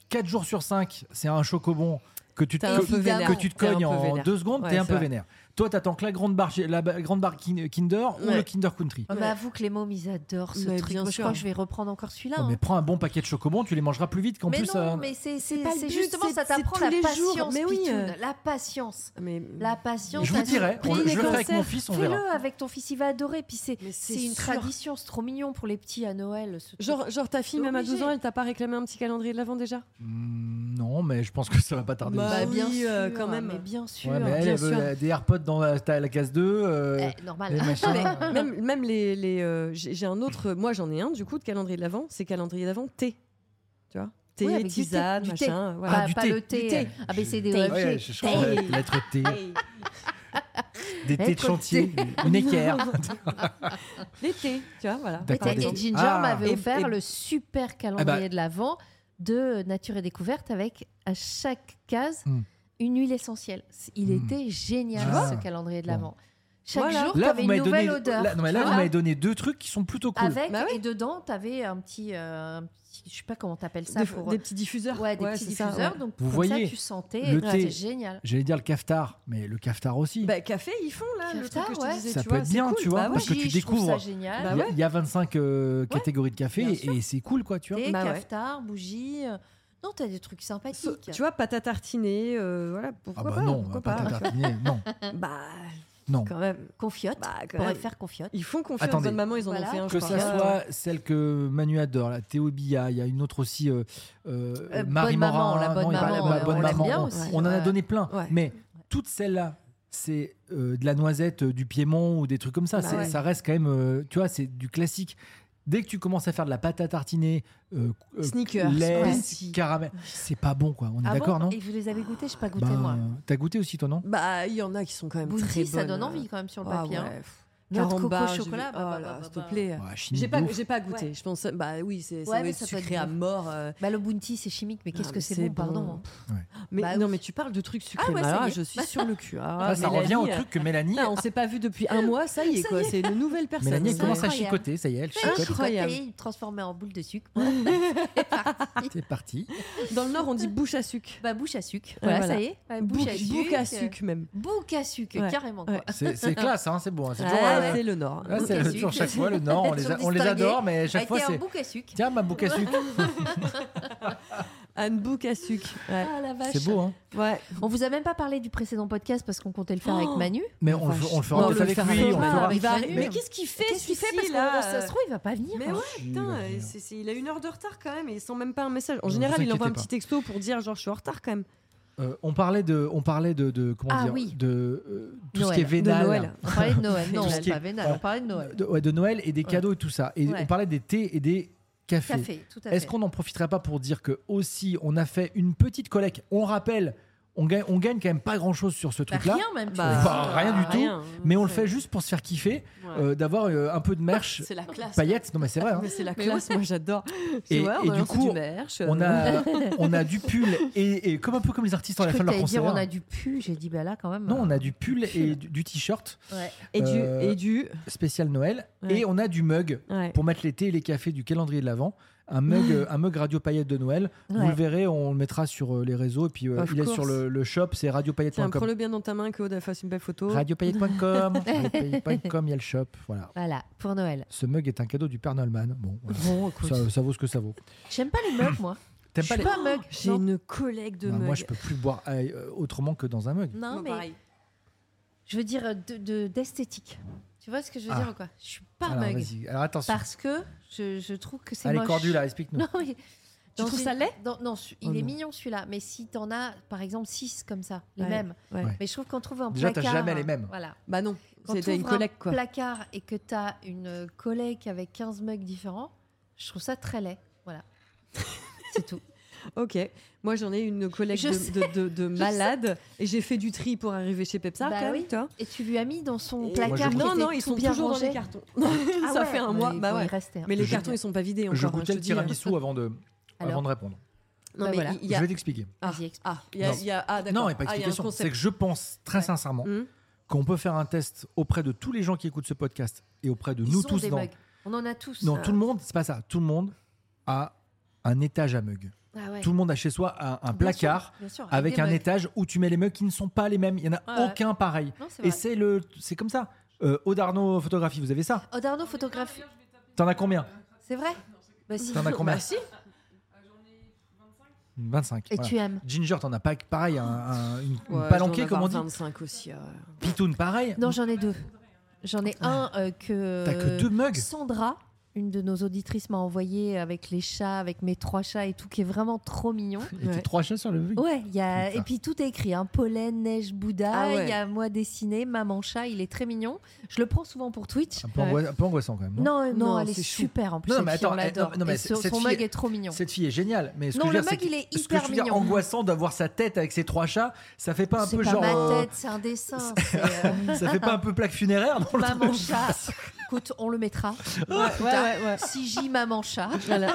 Speaker 2: 4 jours sur 5, c'est un chocobon que tu te,
Speaker 5: T'es un
Speaker 2: que,
Speaker 5: peu vénère.
Speaker 2: que tu te
Speaker 5: T'es un
Speaker 2: cognes
Speaker 5: peu
Speaker 2: en
Speaker 5: vénère.
Speaker 2: deux secondes,
Speaker 5: Ouais,
Speaker 2: t'es un
Speaker 5: c'est
Speaker 2: peu
Speaker 5: vrai.
Speaker 2: vénère. Toi, t'attends que la grande barre, la ba- grande barre kin- Kinder ou
Speaker 5: Ouais. Oh,
Speaker 2: le Kinder Country.
Speaker 1: Ah bah,
Speaker 5: Ouais.
Speaker 1: avoue que les mômes, ils adorent ce
Speaker 5: Mais
Speaker 1: truc.
Speaker 5: bien
Speaker 1: Moi, je
Speaker 5: sûr. Oh,
Speaker 1: crois que je vais reprendre encore celui-là.
Speaker 2: Non,
Speaker 1: hein.
Speaker 2: Oh, mais prends un bon paquet de chocobons, tu les mangeras plus vite qu'en
Speaker 1: Mais
Speaker 2: plus.
Speaker 1: non,
Speaker 2: euh,
Speaker 1: mais c'est c'est-
Speaker 5: pas le
Speaker 1: c'est
Speaker 5: but,
Speaker 1: justement,
Speaker 5: c'est-
Speaker 1: ça t'apprend
Speaker 5: c'est tous
Speaker 1: la
Speaker 5: les jours.
Speaker 1: patience,
Speaker 5: Mais oui,
Speaker 1: Pitoune,
Speaker 5: euh.
Speaker 1: la patience.
Speaker 5: Mais,
Speaker 1: La patience.
Speaker 2: je
Speaker 1: la
Speaker 2: vous dirai, on-
Speaker 1: surprise.
Speaker 2: je le ferai avec
Speaker 5: cancer,
Speaker 2: mon fils, on verra.
Speaker 1: Fais-le avec ton fils, il va adorer. Puis c'est
Speaker 5: mais
Speaker 1: c'est une
Speaker 5: sûr.
Speaker 1: tradition, c'est trop mignon pour les petits à Noël. ce truc.
Speaker 5: Genre, genre ta fille,
Speaker 1: T'es
Speaker 5: même à
Speaker 1: obligé.
Speaker 5: 12 ans, elle t'a pas réclamé un petit calendrier de l'avant déjà
Speaker 2: Mm, Non, mais je pense que ça va pas tarder.
Speaker 5: Bah,
Speaker 2: aussi.
Speaker 1: ah
Speaker 5: oui, euh, quand même.
Speaker 1: mais bien sûr.
Speaker 2: Ouais, mais elle,
Speaker 5: bien
Speaker 2: elle veut
Speaker 5: sûr.
Speaker 2: la- des AirPods dans la, ta- la case 2. euh,
Speaker 1: Eh, normal.
Speaker 2: les machins.
Speaker 5: Même, même les. les, euh, j'ai j'ai un autre. Moi, j'en ai un du coup de calendrier de l'avant. C'est calendrier d'avant thé. Tu vois Thé,
Speaker 1: Oui, avec du thé,
Speaker 5: tisane,
Speaker 1: du thé.
Speaker 5: machin.
Speaker 2: Ah,
Speaker 5: voilà.
Speaker 1: pas,
Speaker 2: du
Speaker 1: pas
Speaker 2: thé.
Speaker 1: le
Speaker 5: Du
Speaker 1: thé.
Speaker 5: thé.
Speaker 1: A, B, C, D,
Speaker 5: Thé.
Speaker 1: E, F,
Speaker 2: Ouais,
Speaker 1: G.
Speaker 2: je, je crois la- la lettre T, des thés de
Speaker 1: Lettre
Speaker 2: chantier,
Speaker 1: T.
Speaker 2: une équerre.
Speaker 5: Les thés, tu vois, voilà.
Speaker 2: D'accord.
Speaker 1: Et,
Speaker 5: Par
Speaker 1: et
Speaker 5: exemple.
Speaker 1: Ginger
Speaker 2: Ah. Eh
Speaker 1: m'avait
Speaker 5: Et-
Speaker 1: offert
Speaker 5: et-
Speaker 1: le super calendrier
Speaker 2: ben.
Speaker 1: de l'Avent de Nature et Découverte avec à chaque case
Speaker 2: Hmm.
Speaker 1: une huile essentielle. C- Il
Speaker 2: Hmm.
Speaker 1: était génial
Speaker 2: Tu vois
Speaker 1: ce calendrier de
Speaker 2: Bon.
Speaker 1: l'Avent. Chaque
Speaker 5: Voilà.
Speaker 1: jour, tu
Speaker 2: Là, vous
Speaker 1: avais une
Speaker 2: m'avez
Speaker 1: nouvelle
Speaker 2: donné,
Speaker 1: odeur.
Speaker 2: là, non, mais
Speaker 1: tu
Speaker 2: là, vous
Speaker 1: vois.
Speaker 2: m'avez donné deux trucs qui sont plutôt cool.
Speaker 1: Avec
Speaker 5: Bah ouais.
Speaker 1: et dedans, tu avais un petit, euh, un petit- je sais pas comment t'appelles ça
Speaker 5: Des,
Speaker 1: pour euh,
Speaker 5: des petits diffuseurs.
Speaker 1: ouais, des petits
Speaker 5: c'est ça,
Speaker 1: diffuseurs.
Speaker 5: ouais.
Speaker 1: Donc
Speaker 2: Vous
Speaker 1: comme
Speaker 2: voyez,
Speaker 1: ça, tu sentais,
Speaker 2: le
Speaker 1: et
Speaker 2: thé-
Speaker 1: c'était génial.
Speaker 2: J'allais dire le cafetar, mais le cafetar aussi.
Speaker 5: Bah, café, ils font là, le
Speaker 1: Cafetard,
Speaker 5: truc que je te
Speaker 1: ouais.
Speaker 5: disais,
Speaker 2: Ça
Speaker 5: tu
Speaker 2: peut
Speaker 5: vois,
Speaker 2: être
Speaker 5: c'est
Speaker 2: bien,
Speaker 5: cool.
Speaker 2: tu vois,
Speaker 5: Bah ouais.
Speaker 2: parce que
Speaker 1: Oui,
Speaker 2: tu
Speaker 1: je trouve
Speaker 2: découvres.
Speaker 1: ça génial.
Speaker 5: Bah
Speaker 2: il, y a,
Speaker 5: ouais.
Speaker 2: il y a 25 euh, catégories de café
Speaker 1: Bien
Speaker 2: et-
Speaker 1: sûr.
Speaker 2: et c'est cool, quoi, tu vois.
Speaker 1: Thé,
Speaker 5: Bah ouais.
Speaker 1: cafetar, bougie. euh, Non, t'as des trucs
Speaker 5: So-
Speaker 1: sympathiques.
Speaker 5: tu vois, pâte à tartiner, euh, voilà,
Speaker 2: Ah
Speaker 5: pourquoi
Speaker 2: bah
Speaker 5: pas
Speaker 2: non,
Speaker 5: pourquoi
Speaker 2: pas
Speaker 5: pas, tu
Speaker 2: tartiner, non,
Speaker 5: vois. Bah,
Speaker 2: non.
Speaker 5: quand même.
Speaker 1: Confiote.
Speaker 5: Bah, quand
Speaker 1: pourrait
Speaker 5: même.
Speaker 1: faire confiote.
Speaker 5: Ils font confiance.
Speaker 2: Attendez.
Speaker 5: Bonne maman, ils en
Speaker 1: Voilà.
Speaker 5: ont fait un. je
Speaker 2: Que
Speaker 5: crois.
Speaker 2: ça
Speaker 5: Ouais, ouais.
Speaker 2: soit celle que Manu adore, la Théo Billa, il y a une autre aussi, euh, euh,
Speaker 1: Euh,
Speaker 2: Marie
Speaker 1: Bonne
Speaker 2: Morin,
Speaker 1: Maman, la Bonne
Speaker 2: non, il y a pas
Speaker 1: Maman,
Speaker 2: la
Speaker 1: euh,
Speaker 2: bonne
Speaker 1: on l'aime
Speaker 2: maman.
Speaker 1: bien
Speaker 2: on-
Speaker 1: aussi,
Speaker 2: On en a
Speaker 1: ouais.
Speaker 2: donné plein,
Speaker 5: Ouais.
Speaker 2: mais toutes celles-là, c'est euh, de la noisette, euh, du Piémont ou des trucs comme ça.
Speaker 5: Bah
Speaker 2: C'est-
Speaker 5: ouais.
Speaker 2: Ça reste quand même, euh, tu vois, c'est du classique. Dès que tu commences à faire de la pâte à tartiner, euh, euh,
Speaker 5: Sneakers,
Speaker 2: lait,
Speaker 5: ouais.
Speaker 2: caramel, c'est pas bon, quoi. On est
Speaker 1: Ah bon
Speaker 2: d'accord, non
Speaker 1: Et vous les avez goûtés, je pas goûté
Speaker 2: Ben,
Speaker 1: moi.
Speaker 2: T'as goûté aussi, toi, non
Speaker 5: Bah, il y en a qui sont quand même très
Speaker 1: Bounty,
Speaker 5: bonnes.
Speaker 1: ça donne envie quand même sur le
Speaker 5: Ah
Speaker 1: papier. hein.
Speaker 5: ouais. pff.
Speaker 1: Noix de
Speaker 5: Caramba,
Speaker 1: coco au
Speaker 5: j'ai vu-
Speaker 1: chocolat,
Speaker 5: Oh
Speaker 1: bah, bah,
Speaker 5: là,
Speaker 1: bah,
Speaker 5: s'il
Speaker 1: bah.
Speaker 5: te plaît.
Speaker 2: Ouais, chimie
Speaker 5: J'ai
Speaker 2: de
Speaker 5: pas,
Speaker 2: ouf.
Speaker 5: j'ai pas goûté. Je pense, bah oui, c'est, ça
Speaker 1: Ouais,
Speaker 5: doit
Speaker 1: mais
Speaker 5: être
Speaker 1: ça doit être
Speaker 5: sucré à
Speaker 1: bon.
Speaker 5: mort. euh.
Speaker 1: Bah, le bounty, c'est chimique, mais qu'est-ce
Speaker 5: Ah,
Speaker 1: que
Speaker 5: mais
Speaker 1: c'est
Speaker 5: c'est
Speaker 1: bon, pardon.
Speaker 5: bon.
Speaker 1: hein.
Speaker 5: Mais
Speaker 1: Bah
Speaker 5: non,
Speaker 1: oui.
Speaker 5: mais tu parles de trucs sucrés.
Speaker 1: Ah ouais,
Speaker 5: mais
Speaker 1: ça
Speaker 5: là,
Speaker 1: y est.
Speaker 5: je suis sur le cul.
Speaker 2: Ça,
Speaker 5: Ah,
Speaker 2: ça
Speaker 5: Mélanie,
Speaker 2: revient au
Speaker 5: euh,
Speaker 2: truc que Mélanie,
Speaker 5: ah, on s'est pas vu depuis un mois. Ça y est, quoi. C'est une nouvelle personne.
Speaker 2: Mélanie elle
Speaker 1: c'est
Speaker 2: commence à
Speaker 1: incroyable.
Speaker 2: chicoter, ça y est, elle
Speaker 1: Fait
Speaker 2: chicote.
Speaker 5: Incroyable.
Speaker 1: chicoter, il transformait en boule de sucre.
Speaker 2: C'est parti.
Speaker 5: Dans le Nord, on dit bouche à sucre.
Speaker 1: bah, bouche à sucre.
Speaker 5: Ouais,
Speaker 1: Voilà,
Speaker 5: voilà.
Speaker 1: ça y est. Ouais,
Speaker 5: Bouc
Speaker 1: bouche à sucre.
Speaker 5: bouc à sucre, même.
Speaker 1: Bouc à sucre,
Speaker 5: Ouais.
Speaker 1: carrément. Quoi.
Speaker 5: Ouais.
Speaker 2: C'est c'est classe, hein, c'est bon. hein, C'est toujours,
Speaker 5: Ah,
Speaker 2: euh,
Speaker 5: c'est le Nord.
Speaker 2: là, c'est
Speaker 1: Bouc à
Speaker 2: toujours
Speaker 1: sucre.
Speaker 2: chaque fois le Nord. On les, a-
Speaker 1: Elles sont
Speaker 2: on les
Speaker 1: distinguées.
Speaker 2: adore, mais
Speaker 1: Ça a
Speaker 2: chaque fois
Speaker 1: été un
Speaker 2: c'est.
Speaker 1: bouc à sucre.
Speaker 2: Tiens, ma bouc à sucre.
Speaker 5: Anne Bouc à sucre. Ouais.
Speaker 1: Ah la vache.
Speaker 2: C'est beau, hein.
Speaker 5: Ouais.
Speaker 1: On vous a même pas parlé du précédent podcast parce qu'on comptait le faire avec
Speaker 5: Oh.
Speaker 1: Manu.
Speaker 2: Mais on, le- on le fera
Speaker 5: On
Speaker 2: peut-être
Speaker 5: le
Speaker 2: avec
Speaker 5: fera
Speaker 2: lui,
Speaker 5: avec
Speaker 2: on le
Speaker 5: Manu.
Speaker 2: fera.
Speaker 5: Il va-
Speaker 1: Manu.
Speaker 5: Mais qu'est-ce qu'il fait
Speaker 1: Qu'est-ce qu'il fait Parce
Speaker 5: celui-ci,
Speaker 1: que
Speaker 5: là
Speaker 1: ça
Speaker 5: euh
Speaker 1: se trouve, il va pas venir.
Speaker 5: Mais
Speaker 1: hein.
Speaker 5: ouais,
Speaker 2: Si, il va
Speaker 6: euh,
Speaker 5: putain,
Speaker 2: venir.
Speaker 5: c'est- c'est- il a une heure de retard quand même et sans même pas un message. En
Speaker 2: Non,
Speaker 5: général,
Speaker 2: vous
Speaker 5: il envoie un
Speaker 2: inquiétez
Speaker 5: petit texto pour dire genre je suis en retard quand même.
Speaker 2: Euh, on parlait de, on parlait de, de comment
Speaker 1: Ah
Speaker 2: dire,
Speaker 1: oui.
Speaker 2: de euh, tout ce
Speaker 1: Noël.
Speaker 2: qui est
Speaker 1: De
Speaker 5: De
Speaker 2: vénal.
Speaker 5: Noël.
Speaker 1: On parlait de Noël.
Speaker 2: Tout
Speaker 1: Non,
Speaker 2: ce qui est-
Speaker 1: pas Vénal.
Speaker 2: voilà.
Speaker 1: On parlait de Noël.
Speaker 2: De, ouais, de Noël et des
Speaker 1: Ouais.
Speaker 2: cadeaux et tout ça. Et
Speaker 1: Ouais.
Speaker 2: on parlait des thés et des cafés.
Speaker 1: Café, tout à fait.
Speaker 2: Est-ce qu'on n'en profiterait pas pour dire que aussi on a fait une petite collecte On rappelle, on gagne, on gagne quand même pas grand chose sur ce
Speaker 1: Bah,
Speaker 2: truc-là.
Speaker 1: Rien même. tu
Speaker 5: Bah,
Speaker 1: vois.
Speaker 2: Bah, rien du tout.
Speaker 5: Rien. hein.
Speaker 2: Mais on le fait juste pour se faire kiffer, euh, d'avoir euh, un peu de merch,
Speaker 5: C'est la classe.
Speaker 2: paillettes. Non mais c'est vrai. hein.
Speaker 5: Mais c'est la
Speaker 1: Mais
Speaker 5: classe, moi j'adore.
Speaker 2: Et-
Speaker 5: Ouais,
Speaker 2: et
Speaker 5: on a
Speaker 2: du
Speaker 5: lancé
Speaker 2: coup,
Speaker 5: merch,
Speaker 2: On
Speaker 5: euh,
Speaker 2: a, on a du pull et, et comme un peu comme les artistes à
Speaker 1: Je
Speaker 2: la fin
Speaker 1: crois
Speaker 2: de
Speaker 1: que t'allais
Speaker 2: leur concert.
Speaker 1: dire on a du pu. J'ai dit bah là quand même.
Speaker 2: Non, on a du pull
Speaker 1: pull.
Speaker 2: et du, du t-shirt
Speaker 1: Ouais.
Speaker 5: et du
Speaker 2: euh,
Speaker 5: et du
Speaker 2: spécial Noël
Speaker 5: Ouais.
Speaker 2: et on a du mug
Speaker 5: ouais.
Speaker 2: pour mettre les thés et les cafés du calendrier de l'avant. Un mug, euh, un mug Radio Paillette de Noël. Vous
Speaker 1: Ouais.
Speaker 2: le verrez, on le mettra sur euh, les réseaux et puis euh,
Speaker 5: Of
Speaker 2: il est
Speaker 5: course.
Speaker 2: sur le, le shop, c'est
Speaker 5: Tiens,
Speaker 2: radiopaillette.com.
Speaker 5: prends-le bien dans ta main que Aude elle fasse une belle photo.
Speaker 2: Radiopaillette.com, radiopaillette.com, il y a le shop. Voilà.
Speaker 1: Voilà pour Noël.
Speaker 2: Ce mug est un cadeau du Père Nolman. Bon, voilà.
Speaker 1: Bon, écoute.
Speaker 2: ça, ça vaut ce que ça vaut.
Speaker 1: J'aime pas les mugs moi.
Speaker 2: T'aimes
Speaker 1: Je
Speaker 2: pas
Speaker 1: suis
Speaker 2: les
Speaker 1: pas un mug.
Speaker 5: Oh, J'ai
Speaker 1: non.
Speaker 5: une collègue de
Speaker 2: Non,
Speaker 5: mug.
Speaker 2: Bah,
Speaker 5: Hein,
Speaker 2: Moi, je peux plus boire euh, autrement que dans un mug.
Speaker 1: Non,
Speaker 5: Moi,
Speaker 1: mais
Speaker 5: pareil.
Speaker 1: je veux dire de- de- d'esthétique. tu vois ce que je veux
Speaker 2: Ah.
Speaker 1: dire ou quoi Je suis pas un
Speaker 2: Alors,
Speaker 1: mug
Speaker 2: vas-y. Alors, attention.
Speaker 1: parce que je, je trouve que c'est
Speaker 2: Allez,
Speaker 1: moche.
Speaker 2: Cordula, explique-nous.
Speaker 1: Non, mais dans
Speaker 5: trouves
Speaker 1: une-
Speaker 5: ça laid
Speaker 1: dans- Non, su- il
Speaker 2: Oh
Speaker 1: est
Speaker 2: non.
Speaker 1: mignon celui-là, mais si t'en as par exemple 6 comme ça, les
Speaker 5: Ouais.
Speaker 1: mêmes.
Speaker 5: Ouais.
Speaker 2: Ouais.
Speaker 1: Mais je trouve qu'on trouve un
Speaker 2: Déjà, t'as
Speaker 1: placard.
Speaker 2: jamais les mêmes.
Speaker 1: Voilà.
Speaker 5: Bah non,
Speaker 1: Quand
Speaker 5: c'était une
Speaker 1: t'ouvres un
Speaker 5: collègue quoi.
Speaker 1: placard et que t'as une collègue avec 15 mugs différents, je trouve ça très laid. Voilà. C'est tout.
Speaker 5: Ok. Moi, j'en ai une collègue
Speaker 1: Je sais.
Speaker 5: de, de, de- de malade et j'ai fait du tri pour arriver chez Pepsi.
Speaker 1: Bah
Speaker 5: quand
Speaker 1: oui.
Speaker 5: même, toi.
Speaker 1: Et tu lui as mis dans son
Speaker 5: Et-
Speaker 1: placard. qui
Speaker 5: Non,
Speaker 1: était
Speaker 5: non, ils
Speaker 1: tout
Speaker 5: sont
Speaker 1: bien
Speaker 5: toujours
Speaker 1: rangé.
Speaker 5: dans les cartons.
Speaker 1: Ah
Speaker 5: ça
Speaker 1: ouais,
Speaker 5: fait un
Speaker 1: mais
Speaker 5: mois.
Speaker 1: il
Speaker 5: Bah
Speaker 1: faut y
Speaker 5: ouais.
Speaker 1: rester, hein.
Speaker 5: Mais les
Speaker 2: Je-
Speaker 5: cartons, ils sont pas vidés encore.
Speaker 2: Je
Speaker 5: hein,
Speaker 2: goûtais
Speaker 5: te
Speaker 2: le
Speaker 5: dis, hein.
Speaker 2: tiramisu avant de,
Speaker 1: Alors,
Speaker 2: avant de répondre.
Speaker 5: Non,
Speaker 1: Bah
Speaker 5: mais
Speaker 1: voilà.
Speaker 5: il y a-
Speaker 2: Je vais t'expliquer.
Speaker 5: Ah,
Speaker 1: Vas-y, explique.
Speaker 5: ah, il y a-
Speaker 2: Non.
Speaker 5: il y a. Ah, d'accord.
Speaker 2: Non, mais pas
Speaker 5: Ah, il y a un
Speaker 2: explication. c'est
Speaker 5: concept.
Speaker 2: que je pense très
Speaker 1: Ouais. Hum.
Speaker 2: sincèrement
Speaker 5: Hmm.
Speaker 2: qu'on peut faire un test auprès de tous les gens qui écoutent ce podcast et auprès de
Speaker 1: Ils
Speaker 2: nous
Speaker 1: sont
Speaker 2: tous
Speaker 1: des
Speaker 2: dans,
Speaker 1: mugs. On en a tous.
Speaker 2: Non,
Speaker 1: Ah.
Speaker 2: tout le monde, c'est pas ça. Tout le monde a un étage à mug.
Speaker 7: Ah ouais.
Speaker 2: Tout le monde a chez soi un, un
Speaker 1: Bien
Speaker 2: placard
Speaker 1: sûr, bien sûr,
Speaker 2: avec
Speaker 1: des
Speaker 2: un
Speaker 1: mugs.
Speaker 2: étage où tu mets les mugs qui ne sont pas les mêmes. Il n'y en a
Speaker 1: Ouais, ouais.
Speaker 2: aucun pareil.
Speaker 1: Non, c'est
Speaker 2: Et
Speaker 1: vrai.
Speaker 2: c'est le, c'est comme ça. Euh, Odarno photographie, vous avez ça
Speaker 1: Odarno photographie,
Speaker 2: T'en as combien
Speaker 1: c'est vrai bah, si.
Speaker 2: T'en as combien
Speaker 1: Bah, si.
Speaker 2: 25.
Speaker 1: Et
Speaker 2: voilà.
Speaker 1: tu aimes
Speaker 2: Ginger, t'en as pas pareil, un, un- une, une
Speaker 5: Ouais,
Speaker 2: palanquée
Speaker 5: je dois en
Speaker 2: comme on
Speaker 5: avoir
Speaker 2: dit.
Speaker 5: 25 aussi. euh. ouais.
Speaker 2: Pitoun, pareil.
Speaker 1: Non, j'en ai deux. J'en ai un euh, que.
Speaker 2: T'as que deux mugs.
Speaker 1: Sandra, une de nos auditrices, m'a envoyé avec les chats, avec mes trois chats et tout, qui est vraiment trop mignon.
Speaker 2: Il y a
Speaker 5: Ouais.
Speaker 2: trois chats sur le mug.
Speaker 1: Ouais, il y a...
Speaker 2: Putain.
Speaker 1: et puis tout est écrit hein. pollen, neige, Bouddha.
Speaker 5: Ah
Speaker 1: Il
Speaker 5: ouais.
Speaker 1: y a moi dessiné, maman chat, il est très mignon. Je le prends souvent pour Twitch.
Speaker 2: Un, peu angoi- un peu angoissant quand même. Ah Non
Speaker 1: Non, euh, non,
Speaker 5: Non,
Speaker 1: elle est,
Speaker 5: c'est chou.
Speaker 1: super en plus.
Speaker 2: Non,
Speaker 1: cette
Speaker 2: mais
Speaker 1: fille,
Speaker 2: attends,
Speaker 1: on
Speaker 2: elle-
Speaker 1: l'adore.
Speaker 2: non, mais
Speaker 1: Et ce-
Speaker 2: cette
Speaker 1: son
Speaker 2: fille-
Speaker 1: mug est trop mignon.
Speaker 2: Cette fille est géniale, mais ce que
Speaker 1: Non,
Speaker 2: je veux
Speaker 1: le
Speaker 2: dire,
Speaker 1: mug,
Speaker 2: c'est
Speaker 1: il est
Speaker 2: que- ce que
Speaker 1: hyper
Speaker 2: je veux dire,
Speaker 1: mignon.
Speaker 2: angoissant d'avoir sa tête avec ses trois chats, ça fait pas un
Speaker 1: C'est
Speaker 2: peu
Speaker 1: pas
Speaker 2: genre,
Speaker 1: ma
Speaker 2: euh,
Speaker 1: tête, c'est un dessin. c'est, euh,
Speaker 2: ça fait pas un peu plaque funéraire dans le
Speaker 1: maman
Speaker 2: truc
Speaker 1: chat. Écoute, on le mettra.
Speaker 5: Ouais, ouais, ouais.
Speaker 1: Si j'y Ah, maman chat.
Speaker 5: Voilà.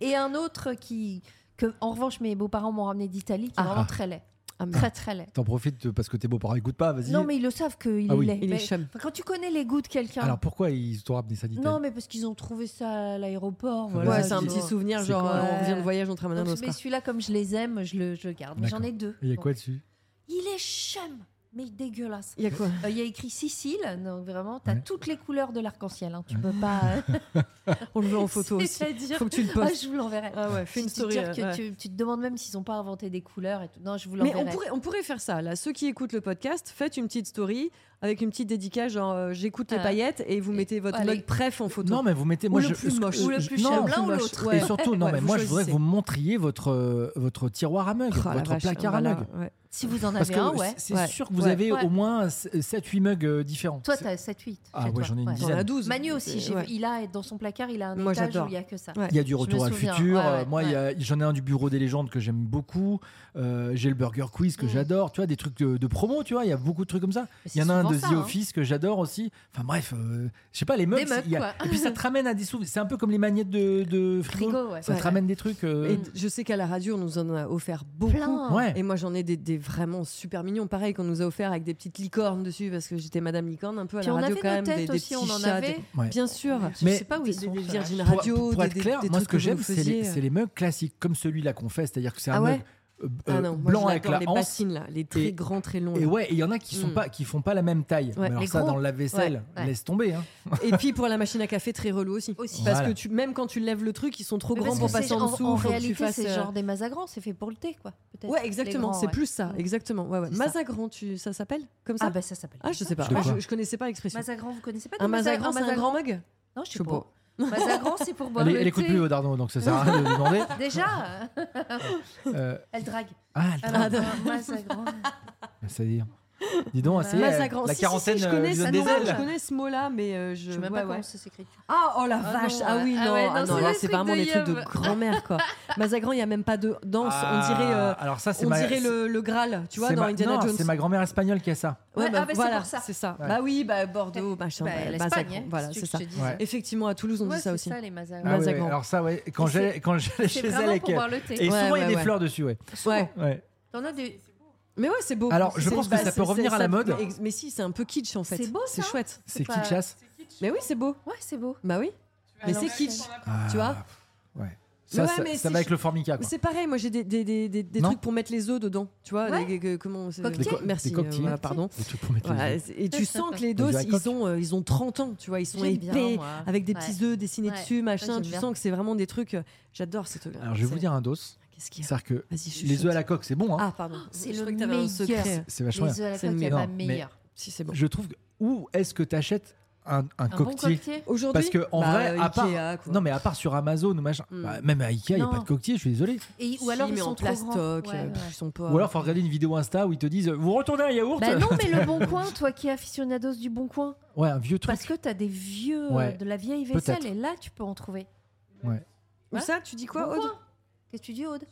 Speaker 1: Et un autre qui, que en revanche mes beaux-parents m'ont ramené d'Italie, qui est
Speaker 5: Ah.
Speaker 1: vraiment très laid.
Speaker 5: Ah, merde.
Speaker 1: Très très laid.
Speaker 2: T'en profites parce que tes beaux-parents écoutent pas, vas-y.
Speaker 1: Non mais ils le savent qu'il
Speaker 2: Ah
Speaker 1: est
Speaker 2: oui.
Speaker 1: laid.
Speaker 5: Il est
Speaker 1: Mais-
Speaker 5: chum.
Speaker 1: enfin, quand tu connais les goûts de quelqu'un.
Speaker 2: Alors pourquoi ils t'ont ramené ça d'Italie
Speaker 1: non mais parce qu'ils ont trouvé ça à l'aéroport.
Speaker 2: Ouais,
Speaker 1: voilà,
Speaker 5: Ouais, c'est un
Speaker 1: tu
Speaker 5: petit
Speaker 1: vois.
Speaker 5: souvenir,
Speaker 2: C'est
Speaker 5: genre
Speaker 2: quoi
Speaker 5: euh, on revient
Speaker 1: Ouais.
Speaker 5: de voyage, on te ramène un
Speaker 1: Donc,
Speaker 5: os.
Speaker 1: mais
Speaker 5: quoi.
Speaker 1: celui-là, comme je les aime, je le je le garde. Mais j'en ai deux.
Speaker 2: Il y a
Speaker 1: Bon.
Speaker 2: quoi dessus
Speaker 1: Il est chum, mais dégueulasse.
Speaker 5: Il y a quoi
Speaker 1: Euh, Il y a écrit Sicile, donc vraiment, t'as
Speaker 2: Ouais.
Speaker 1: toutes les couleurs de l'arc-en-ciel. hein, Tu peux pas.
Speaker 5: On le veut en photo aussi.
Speaker 1: C'est-à-dire,
Speaker 5: Faut que tu le
Speaker 1: Ah,
Speaker 5: postes.
Speaker 1: je vous l'enverrai.
Speaker 5: Ah ouais, fais une
Speaker 1: Si tu te
Speaker 5: story.
Speaker 1: dis que
Speaker 5: euh, ouais.
Speaker 1: tu, tu te demandes même s'ils n'ont pas inventé des couleurs et tout. Non, je vous
Speaker 5: Mais on
Speaker 1: l'enverrai.
Speaker 5: pourrait, on pourrait faire ça, là. Ceux qui écoutent le podcast, faites une petite story avec une petite dédicace, genre euh, j'écoute les
Speaker 1: Ah.
Speaker 5: paillettes et vous mettez votre
Speaker 1: allez.
Speaker 5: mug préf en photo.
Speaker 2: Non mais vous mettez,
Speaker 5: Ou
Speaker 2: moi
Speaker 5: le
Speaker 2: je,
Speaker 5: plus
Speaker 2: ce que-
Speaker 5: moche.
Speaker 1: Ou le plus
Speaker 2: non,
Speaker 1: cher,
Speaker 5: le
Speaker 1: l'un
Speaker 5: plus
Speaker 1: ou
Speaker 5: moche,
Speaker 1: l'autre.
Speaker 5: ouais.
Speaker 2: Et surtout, non,
Speaker 5: Ouais,
Speaker 2: mais
Speaker 5: vous
Speaker 2: moi, je voudrais que
Speaker 5: choisissez.
Speaker 2: vous me montriez votre, euh, votre tiroir à mug,
Speaker 1: Ah,
Speaker 5: Oh la
Speaker 2: votre
Speaker 5: vache,
Speaker 2: placard
Speaker 5: voilà,
Speaker 2: à mug.
Speaker 5: ouais.
Speaker 1: Si vous en
Speaker 2: Parce
Speaker 1: avez
Speaker 2: que
Speaker 1: un, ouais.
Speaker 2: c'est- c'est
Speaker 5: Ouais.
Speaker 2: sûr que vous
Speaker 5: Ouais.
Speaker 2: avez
Speaker 1: Ouais.
Speaker 2: au moins 7-8 mugs euh, différents.
Speaker 1: Toi,
Speaker 2: C'est-
Speaker 1: t'as 7-8.
Speaker 2: Ah
Speaker 1: chez
Speaker 2: ouais,
Speaker 1: toi.
Speaker 2: j'en ai une dizaine.
Speaker 5: T'en as 12.
Speaker 1: Manu aussi, j'ai vu,
Speaker 5: Euh, Ouais.
Speaker 1: il a dans son placard, il a un
Speaker 5: Moi,
Speaker 1: étage où
Speaker 5: j'adore.
Speaker 1: il y a que ça.
Speaker 5: Ouais.
Speaker 2: Il y a du
Speaker 1: Je me
Speaker 2: retour à le
Speaker 1: souviens,
Speaker 2: futur.
Speaker 1: ouais,
Speaker 2: euh,
Speaker 1: ouais,
Speaker 2: Moi, il y a- j'en ai un du bureau des légendes que j'aime beaucoup. Euh, J'ai le Burger Quiz que
Speaker 1: Mm.
Speaker 2: j'adore. Tu vois, des trucs de, de promo, tu vois, il y a beaucoup de trucs comme ça.
Speaker 1: Mais c'est
Speaker 2: Il y en a un
Speaker 1: souvent
Speaker 2: de
Speaker 1: ça,
Speaker 2: The
Speaker 1: hein.
Speaker 2: Office que j'adore aussi. Enfin bref, euh, je sais pas, les mugs.
Speaker 1: Des mugs,
Speaker 2: il y a-
Speaker 1: quoi.
Speaker 2: Et puis ça te ramène à des souvenirs. C'est un peu comme les magnettes de, de frigo.
Speaker 1: Frigo, ouais.
Speaker 2: Ça te
Speaker 5: Ouais.
Speaker 2: ramène des trucs. euh,
Speaker 5: Et je sais qu'à la radio, on nous en a offert beaucoup.
Speaker 1: Mm. Plein.
Speaker 2: Ouais.
Speaker 5: Et moi, j'en ai des, des vraiment super mignons. Pareil, qu'on nous a offert avec des petites licornes dessus, parce que j'étais Madame Licorne un peu à
Speaker 1: Puis
Speaker 5: la
Speaker 1: on
Speaker 5: radio
Speaker 1: avait
Speaker 5: quand
Speaker 1: nos
Speaker 5: même. Des,
Speaker 1: têtes
Speaker 5: des
Speaker 1: aussi, on
Speaker 5: petits
Speaker 1: en
Speaker 5: chats,
Speaker 1: avait.
Speaker 5: des-
Speaker 2: Ouais.
Speaker 5: Bien sûr.
Speaker 1: Je
Speaker 2: Mais-
Speaker 1: sais pas où
Speaker 5: Des,
Speaker 1: ils sont.
Speaker 5: des
Speaker 1: ceux-là.
Speaker 5: Virgin
Speaker 2: Pour-
Speaker 5: Radio.
Speaker 2: Pour, pour
Speaker 5: des-
Speaker 2: être
Speaker 5: des-
Speaker 2: clair,
Speaker 5: des
Speaker 2: moi ce
Speaker 5: trucs
Speaker 2: que
Speaker 5: vous
Speaker 2: j'aime, c'est les,
Speaker 5: faisiez, euh.
Speaker 2: c'est les mugs classiques, comme celui-là qu'on fait, c'est-à-dire que c'est un
Speaker 1: Ah ouais
Speaker 2: mug euh,
Speaker 5: Ah
Speaker 2: euh,
Speaker 5: non, moi,
Speaker 2: blanc
Speaker 5: je
Speaker 2: avec
Speaker 5: l'adore,
Speaker 2: la
Speaker 5: les
Speaker 2: hanse.
Speaker 5: bassines là, les très
Speaker 2: Et-
Speaker 5: grands, très longs. là.
Speaker 2: Et ouais, et il y en a qui sont
Speaker 5: Mm.
Speaker 2: pas, qui font pas la même taille.
Speaker 5: Ouais,
Speaker 2: Mais alors
Speaker 1: les
Speaker 2: ça,
Speaker 1: gros.
Speaker 2: dans le lave-vaisselle,
Speaker 1: Ouais, ouais.
Speaker 2: laisse tomber. hein.
Speaker 5: Et puis pour la machine à café, très relou aussi.
Speaker 1: Aussi.
Speaker 5: Parce
Speaker 2: Voilà.
Speaker 5: que tu, même quand tu lèves le truc, ils sont trop
Speaker 1: Mais
Speaker 5: grands
Speaker 1: parce
Speaker 5: pour
Speaker 1: que
Speaker 5: passer
Speaker 1: c'est-
Speaker 5: en dessous.
Speaker 1: En,
Speaker 5: faut que tu
Speaker 1: réalité,
Speaker 5: fasses,
Speaker 1: c'est
Speaker 5: euh,
Speaker 1: genre des mazagrans, c'est fait pour le thé, quoi. peut-être.
Speaker 5: Ouais,
Speaker 1: Les
Speaker 5: exactement.
Speaker 1: grands,
Speaker 5: C'est
Speaker 1: ouais. Mm.
Speaker 5: plus ça, exactement. Ouais, ouais.
Speaker 1: C'est ça.
Speaker 5: Mazagran, tu, ça s'appelle comme ça
Speaker 1: Ah, bah ça s'appelle.
Speaker 5: Ah, je sais pas.
Speaker 2: De
Speaker 5: Ah,
Speaker 2: quoi
Speaker 5: je, je connaissais pas l'expression.
Speaker 1: Mazagran, vous connaissez pas des
Speaker 5: Un mazagran, c'est un
Speaker 1: mazagran
Speaker 5: grand mug
Speaker 1: Non, je
Speaker 5: Je
Speaker 1: sais
Speaker 5: sais
Speaker 1: pas.
Speaker 5: pas.
Speaker 1: Mazagran, c'est pour boire
Speaker 2: elle,
Speaker 1: le
Speaker 2: elle écoute
Speaker 1: thé.
Speaker 2: plus Odarno, donc ça sert à rien de lui demander.
Speaker 1: Déjà,
Speaker 2: Euh,
Speaker 1: elle drague.
Speaker 2: ah, elle-
Speaker 1: Alors, un mazagran.
Speaker 2: ça y est. Dis donc, ça y est, la
Speaker 5: Mazagran. Si, si, si,
Speaker 2: quarantaine
Speaker 5: je
Speaker 2: euh,
Speaker 5: connais
Speaker 2: lui
Speaker 5: ce
Speaker 2: donne des
Speaker 5: mot-là,
Speaker 2: ailes.
Speaker 5: Je connais ce mot-là, mais euh, je.
Speaker 1: Je sais même
Speaker 5: ouais,
Speaker 1: pas
Speaker 5: ouais.
Speaker 1: comment ça s'écrit.
Speaker 5: Ah, oh la
Speaker 1: Ah
Speaker 5: vache.
Speaker 1: non,
Speaker 5: ah
Speaker 1: ouais.
Speaker 5: oui,
Speaker 1: Ah
Speaker 5: non.
Speaker 1: ouais, non,
Speaker 5: ah non,
Speaker 1: c'est
Speaker 5: là,
Speaker 1: les
Speaker 5: c'est
Speaker 1: trucs
Speaker 5: vraiment
Speaker 1: de
Speaker 5: des trucs de
Speaker 1: yum.
Speaker 5: grand-mère, quoi. Mazagran, il n'y a même pas de danse.
Speaker 2: Ah,
Speaker 5: on dirait. euh,
Speaker 2: alors ça, c'est
Speaker 5: on
Speaker 2: ma-
Speaker 5: dirait
Speaker 2: c'est-
Speaker 5: le, le Graal, tu vois,
Speaker 2: c'est
Speaker 5: dans
Speaker 2: ma-
Speaker 5: Indiana
Speaker 2: non,
Speaker 5: Jones.
Speaker 2: C'est ma grand-mère espagnole qui a ça.
Speaker 1: Ouais, ah, bah, c'est
Speaker 5: voilà,
Speaker 1: pour ça.
Speaker 5: c'est ça.
Speaker 2: Ouais.
Speaker 5: Bah oui, bah Bordeaux, machin,
Speaker 1: Bah,
Speaker 5: bah,
Speaker 1: l'Espagne,
Speaker 5: Mazagran,
Speaker 1: hein,
Speaker 5: voilà,
Speaker 1: ce
Speaker 5: c'est
Speaker 1: que
Speaker 5: ça.
Speaker 1: je te disais.
Speaker 2: Ouais.
Speaker 5: Effectivement, à Toulouse, on
Speaker 1: Ouais,
Speaker 5: dit ça
Speaker 1: c'est
Speaker 5: aussi.
Speaker 1: ça, les
Speaker 2: Ah
Speaker 1: mazagrans.
Speaker 2: ouais, ouais,
Speaker 5: Mazagran.
Speaker 2: alors ça, ouais, quand
Speaker 1: Et
Speaker 2: j'allais quand j'allais
Speaker 1: C'est
Speaker 2: chez elle
Speaker 1: vraiment
Speaker 2: avec
Speaker 1: pour
Speaker 2: elle.
Speaker 1: boire le thé.
Speaker 2: Et
Speaker 5: Ouais,
Speaker 2: souvent, il y a
Speaker 5: ouais,
Speaker 2: des
Speaker 5: ouais.
Speaker 2: fleurs dessus, ouais.
Speaker 5: Ouais.
Speaker 2: Ouais.
Speaker 1: T'en as des-
Speaker 5: Mais ouais, c'est beau.
Speaker 2: Alors, je
Speaker 5: C'est- bah,
Speaker 2: pense que ça peut
Speaker 5: c'est-
Speaker 2: revenir à la mode.
Speaker 5: Mais, mais si, c'est un peu kitsch en fait.
Speaker 1: C'est beau,
Speaker 5: C'est
Speaker 1: ça.
Speaker 5: chouette.
Speaker 2: C'est
Speaker 1: pas-
Speaker 2: qui chasse
Speaker 5: Mais oui, c'est beau.
Speaker 1: Ouais, c'est beau.
Speaker 5: Bah oui. Mais c'est kitsch. Tu vois
Speaker 2: Ah, Ouais. Ça,
Speaker 5: ouais,
Speaker 2: ça, ça
Speaker 5: mais si
Speaker 2: va
Speaker 5: je-
Speaker 2: avec le formica.
Speaker 5: Mais
Speaker 2: quoi.
Speaker 5: C'est pareil, moi j'ai des, des, des, des- des
Speaker 2: Non.
Speaker 5: trucs pour mettre les œufs dedans. Tu vois,
Speaker 1: Ouais.
Speaker 5: les- que- comment c'est-
Speaker 1: Cocktails. Des co-
Speaker 5: Merci.
Speaker 2: des cocktails.
Speaker 5: euh, voilà, pardon.
Speaker 2: Des trucs pour mettre les
Speaker 5: Voilà,
Speaker 2: œufs.
Speaker 5: et tu sens que les
Speaker 2: On
Speaker 5: dos,
Speaker 2: dirait coq.
Speaker 5: ils ont, euh, ils ont 30 ans, tu vois, ils sont
Speaker 1: J'aime bien,
Speaker 5: épais,
Speaker 1: moi.
Speaker 5: avec des
Speaker 1: Ouais.
Speaker 5: petits œufs dessinés
Speaker 1: Ouais.
Speaker 5: dessus, machin.
Speaker 1: j'aime
Speaker 5: tu
Speaker 1: bien.
Speaker 5: sens que c'est vraiment des trucs. euh, J'adore ces trucs.
Speaker 2: Alors, je vais vous dire un dos.
Speaker 5: Qu'est-ce qu'il y a
Speaker 2: C'est-à-dire que
Speaker 5: Vas-y, je suis
Speaker 2: les œufs à la coque, c'est bon, hein.
Speaker 5: Ah, pardon.
Speaker 1: C'est le
Speaker 5: Je croyais que t'avais un secret.
Speaker 1: meilleur.
Speaker 2: C'est vachement bien.
Speaker 1: Les œufs à la
Speaker 5: C'est
Speaker 1: coque, il n'y a
Speaker 2: mignon.
Speaker 1: pas
Speaker 2: Non, Ah, mais-
Speaker 1: meilleur.
Speaker 5: Si, c'est bon.
Speaker 2: Je trouve que où est-ce que t'achètes un, un
Speaker 1: Un bon
Speaker 2: coquetier
Speaker 1: coquetier
Speaker 5: Aujourd'hui.
Speaker 2: Parce que en
Speaker 5: Bah,
Speaker 2: vrai, à part,
Speaker 5: Ikea, quoi.
Speaker 2: non mais à part sur Amazon ou machin,
Speaker 5: Hmm.
Speaker 2: bah, même à Ikea, il y a
Speaker 1: Non.
Speaker 2: pas de coquetier. Je suis désolé.
Speaker 1: Et- Ou
Speaker 5: Si,
Speaker 1: alors ils
Speaker 5: mais
Speaker 1: sont
Speaker 5: en
Speaker 1: trop grands.
Speaker 5: plastoc,
Speaker 1: Ouais,
Speaker 5: euh,
Speaker 1: ouais.
Speaker 5: pff, ils sont pas.
Speaker 2: Ou alors faut regarder une vidéo Insta où ils te disent vous retournez un yaourt.
Speaker 1: Bah non, mais le bon coin, toi qui es aficionados du bon coin,
Speaker 2: Ouais, un vieux truc.
Speaker 1: parce que t'as des vieux, euh,
Speaker 2: Ouais.
Speaker 1: de la vieille
Speaker 2: Peut-être.
Speaker 1: vaisselle, et là tu peux en trouver.
Speaker 5: Ou ça, tu dis quoi,
Speaker 1: Bon
Speaker 5: Aude
Speaker 1: coin. Qu'est-ce que tu dis, Aude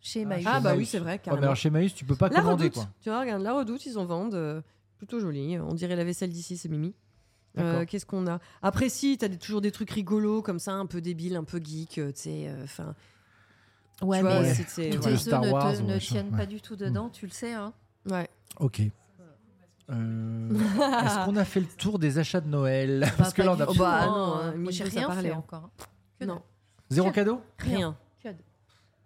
Speaker 1: Chez Emmaüs.
Speaker 5: Ah
Speaker 2: Chez
Speaker 5: bah
Speaker 2: Emmaüs.
Speaker 5: oui, c'est vrai,
Speaker 2: Ouais, mais
Speaker 5: carrément.
Speaker 2: alors chez Maïs, tu peux pas
Speaker 5: la
Speaker 2: commander
Speaker 5: redoute,
Speaker 2: quoi.
Speaker 5: tu vois, regarde, la redoute, ils en vendent. euh, plutôt joli. On dirait la vaisselle d'ici, c'est Mimi. Euh,
Speaker 2: D'accord.
Speaker 5: Qu'est-ce qu'on a Après, si, t'as des- toujours des trucs rigolos comme ça, un peu débiles, un peu geek, euh, tu sais. Enfin,
Speaker 1: Ouais,
Speaker 5: tu vois,
Speaker 1: mais
Speaker 2: ouais.
Speaker 5: c'est- c'est-
Speaker 1: tes
Speaker 2: Tu
Speaker 5: ouais.
Speaker 2: vois,
Speaker 1: œufs
Speaker 2: Star
Speaker 1: ne,
Speaker 2: Wars
Speaker 1: te-
Speaker 2: ou
Speaker 1: ne
Speaker 2: machin,
Speaker 1: tiennent
Speaker 2: ouais. Mm.
Speaker 1: pas du tout dedans, tu le sais. Hein.
Speaker 5: Ouais.
Speaker 2: Ok. Euh, Est-ce qu'on a fait le tour des achats de Noël Parce
Speaker 1: Bah,
Speaker 2: que
Speaker 1: pas
Speaker 2: là on
Speaker 1: du
Speaker 2: a
Speaker 5: Oh,
Speaker 1: tout,
Speaker 5: bah,
Speaker 1: hein.
Speaker 5: non, hein,
Speaker 1: Moi
Speaker 5: mille
Speaker 1: j'ai
Speaker 5: choses à
Speaker 1: rien
Speaker 5: parler,
Speaker 1: fait
Speaker 5: hein.
Speaker 1: encore. Que
Speaker 5: Non.
Speaker 1: dalle.
Speaker 2: zéro cadeau.
Speaker 5: Rien.
Speaker 1: Que dalle.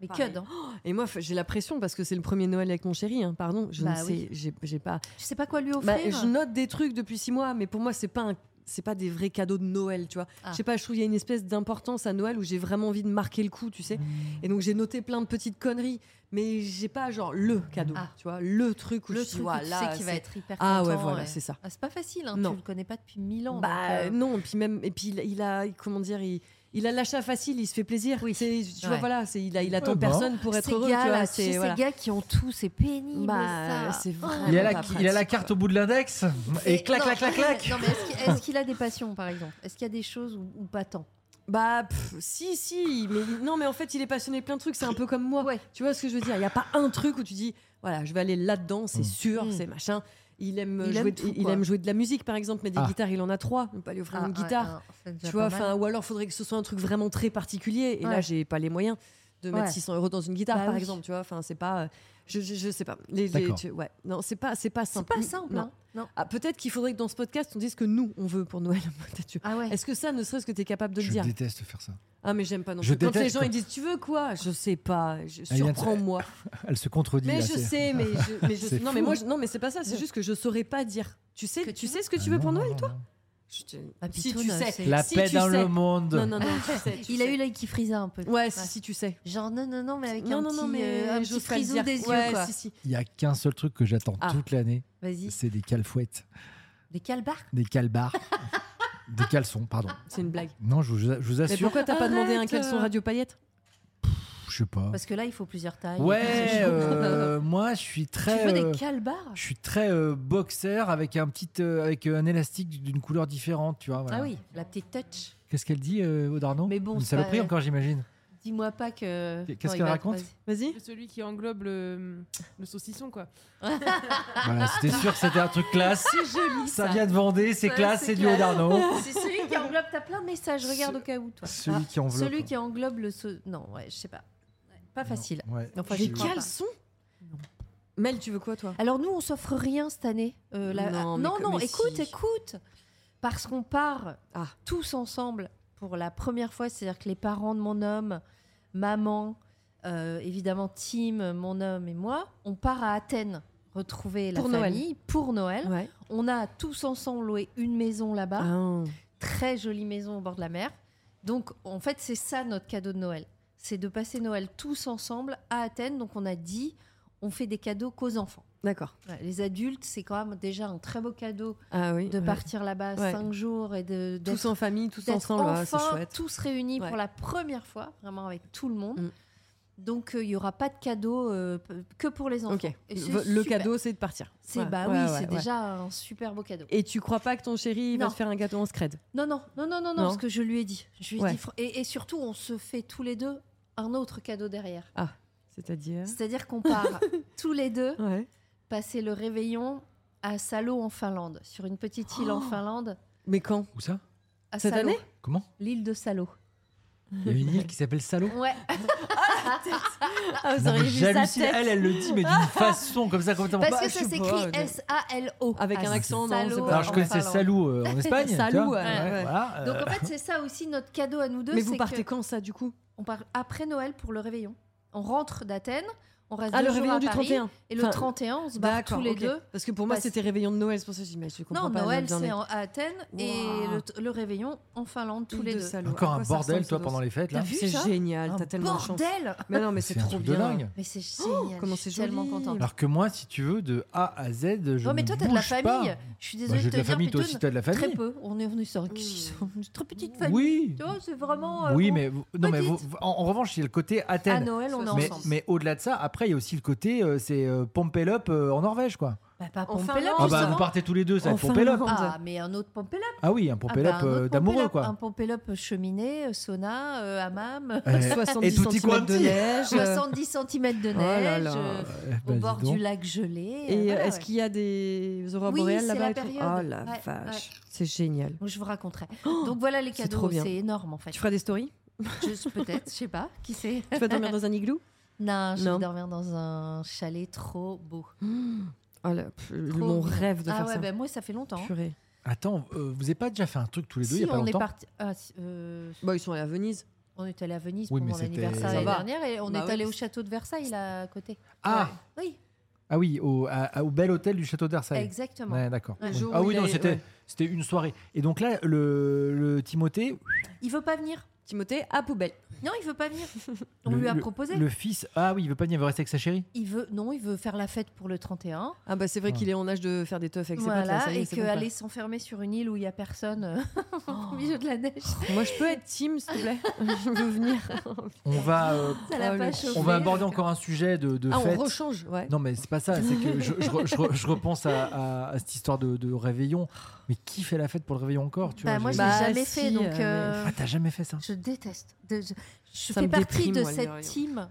Speaker 1: Mais
Speaker 5: Pareil.
Speaker 1: que dedans.
Speaker 5: Et moi, f- j'ai la pression parce que c'est le premier Noël avec mon chéri. hein, Pardon, je
Speaker 1: Bah
Speaker 5: ne sais,
Speaker 1: oui.
Speaker 5: j'ai- j'ai pas.
Speaker 1: Je sais pas quoi lui
Speaker 5: Bah,
Speaker 1: offrir.
Speaker 5: je note des trucs depuis six mois, mais pour moi, c'est pas un- C'est pas des vrais cadeaux de Noël, tu vois.
Speaker 1: Ah.
Speaker 5: Je sais pas, je trouve qu'il y a une espèce d'importance à Noël où j'ai vraiment envie de marquer le coup, tu sais.
Speaker 2: Mmh.
Speaker 5: Et donc j'ai noté plein de petites conneries, mais j'ai pas genre le cadeau,
Speaker 1: Ah.
Speaker 5: tu vois, le truc où
Speaker 1: le
Speaker 5: je
Speaker 1: truc
Speaker 5: dis,
Speaker 1: où tu
Speaker 5: Ouah, là,
Speaker 1: sais qu'il va
Speaker 5: c'est-
Speaker 1: être hyper
Speaker 5: Ah ouais,
Speaker 1: content,
Speaker 5: voilà, c'est ça.
Speaker 1: Ah, c'est pas facile, hein,
Speaker 5: Non.
Speaker 1: tu le connais pas depuis mille ans. donc,
Speaker 5: Bah
Speaker 1: euh,
Speaker 5: non, puis même et puis il, il a comment dire, il, il a l'achat facile, il se fait plaisir.
Speaker 1: Oui.
Speaker 5: C'est- tu vois
Speaker 1: Ouais.
Speaker 5: voilà, c'est il a il attend
Speaker 2: Ouais, bah.
Speaker 5: personne pour être
Speaker 1: ces
Speaker 5: heureux, tu
Speaker 1: gars,
Speaker 5: vois,
Speaker 1: là,
Speaker 5: c'est-
Speaker 1: tu sais,
Speaker 5: voilà.
Speaker 1: ces gars qui ont tout, c'est pénible.
Speaker 5: Bah,
Speaker 1: ça. Oh,
Speaker 5: c'est vraiment
Speaker 2: Il a, la,
Speaker 5: pas
Speaker 2: il a la
Speaker 5: pratique,
Speaker 2: carte
Speaker 5: quoi.
Speaker 2: au bout de l'index et
Speaker 1: C'est-
Speaker 2: clac,
Speaker 1: non,
Speaker 2: clac, clac, clac.
Speaker 1: Non, mais est-ce qu'il- est-ce qu'il a des passions, par exemple Est-ce qu'il y a des choses ou, ou pas tant
Speaker 5: Bah pff, si si, mais il- non mais en fait, il est passionné de plein de trucs, c'est un peu comme moi.
Speaker 1: Ouais.
Speaker 5: Tu vois ce que je veux dire Il y a pas un truc où tu dis voilà, je vais aller là-dedans, c'est
Speaker 2: Mm.
Speaker 5: sûr,
Speaker 1: Mm.
Speaker 5: c'est machin. Il aime,
Speaker 1: Il
Speaker 5: jouer,
Speaker 1: aime tout,
Speaker 5: il- il
Speaker 1: quoi.
Speaker 5: aime jouer de la musique par exemple, mais des
Speaker 2: Ah.
Speaker 5: guitares, il en a trois. On peut pas lui offrir
Speaker 1: Ah,
Speaker 5: une
Speaker 1: ouais,
Speaker 5: guitare.
Speaker 1: ah, c'est déjà
Speaker 5: Tu vois,
Speaker 1: pas mal.
Speaker 5: enfin, ou alors faudrait que ce soit un truc vraiment très particulier. Et là,
Speaker 1: Ouais.
Speaker 5: j'ai pas les moyens de mettre
Speaker 1: Ouais.
Speaker 5: 600 euros dans une guitare,
Speaker 1: Bah
Speaker 5: par
Speaker 1: oui.
Speaker 5: exemple. Tu vois, enfin, c'est pas, euh, je, je, je sais pas. Les, les-
Speaker 2: D'accord.
Speaker 5: tu- ouais, non, c'est pas, c'est pas
Speaker 1: C'est
Speaker 5: simple.
Speaker 1: pas simple,
Speaker 5: Non.
Speaker 1: hein. non.
Speaker 5: Ah, peut-être qu'il faudrait que dans ce podcast, on dise ce que nous on veut pour Noël. Peut-être tu-
Speaker 1: Ah ouais.
Speaker 5: Est-ce que ça, ne serait-ce que tu es capable de le
Speaker 7: Je
Speaker 5: dire
Speaker 7: déteste faire ça.
Speaker 5: Ah, mais j'aime pas non
Speaker 2: Je
Speaker 5: plus. Quand les
Speaker 2: déteste
Speaker 5: gens
Speaker 2: quand-
Speaker 5: ils disent, tu veux quoi Je sais pas. Je...
Speaker 2: vient de-
Speaker 5: Surprends-moi.
Speaker 2: Elle se contredit. là,
Speaker 5: Mais je
Speaker 2: c'est-
Speaker 5: sais, mais je, mais je-
Speaker 2: C'est
Speaker 5: non, mais
Speaker 2: fou.
Speaker 5: moi, je- non, mais c'est pas ça. C'est juste que je saurais pas dire. Tu sais,
Speaker 1: Que
Speaker 5: tu
Speaker 1: tu
Speaker 5: sais ce que tu
Speaker 2: Ah
Speaker 5: veux
Speaker 2: non,
Speaker 5: pour
Speaker 2: non,
Speaker 5: Noël,
Speaker 2: non,
Speaker 5: toi
Speaker 2: non.
Speaker 5: Je te-
Speaker 1: Ah,
Speaker 5: Si
Speaker 1: Pitoune,
Speaker 5: tu sais.
Speaker 1: c'est-
Speaker 2: La
Speaker 5: Si
Speaker 2: paix
Speaker 5: tu
Speaker 2: dans
Speaker 5: sais.
Speaker 2: le monde.
Speaker 5: Non, non, non, tu sais. tu
Speaker 1: Il a
Speaker 5: sais.
Speaker 1: eu l'œil qui frisait un peu.
Speaker 5: Ouais, si,
Speaker 1: Ouais.
Speaker 5: si tu sais.
Speaker 1: Genre, non, non, non, mais avec
Speaker 5: non,
Speaker 1: un
Speaker 5: non,
Speaker 1: petit,
Speaker 5: non, mais
Speaker 1: euh, un
Speaker 5: j'ose
Speaker 1: petit
Speaker 5: pas le
Speaker 1: frisou
Speaker 5: dire.
Speaker 1: des yeux.
Speaker 5: Ouais,
Speaker 1: quoi.
Speaker 5: si, si.
Speaker 7: Il y a qu'un seul truc que j'attends
Speaker 5: Ah.
Speaker 7: toute l'année,
Speaker 1: Vas-y.
Speaker 7: c'est des calfouettes,
Speaker 1: Des calbars
Speaker 7: des calbars, des caleçons, pardon.
Speaker 5: C'est une blague.
Speaker 7: Non, je vous, je vous
Speaker 5: Mais
Speaker 7: assure,
Speaker 5: pourquoi t'as pas demandé un
Speaker 1: Arrête,
Speaker 5: caleçon
Speaker 1: euh.
Speaker 5: radio paillettes
Speaker 7: je sais pas.
Speaker 1: Parce que là, il faut plusieurs tailles.
Speaker 2: Oh. Ouais, euh, moi je suis
Speaker 1: Tu
Speaker 2: très.
Speaker 1: veux
Speaker 2: euh,
Speaker 1: des calbars
Speaker 2: je suis très euh, boxer avec un petit euh, avec un élastique d'une couleur différente, tu vois. voilà.
Speaker 1: Ah oui, la petite touch.
Speaker 2: Qu'est-ce qu'elle dit, euh, Odarno
Speaker 1: Mais bon,
Speaker 2: Une
Speaker 1: c'est
Speaker 2: saloperie
Speaker 1: pas-
Speaker 2: encore, j'imagine.
Speaker 1: Dis-moi pas que.
Speaker 2: Qu'est-ce
Speaker 1: Non,
Speaker 2: qu'elle
Speaker 1: il va-
Speaker 2: raconte
Speaker 1: vas-y.
Speaker 5: Vas-y.
Speaker 6: Celui qui englobe le, le saucisson, quoi.
Speaker 1: Ah,
Speaker 2: Voilà, Bah, c'était sûr que c'était un truc classe.
Speaker 5: joli
Speaker 2: Ça vient de Vendée, c'est
Speaker 1: Ouais,
Speaker 2: classe,
Speaker 1: c'est
Speaker 2: c'est du
Speaker 1: classe.
Speaker 2: Odarno.
Speaker 1: C'est celui qui englobe. T'as plein de messages, regarde au cas où, toi.
Speaker 2: Celui
Speaker 1: Ah,
Speaker 2: qui enveloppe.
Speaker 1: Celui qui englobe le. sau- Non, ouais, je sais pas. Ouais, Pas facile.
Speaker 2: Ouais.
Speaker 1: Enfin,
Speaker 5: Des
Speaker 1: j'y crois pas.
Speaker 5: caleçons
Speaker 1: Non.
Speaker 5: Mel, tu veux quoi toi
Speaker 1: Alors nous, on s'offre rien cette année. Euh, la-
Speaker 5: Non, mais
Speaker 1: non,
Speaker 5: que-
Speaker 1: non,
Speaker 5: mais
Speaker 1: écoute,
Speaker 5: si.
Speaker 1: écoute. Parce qu'on part
Speaker 5: Ah.
Speaker 1: tous ensemble pour la première fois, c'est-à-dire que les parents de mon homme, maman, euh, évidemment Tim, mon homme et moi, on part à Athènes retrouver la
Speaker 5: Pour Noël.
Speaker 1: famille pour Noël.
Speaker 5: Ouais. Ah.
Speaker 1: On a tous ensemble loué une maison là-bas, très jolie maison au bord de la mer. Donc en fait, c'est ça notre cadeau de Noël. C'est de passer Noël tous ensemble à Athènes. Donc on a dit, on fait des cadeaux qu'aux enfants.
Speaker 5: D'accord.
Speaker 1: Ouais, les adultes, c'est quand même déjà un très beau cadeau
Speaker 5: Ah oui.
Speaker 1: de
Speaker 5: ouais.
Speaker 1: partir là-bas
Speaker 5: Ouais.
Speaker 1: cinq jours et de d'être-
Speaker 5: Tous en famille, tous
Speaker 1: d'être
Speaker 5: ensemble, ouais, c'est
Speaker 1: enfin
Speaker 5: chouette.
Speaker 1: tous réunis
Speaker 5: Ouais.
Speaker 1: pour la première fois, vraiment avec tout le monde.
Speaker 5: Mm.
Speaker 1: Donc euh, il y aura pas de cadeau euh, p- que pour les enfants.
Speaker 5: Ok.
Speaker 1: Et c'est
Speaker 5: Le le
Speaker 1: super.
Speaker 5: cadeau, c'est de partir.
Speaker 1: c'est
Speaker 5: Ouais,
Speaker 1: bah
Speaker 5: ouais,
Speaker 1: oui,
Speaker 5: ouais,
Speaker 1: c'est
Speaker 5: ouais.
Speaker 1: déjà un super beau cadeau.
Speaker 5: Et tu crois pas que ton chéri il va
Speaker 1: Non.
Speaker 5: te faire un gâteau en scred
Speaker 1: Non non non non non non,
Speaker 5: Non.
Speaker 1: parce que je lui ai dit, je lui ai
Speaker 5: Ouais.
Speaker 1: dit, fr- et, et surtout on se fait tous les deux un autre cadeau derrière.
Speaker 5: C'est-à-dire
Speaker 1: C'est-à-dire qu'on part tous les deux
Speaker 5: Ouais.
Speaker 1: passer le réveillon à Salo en Finlande, sur une petite île en
Speaker 5: Oh.
Speaker 1: Finlande.
Speaker 5: Mais quand
Speaker 2: Où ça
Speaker 1: À
Speaker 5: Cette
Speaker 1: Salo.
Speaker 5: année
Speaker 2: Comment
Speaker 1: L'île de Salo.
Speaker 2: Il y a une île qui s'appelle Salo.
Speaker 1: Ouais. Oh,
Speaker 5: Ah, vous
Speaker 2: Non, mais
Speaker 5: auriez vu sa
Speaker 2: j'hallucine.
Speaker 5: tête.
Speaker 2: Elle, elle le dit, mais d'une façon comme ça, complètement.
Speaker 1: Parce
Speaker 2: Bah,
Speaker 1: que
Speaker 2: je
Speaker 1: ça
Speaker 2: sais
Speaker 1: s'écrit
Speaker 2: pas.
Speaker 1: S-A-L-O.
Speaker 5: Avec
Speaker 1: Ah,
Speaker 5: un
Speaker 1: c'est
Speaker 5: accent, non,
Speaker 1: salaud
Speaker 5: c'est pas-
Speaker 2: Alors, je
Speaker 1: en
Speaker 2: connaissais
Speaker 1: Finlande.
Speaker 2: Salou euh, en Espagne. tu
Speaker 5: Salou,
Speaker 2: vois.
Speaker 5: ouais, ouais.
Speaker 2: voilà, euh,
Speaker 1: Donc en fait, c'est ça aussi notre cadeau à nous deux.
Speaker 5: Mais vous
Speaker 1: c'est
Speaker 5: partez
Speaker 1: que
Speaker 5: quand ça du coup
Speaker 1: On part après Noël pour le réveillon. On rentre d'Athènes, on reste
Speaker 5: Ah,
Speaker 1: deux jours
Speaker 5: le réveillon
Speaker 1: à
Speaker 5: du
Speaker 1: Paris,
Speaker 5: 31.
Speaker 1: Et le
Speaker 5: Enfin,
Speaker 1: 31, on se barre
Speaker 5: D'accord,
Speaker 1: tous les
Speaker 5: ok.
Speaker 1: deux.
Speaker 5: Parce que pour moi,
Speaker 1: Parce-
Speaker 5: c'était réveillon de Noël, c'est pour ça que je dis, mais je comprends
Speaker 1: Non,
Speaker 5: pas.
Speaker 1: Noël,
Speaker 5: notre journée.
Speaker 1: c'est en- à Athènes et
Speaker 5: Waouh.
Speaker 1: le, t- le réveillon en Finlande, tous
Speaker 5: Île
Speaker 1: les
Speaker 5: de
Speaker 1: deux.
Speaker 5: Salo.
Speaker 2: Encore
Speaker 5: À
Speaker 2: un
Speaker 5: quoi ça
Speaker 2: bordel,
Speaker 5: ressemble,
Speaker 2: toi,
Speaker 5: ce
Speaker 2: pendant les fêtes, là.
Speaker 1: T'as vu
Speaker 5: C'est
Speaker 1: ça
Speaker 5: génial,
Speaker 2: Un
Speaker 5: t'as tellement de chance.
Speaker 1: Bordel
Speaker 5: Mais non, mais c'est
Speaker 7: C'est un
Speaker 5: trop
Speaker 7: truc de
Speaker 5: bien.
Speaker 7: dingue.
Speaker 1: Mais c'est génial.
Speaker 5: comment
Speaker 1: je suis
Speaker 5: c'est
Speaker 1: tellement
Speaker 5: joli.
Speaker 1: contente.
Speaker 2: Alors que moi, si tu veux, de A à Z, je.
Speaker 1: Ouais, mais
Speaker 2: ne
Speaker 1: toi, t'as de la
Speaker 2: bouge pas.
Speaker 1: famille. Je suis
Speaker 2: Bah,
Speaker 1: désolée
Speaker 2: J'ai
Speaker 1: de
Speaker 2: de
Speaker 1: te
Speaker 2: la
Speaker 1: dire,
Speaker 2: famille, toi
Speaker 1: plutôt
Speaker 2: aussi, t'as de la famille.
Speaker 1: très peu. On est venu sur
Speaker 5: Hmm.
Speaker 1: une très petite famille.
Speaker 2: Oui.
Speaker 1: Tu vois, c'est vraiment. euh,
Speaker 2: oui,
Speaker 1: bon.
Speaker 2: mais vous- non, mais
Speaker 1: Petite. Ah
Speaker 2: vous- vous- en, en revanche, il y a le côté
Speaker 1: À
Speaker 2: Athènes.
Speaker 1: Noël, on est
Speaker 2: mais
Speaker 1: ensemble.
Speaker 2: mais au-delà de ça, après, il y a aussi le côté, euh, c'est euh, Pompelope euh, en Norvège, quoi.
Speaker 1: Bah, pas
Speaker 5: En
Speaker 1: Pompélope,
Speaker 5: Finlande,
Speaker 2: Ah bah,
Speaker 1: justement.
Speaker 2: vous partez tous les deux, ça va être
Speaker 5: Enfin,
Speaker 2: Pompelope.
Speaker 5: non.
Speaker 1: Ah, mais un autre Pompélope.
Speaker 2: Ah oui, un Pompelope
Speaker 1: Ah bah, un autre
Speaker 2: euh, d'amoureux,
Speaker 1: Pompélope.
Speaker 2: quoi.
Speaker 1: Un Pompélope cheminée, euh, sauna, euh, hammam,
Speaker 2: Euh,
Speaker 5: 70
Speaker 2: tutti
Speaker 5: cm de
Speaker 2: quanti.
Speaker 5: neige.
Speaker 1: 70 cm
Speaker 2: oh
Speaker 1: de neige,
Speaker 5: là là.
Speaker 1: euh,
Speaker 2: euh, bah,
Speaker 1: au
Speaker 2: dis
Speaker 1: bord
Speaker 2: donc.
Speaker 1: du lac gelé. euh,
Speaker 5: Et
Speaker 1: voilà,
Speaker 5: est-ce
Speaker 1: ouais.
Speaker 5: qu'il y a des aurores
Speaker 1: Oui,
Speaker 5: boréales
Speaker 1: c'est
Speaker 5: là-bas
Speaker 1: la
Speaker 5: et tout
Speaker 1: période.
Speaker 5: Oh la
Speaker 1: Ouais,
Speaker 5: vache, c'est génial.
Speaker 1: Donc, je vous raconterai. Donc voilà les
Speaker 5: Oh, c'est
Speaker 1: cadeaux,
Speaker 5: trop bien.
Speaker 1: c'est énorme en fait.
Speaker 5: Tu feras des stories
Speaker 1: Je- Peut-être, je sais pas, qui sait.
Speaker 5: Tu vas dormir dans un igloo
Speaker 1: Non, je
Speaker 5: Non.
Speaker 1: vais dormir dans un chalet trop beau.
Speaker 5: Oh là, pff,
Speaker 1: Trop
Speaker 5: Mon
Speaker 1: bien.
Speaker 5: rêve de
Speaker 1: ah
Speaker 5: faire
Speaker 1: ouais,
Speaker 5: ça.
Speaker 1: bah, moi ça fait longtemps.
Speaker 5: Purée.
Speaker 2: Attends, euh, vous n'avez pas déjà fait un truc tous les deux il
Speaker 1: si
Speaker 2: y a pas
Speaker 1: on est
Speaker 2: longtemps
Speaker 1: parti. ah, si, euh,
Speaker 5: Bah, ils sont allés à Venise.
Speaker 1: On est allé à Venise
Speaker 2: Oui,
Speaker 1: pour
Speaker 2: mais
Speaker 1: mon
Speaker 2: c'était-
Speaker 1: anniversaire
Speaker 2: Ça
Speaker 1: l'année
Speaker 5: va.
Speaker 1: dernière et on
Speaker 5: Bah
Speaker 1: est
Speaker 5: oui.
Speaker 1: allé au château de Versailles là à côté.
Speaker 2: Ah,
Speaker 1: Oui,
Speaker 2: ah oui, au, à- au bel hôtel du château de Versailles.
Speaker 1: exactement.
Speaker 2: Ouais, d'accord.
Speaker 1: Le
Speaker 2: Oui.
Speaker 5: jour
Speaker 2: Ah
Speaker 5: où
Speaker 2: oui,
Speaker 5: il
Speaker 2: non,
Speaker 5: allait-
Speaker 2: c'était
Speaker 5: ouais.
Speaker 2: c'était une soirée. Et donc là, le, le Timothée,
Speaker 1: Il veut pas venir.
Speaker 5: Timothée à poubelle.
Speaker 1: Non, il veut pas venir. On
Speaker 2: le-
Speaker 1: lui a
Speaker 2: le-
Speaker 1: proposé.
Speaker 2: Le fils, ah oui, il veut pas venir, il veut rester avec sa chérie.
Speaker 1: Il veut non, il veut faire la fête pour le 31.
Speaker 5: Ah bah c'est vrai
Speaker 2: Ouais.
Speaker 5: qu'il est en âge de faire des teufs avec ses potes. là,
Speaker 1: voilà,
Speaker 5: ça y est,
Speaker 1: et
Speaker 5: c'est
Speaker 1: que
Speaker 5: bon, quoi.
Speaker 1: aller s'enfermer sur une île où il y a personne euh, au milieu de la neige,
Speaker 5: Moi je peux être team s'il te plaît. je veux venir.
Speaker 2: On va, euh,
Speaker 1: ça l'a
Speaker 5: Oh,
Speaker 1: pas
Speaker 5: le-
Speaker 1: chauffé.
Speaker 2: on va aborder encore un sujet de, de
Speaker 5: Ah on
Speaker 2: fête.
Speaker 5: rechange, ouais.
Speaker 2: Non, mais c'est pas ça. C'est que je, je re- je re- je repense à, à- à cette histoire de, de réveillon. Mais qui fait la fête pour le réveillon encore tu
Speaker 1: Bah, moi,
Speaker 2: vois, j'ai-
Speaker 1: je
Speaker 5: Bah,
Speaker 1: l'ai jamais
Speaker 5: si,
Speaker 1: fait, donc
Speaker 5: euh, mais-
Speaker 1: euh,
Speaker 2: Ah, t'as jamais fait ça
Speaker 1: je déteste. De- je je
Speaker 5: Ça
Speaker 1: fais
Speaker 5: me
Speaker 1: partie
Speaker 5: déprime,
Speaker 1: de
Speaker 5: moi, le
Speaker 1: cette
Speaker 5: réveillon.
Speaker 1: team.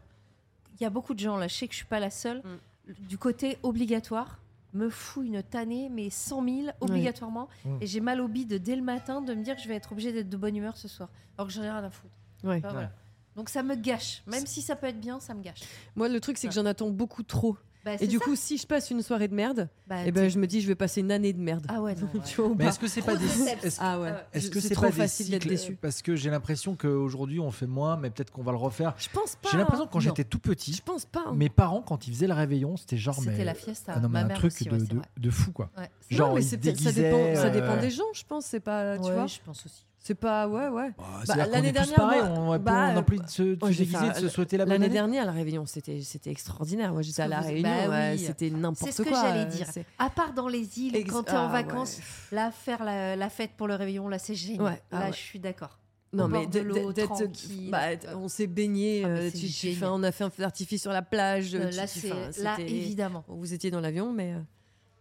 Speaker 1: Il y a beaucoup de gens là. Je sais que je suis pas la seule.
Speaker 5: Mm.
Speaker 1: Du côté obligatoire, me fout une tannée, mais 100 000 obligatoirement.
Speaker 2: Mm.
Speaker 1: Et j'ai mal au bide dès le matin de me dire que je vais être obligée d'être de bonne humeur ce soir, alors que j'en ai rien à foutre.
Speaker 5: Ouais.
Speaker 1: Enfin, voilà. Donc ça me gâche. Même si ça peut être bien, ça me gâche.
Speaker 5: Moi le truc c'est que j'en attends beaucoup trop.
Speaker 1: Bah,
Speaker 5: Et
Speaker 1: c'est
Speaker 5: du
Speaker 1: ça.
Speaker 5: coup si je passe une soirée de merde,
Speaker 1: Bah,
Speaker 5: eh ben je me dis je vais passer une année de merde.
Speaker 1: Ah ouais, non. ouais.
Speaker 5: tu vois ou
Speaker 2: Mais
Speaker 5: pas
Speaker 2: est-ce que c'est pas
Speaker 1: Trop
Speaker 2: des.
Speaker 1: de steps.
Speaker 2: est-ce-
Speaker 5: Ah ouais.
Speaker 2: Est-ce que
Speaker 5: Je-
Speaker 2: c'est
Speaker 5: trop
Speaker 2: pas des
Speaker 5: facile d'être
Speaker 2: cycles
Speaker 5: déçu
Speaker 2: Parce que j'ai l'impression qu'aujourd'hui on fait moins, mais peut-être qu'on va le refaire.
Speaker 5: Je pense pas.
Speaker 2: J'ai l'impression
Speaker 5: hein.
Speaker 2: que quand j'étais tout
Speaker 5: Non. Je
Speaker 2: petit,
Speaker 5: pense pas. hein.
Speaker 2: mes parents, quand ils faisaient le réveillon, c'était genre. mais-
Speaker 1: C'était la fiesta.
Speaker 2: Ah non, mais
Speaker 1: Ma
Speaker 2: un
Speaker 1: mère
Speaker 2: truc
Speaker 1: aussi,
Speaker 2: de,
Speaker 1: ouais, c'est
Speaker 2: de-
Speaker 1: vrai.
Speaker 2: de fou, quoi.
Speaker 1: Ouais.
Speaker 5: Non,
Speaker 2: Genre,
Speaker 5: mais
Speaker 2: ils
Speaker 5: c'est
Speaker 2: se
Speaker 5: peut-être- ça
Speaker 2: déguisaient,
Speaker 5: dépend, ça
Speaker 2: euh,
Speaker 5: dépend des gens, je pense. C'est pas, tu
Speaker 1: Ouais,
Speaker 5: vois,
Speaker 1: je pense aussi.
Speaker 5: c'est pas, ouais, ouais.
Speaker 2: Bah, c'est-à-dire qu'on
Speaker 5: l'année
Speaker 2: est tous
Speaker 5: dernière,
Speaker 2: pareils,
Speaker 5: moi-
Speaker 2: on a plus-
Speaker 5: bah,
Speaker 2: on a plus de se de
Speaker 5: moi,
Speaker 2: se
Speaker 5: j'ai fait
Speaker 2: déguiser, de se
Speaker 5: un-
Speaker 2: souhaiter la bonne
Speaker 5: L'année
Speaker 2: année.
Speaker 5: dernière, la réunion, c'était, c'était extraordinaire. Moi, j'étais à
Speaker 1: Parce
Speaker 5: la
Speaker 1: que vous-
Speaker 5: réunion,
Speaker 1: bah
Speaker 5: ouais,
Speaker 1: oui.
Speaker 5: c'était
Speaker 1: C'est
Speaker 5: n'importe
Speaker 1: ce
Speaker 5: quoi.
Speaker 1: que j'allais dire.
Speaker 5: C'est-
Speaker 1: À part dans les îles,
Speaker 5: Ex-
Speaker 1: quand t'es en
Speaker 5: ah, ouais.
Speaker 1: vacances, là, faire la, la fête pour le réveillon, là, c'est génial.
Speaker 5: Ouais, ah
Speaker 1: là,
Speaker 5: ouais.
Speaker 1: je suis d'accord.
Speaker 5: Non,
Speaker 1: Au
Speaker 5: mais
Speaker 1: bord de
Speaker 5: d'être-
Speaker 1: l'eau,
Speaker 5: d'être-
Speaker 1: tranquille.
Speaker 5: bah, t- on s'est baigné,
Speaker 1: Ah, mais
Speaker 5: euh,
Speaker 1: c'est
Speaker 5: tu- tu
Speaker 1: génial.
Speaker 5: fais- on a fait un feu d'artifice sur la plage.
Speaker 1: Euh,
Speaker 5: tu-
Speaker 1: là,
Speaker 5: tu-
Speaker 1: c'est
Speaker 5: enfin,
Speaker 1: là
Speaker 5: c'était-
Speaker 1: évidemment.
Speaker 5: Vous étiez dans l'avion, mais. euh,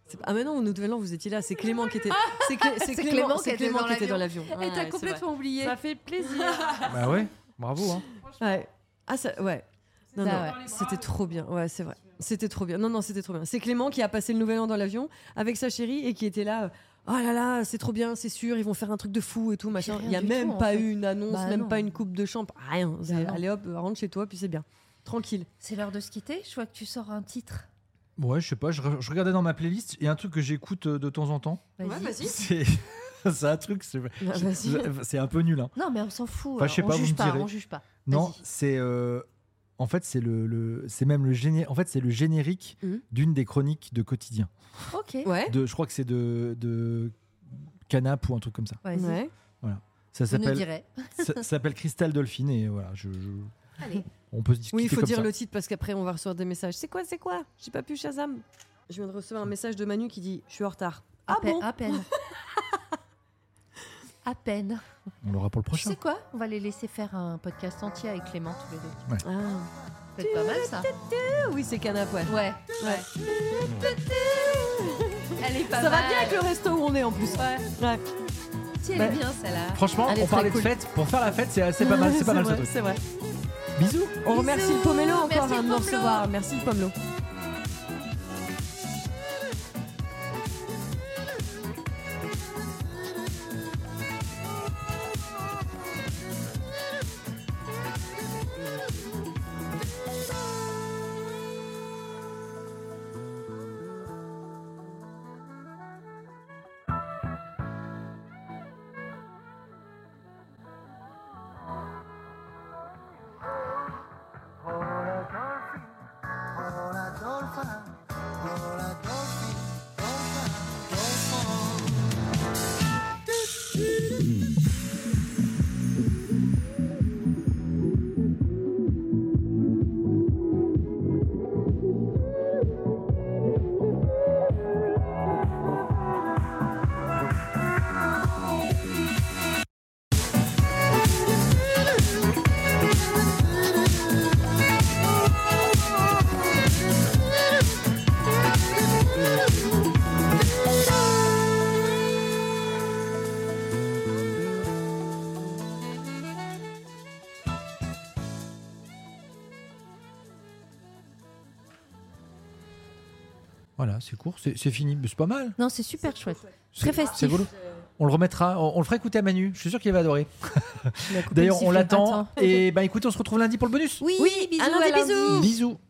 Speaker 5: c'est pas- Ah, mais non, au Nouvel An, vous étiez là. C'est Clément qui était. C'est Clé- c'est
Speaker 1: C'est
Speaker 5: Clément
Speaker 1: Clément
Speaker 5: c'est
Speaker 1: qui était
Speaker 5: Clément
Speaker 1: dans
Speaker 5: qui était dans l'avion.
Speaker 1: Et
Speaker 5: Ouais,
Speaker 1: t'as
Speaker 5: c'est
Speaker 1: complètement oublié.
Speaker 6: Ça fait plaisir.
Speaker 2: Bah ouais, bravo. hein.
Speaker 6: Franchement,
Speaker 5: vrai. Ouais. Ah, ça, ouais.
Speaker 1: Ah
Speaker 5: Non, non,
Speaker 1: ouais.
Speaker 6: dans les bras,
Speaker 5: c'était
Speaker 6: mais-
Speaker 5: trop bien. Ouais, c'est vrai. C'était trop bien. Non, non, c'était trop bien. C'est Clément qui a passé le nouvel an dans l'avion avec sa chérie et qui était là. euh, Oh là là, c'est trop bien, c'est sûr, ils vont faire un truc de fou et tout, machin.
Speaker 1: rien
Speaker 5: Il n'y a
Speaker 1: du
Speaker 5: même
Speaker 1: tout, en
Speaker 5: pas
Speaker 1: fait.
Speaker 5: eu une annonce,
Speaker 1: Bah
Speaker 5: même
Speaker 1: non. Bah
Speaker 5: pas une coupe de chambre, rien. C'est,
Speaker 1: non.
Speaker 5: allez hop, euh, rentre chez toi, puis c'est bien. Tranquille.
Speaker 1: C'est l'heure de se quitter. Je vois que tu sors un titre.
Speaker 2: Ouais, je sais pas, je, re- je regardais dans ma playlist, il y a un truc que j'écoute euh, de temps en temps.
Speaker 1: Vas-y.
Speaker 2: C'est c'est un truc, c'est
Speaker 5: Bah, vas-y.
Speaker 2: c'est un peu nul. Hein.
Speaker 1: Non, mais on s'en fout.
Speaker 2: Enfin, je sais
Speaker 1: on
Speaker 2: pas, vous
Speaker 1: juge
Speaker 2: me
Speaker 1: pas,
Speaker 2: direz.
Speaker 1: on juge pas.
Speaker 2: Non,
Speaker 1: Vas-y.
Speaker 2: c'est euh, en fait c'est le, le- c'est même le géné- en fait c'est le générique
Speaker 5: Mhm. Ah.
Speaker 2: d'une des chroniques de quotidien.
Speaker 1: Ok.
Speaker 5: Ouais.
Speaker 2: De, je crois que c'est de de Canap ou un truc comme ça.
Speaker 1: Vas-y.
Speaker 5: Ouais.
Speaker 2: Ça
Speaker 1: Vous nous
Speaker 2: s'appelle
Speaker 1: direz.
Speaker 2: ça, ça s'appelle Crystal Dolphin et voilà, je, je-
Speaker 1: Allez.
Speaker 2: on peut se discuter
Speaker 5: Oui, il faut
Speaker 2: comme
Speaker 5: dire
Speaker 2: ça.
Speaker 5: le titre parce qu'après on va recevoir des messages. C'est quoi, c'est quoi J'ai pas pu Shazam. Je viens de recevoir un message de Manu qui dit Je suis en retard. Ah
Speaker 1: à, pe-
Speaker 5: bon
Speaker 1: à peine. à peine.
Speaker 2: On l'aura pour le
Speaker 1: Tu
Speaker 2: prochain.
Speaker 1: sais quoi On va les laisser faire un podcast entier avec Clément tous les deux.
Speaker 5: Ah.
Speaker 1: C'est pas mal ça.
Speaker 5: Ah oui, c'est canap, ouais.
Speaker 1: Ouais.
Speaker 5: Ouais.
Speaker 1: Elle est pas
Speaker 5: Ça va
Speaker 1: mal.
Speaker 5: bien avec le resto où on est en plus.
Speaker 1: Ouais.
Speaker 5: Ouais.
Speaker 1: Si, elle
Speaker 2: Ouais.
Speaker 1: est bien celle-là.
Speaker 2: Franchement,
Speaker 5: Elle est
Speaker 2: on
Speaker 5: très
Speaker 2: parlait
Speaker 5: cool.
Speaker 2: de fête. Pour faire la fête, c'est assez pas mal. C'est pas mal ce
Speaker 5: vrai,
Speaker 2: truc.
Speaker 5: C'est vrai.
Speaker 2: Bisous.
Speaker 5: On remercie le pomelo
Speaker 1: Bisous,
Speaker 5: encore
Speaker 1: merci
Speaker 5: hein, de
Speaker 1: le
Speaker 5: nous
Speaker 1: pomelo.
Speaker 5: recevoir. Merci le pomelo.
Speaker 2: Voilà, c'est court, c'est c'est fini, mais c'est pas mal.
Speaker 1: Non, c'est super chouette.
Speaker 2: C'est-
Speaker 1: Très festif.
Speaker 2: c'est rigolo. On le remettra, on, on le fera écouter à Manu. Je suis sûr qu'il va adorer.
Speaker 1: Il a coupé le
Speaker 2: D'ailleurs, on
Speaker 1: sifflet.
Speaker 2: l'attend.
Speaker 1: Attends.
Speaker 2: Et bah écoutez, on se retrouve lundi pour le bonus.
Speaker 1: Oui,
Speaker 5: Oui,
Speaker 1: bisous,
Speaker 5: à lundi,
Speaker 1: à lundi.
Speaker 5: bisous.
Speaker 2: Bisous.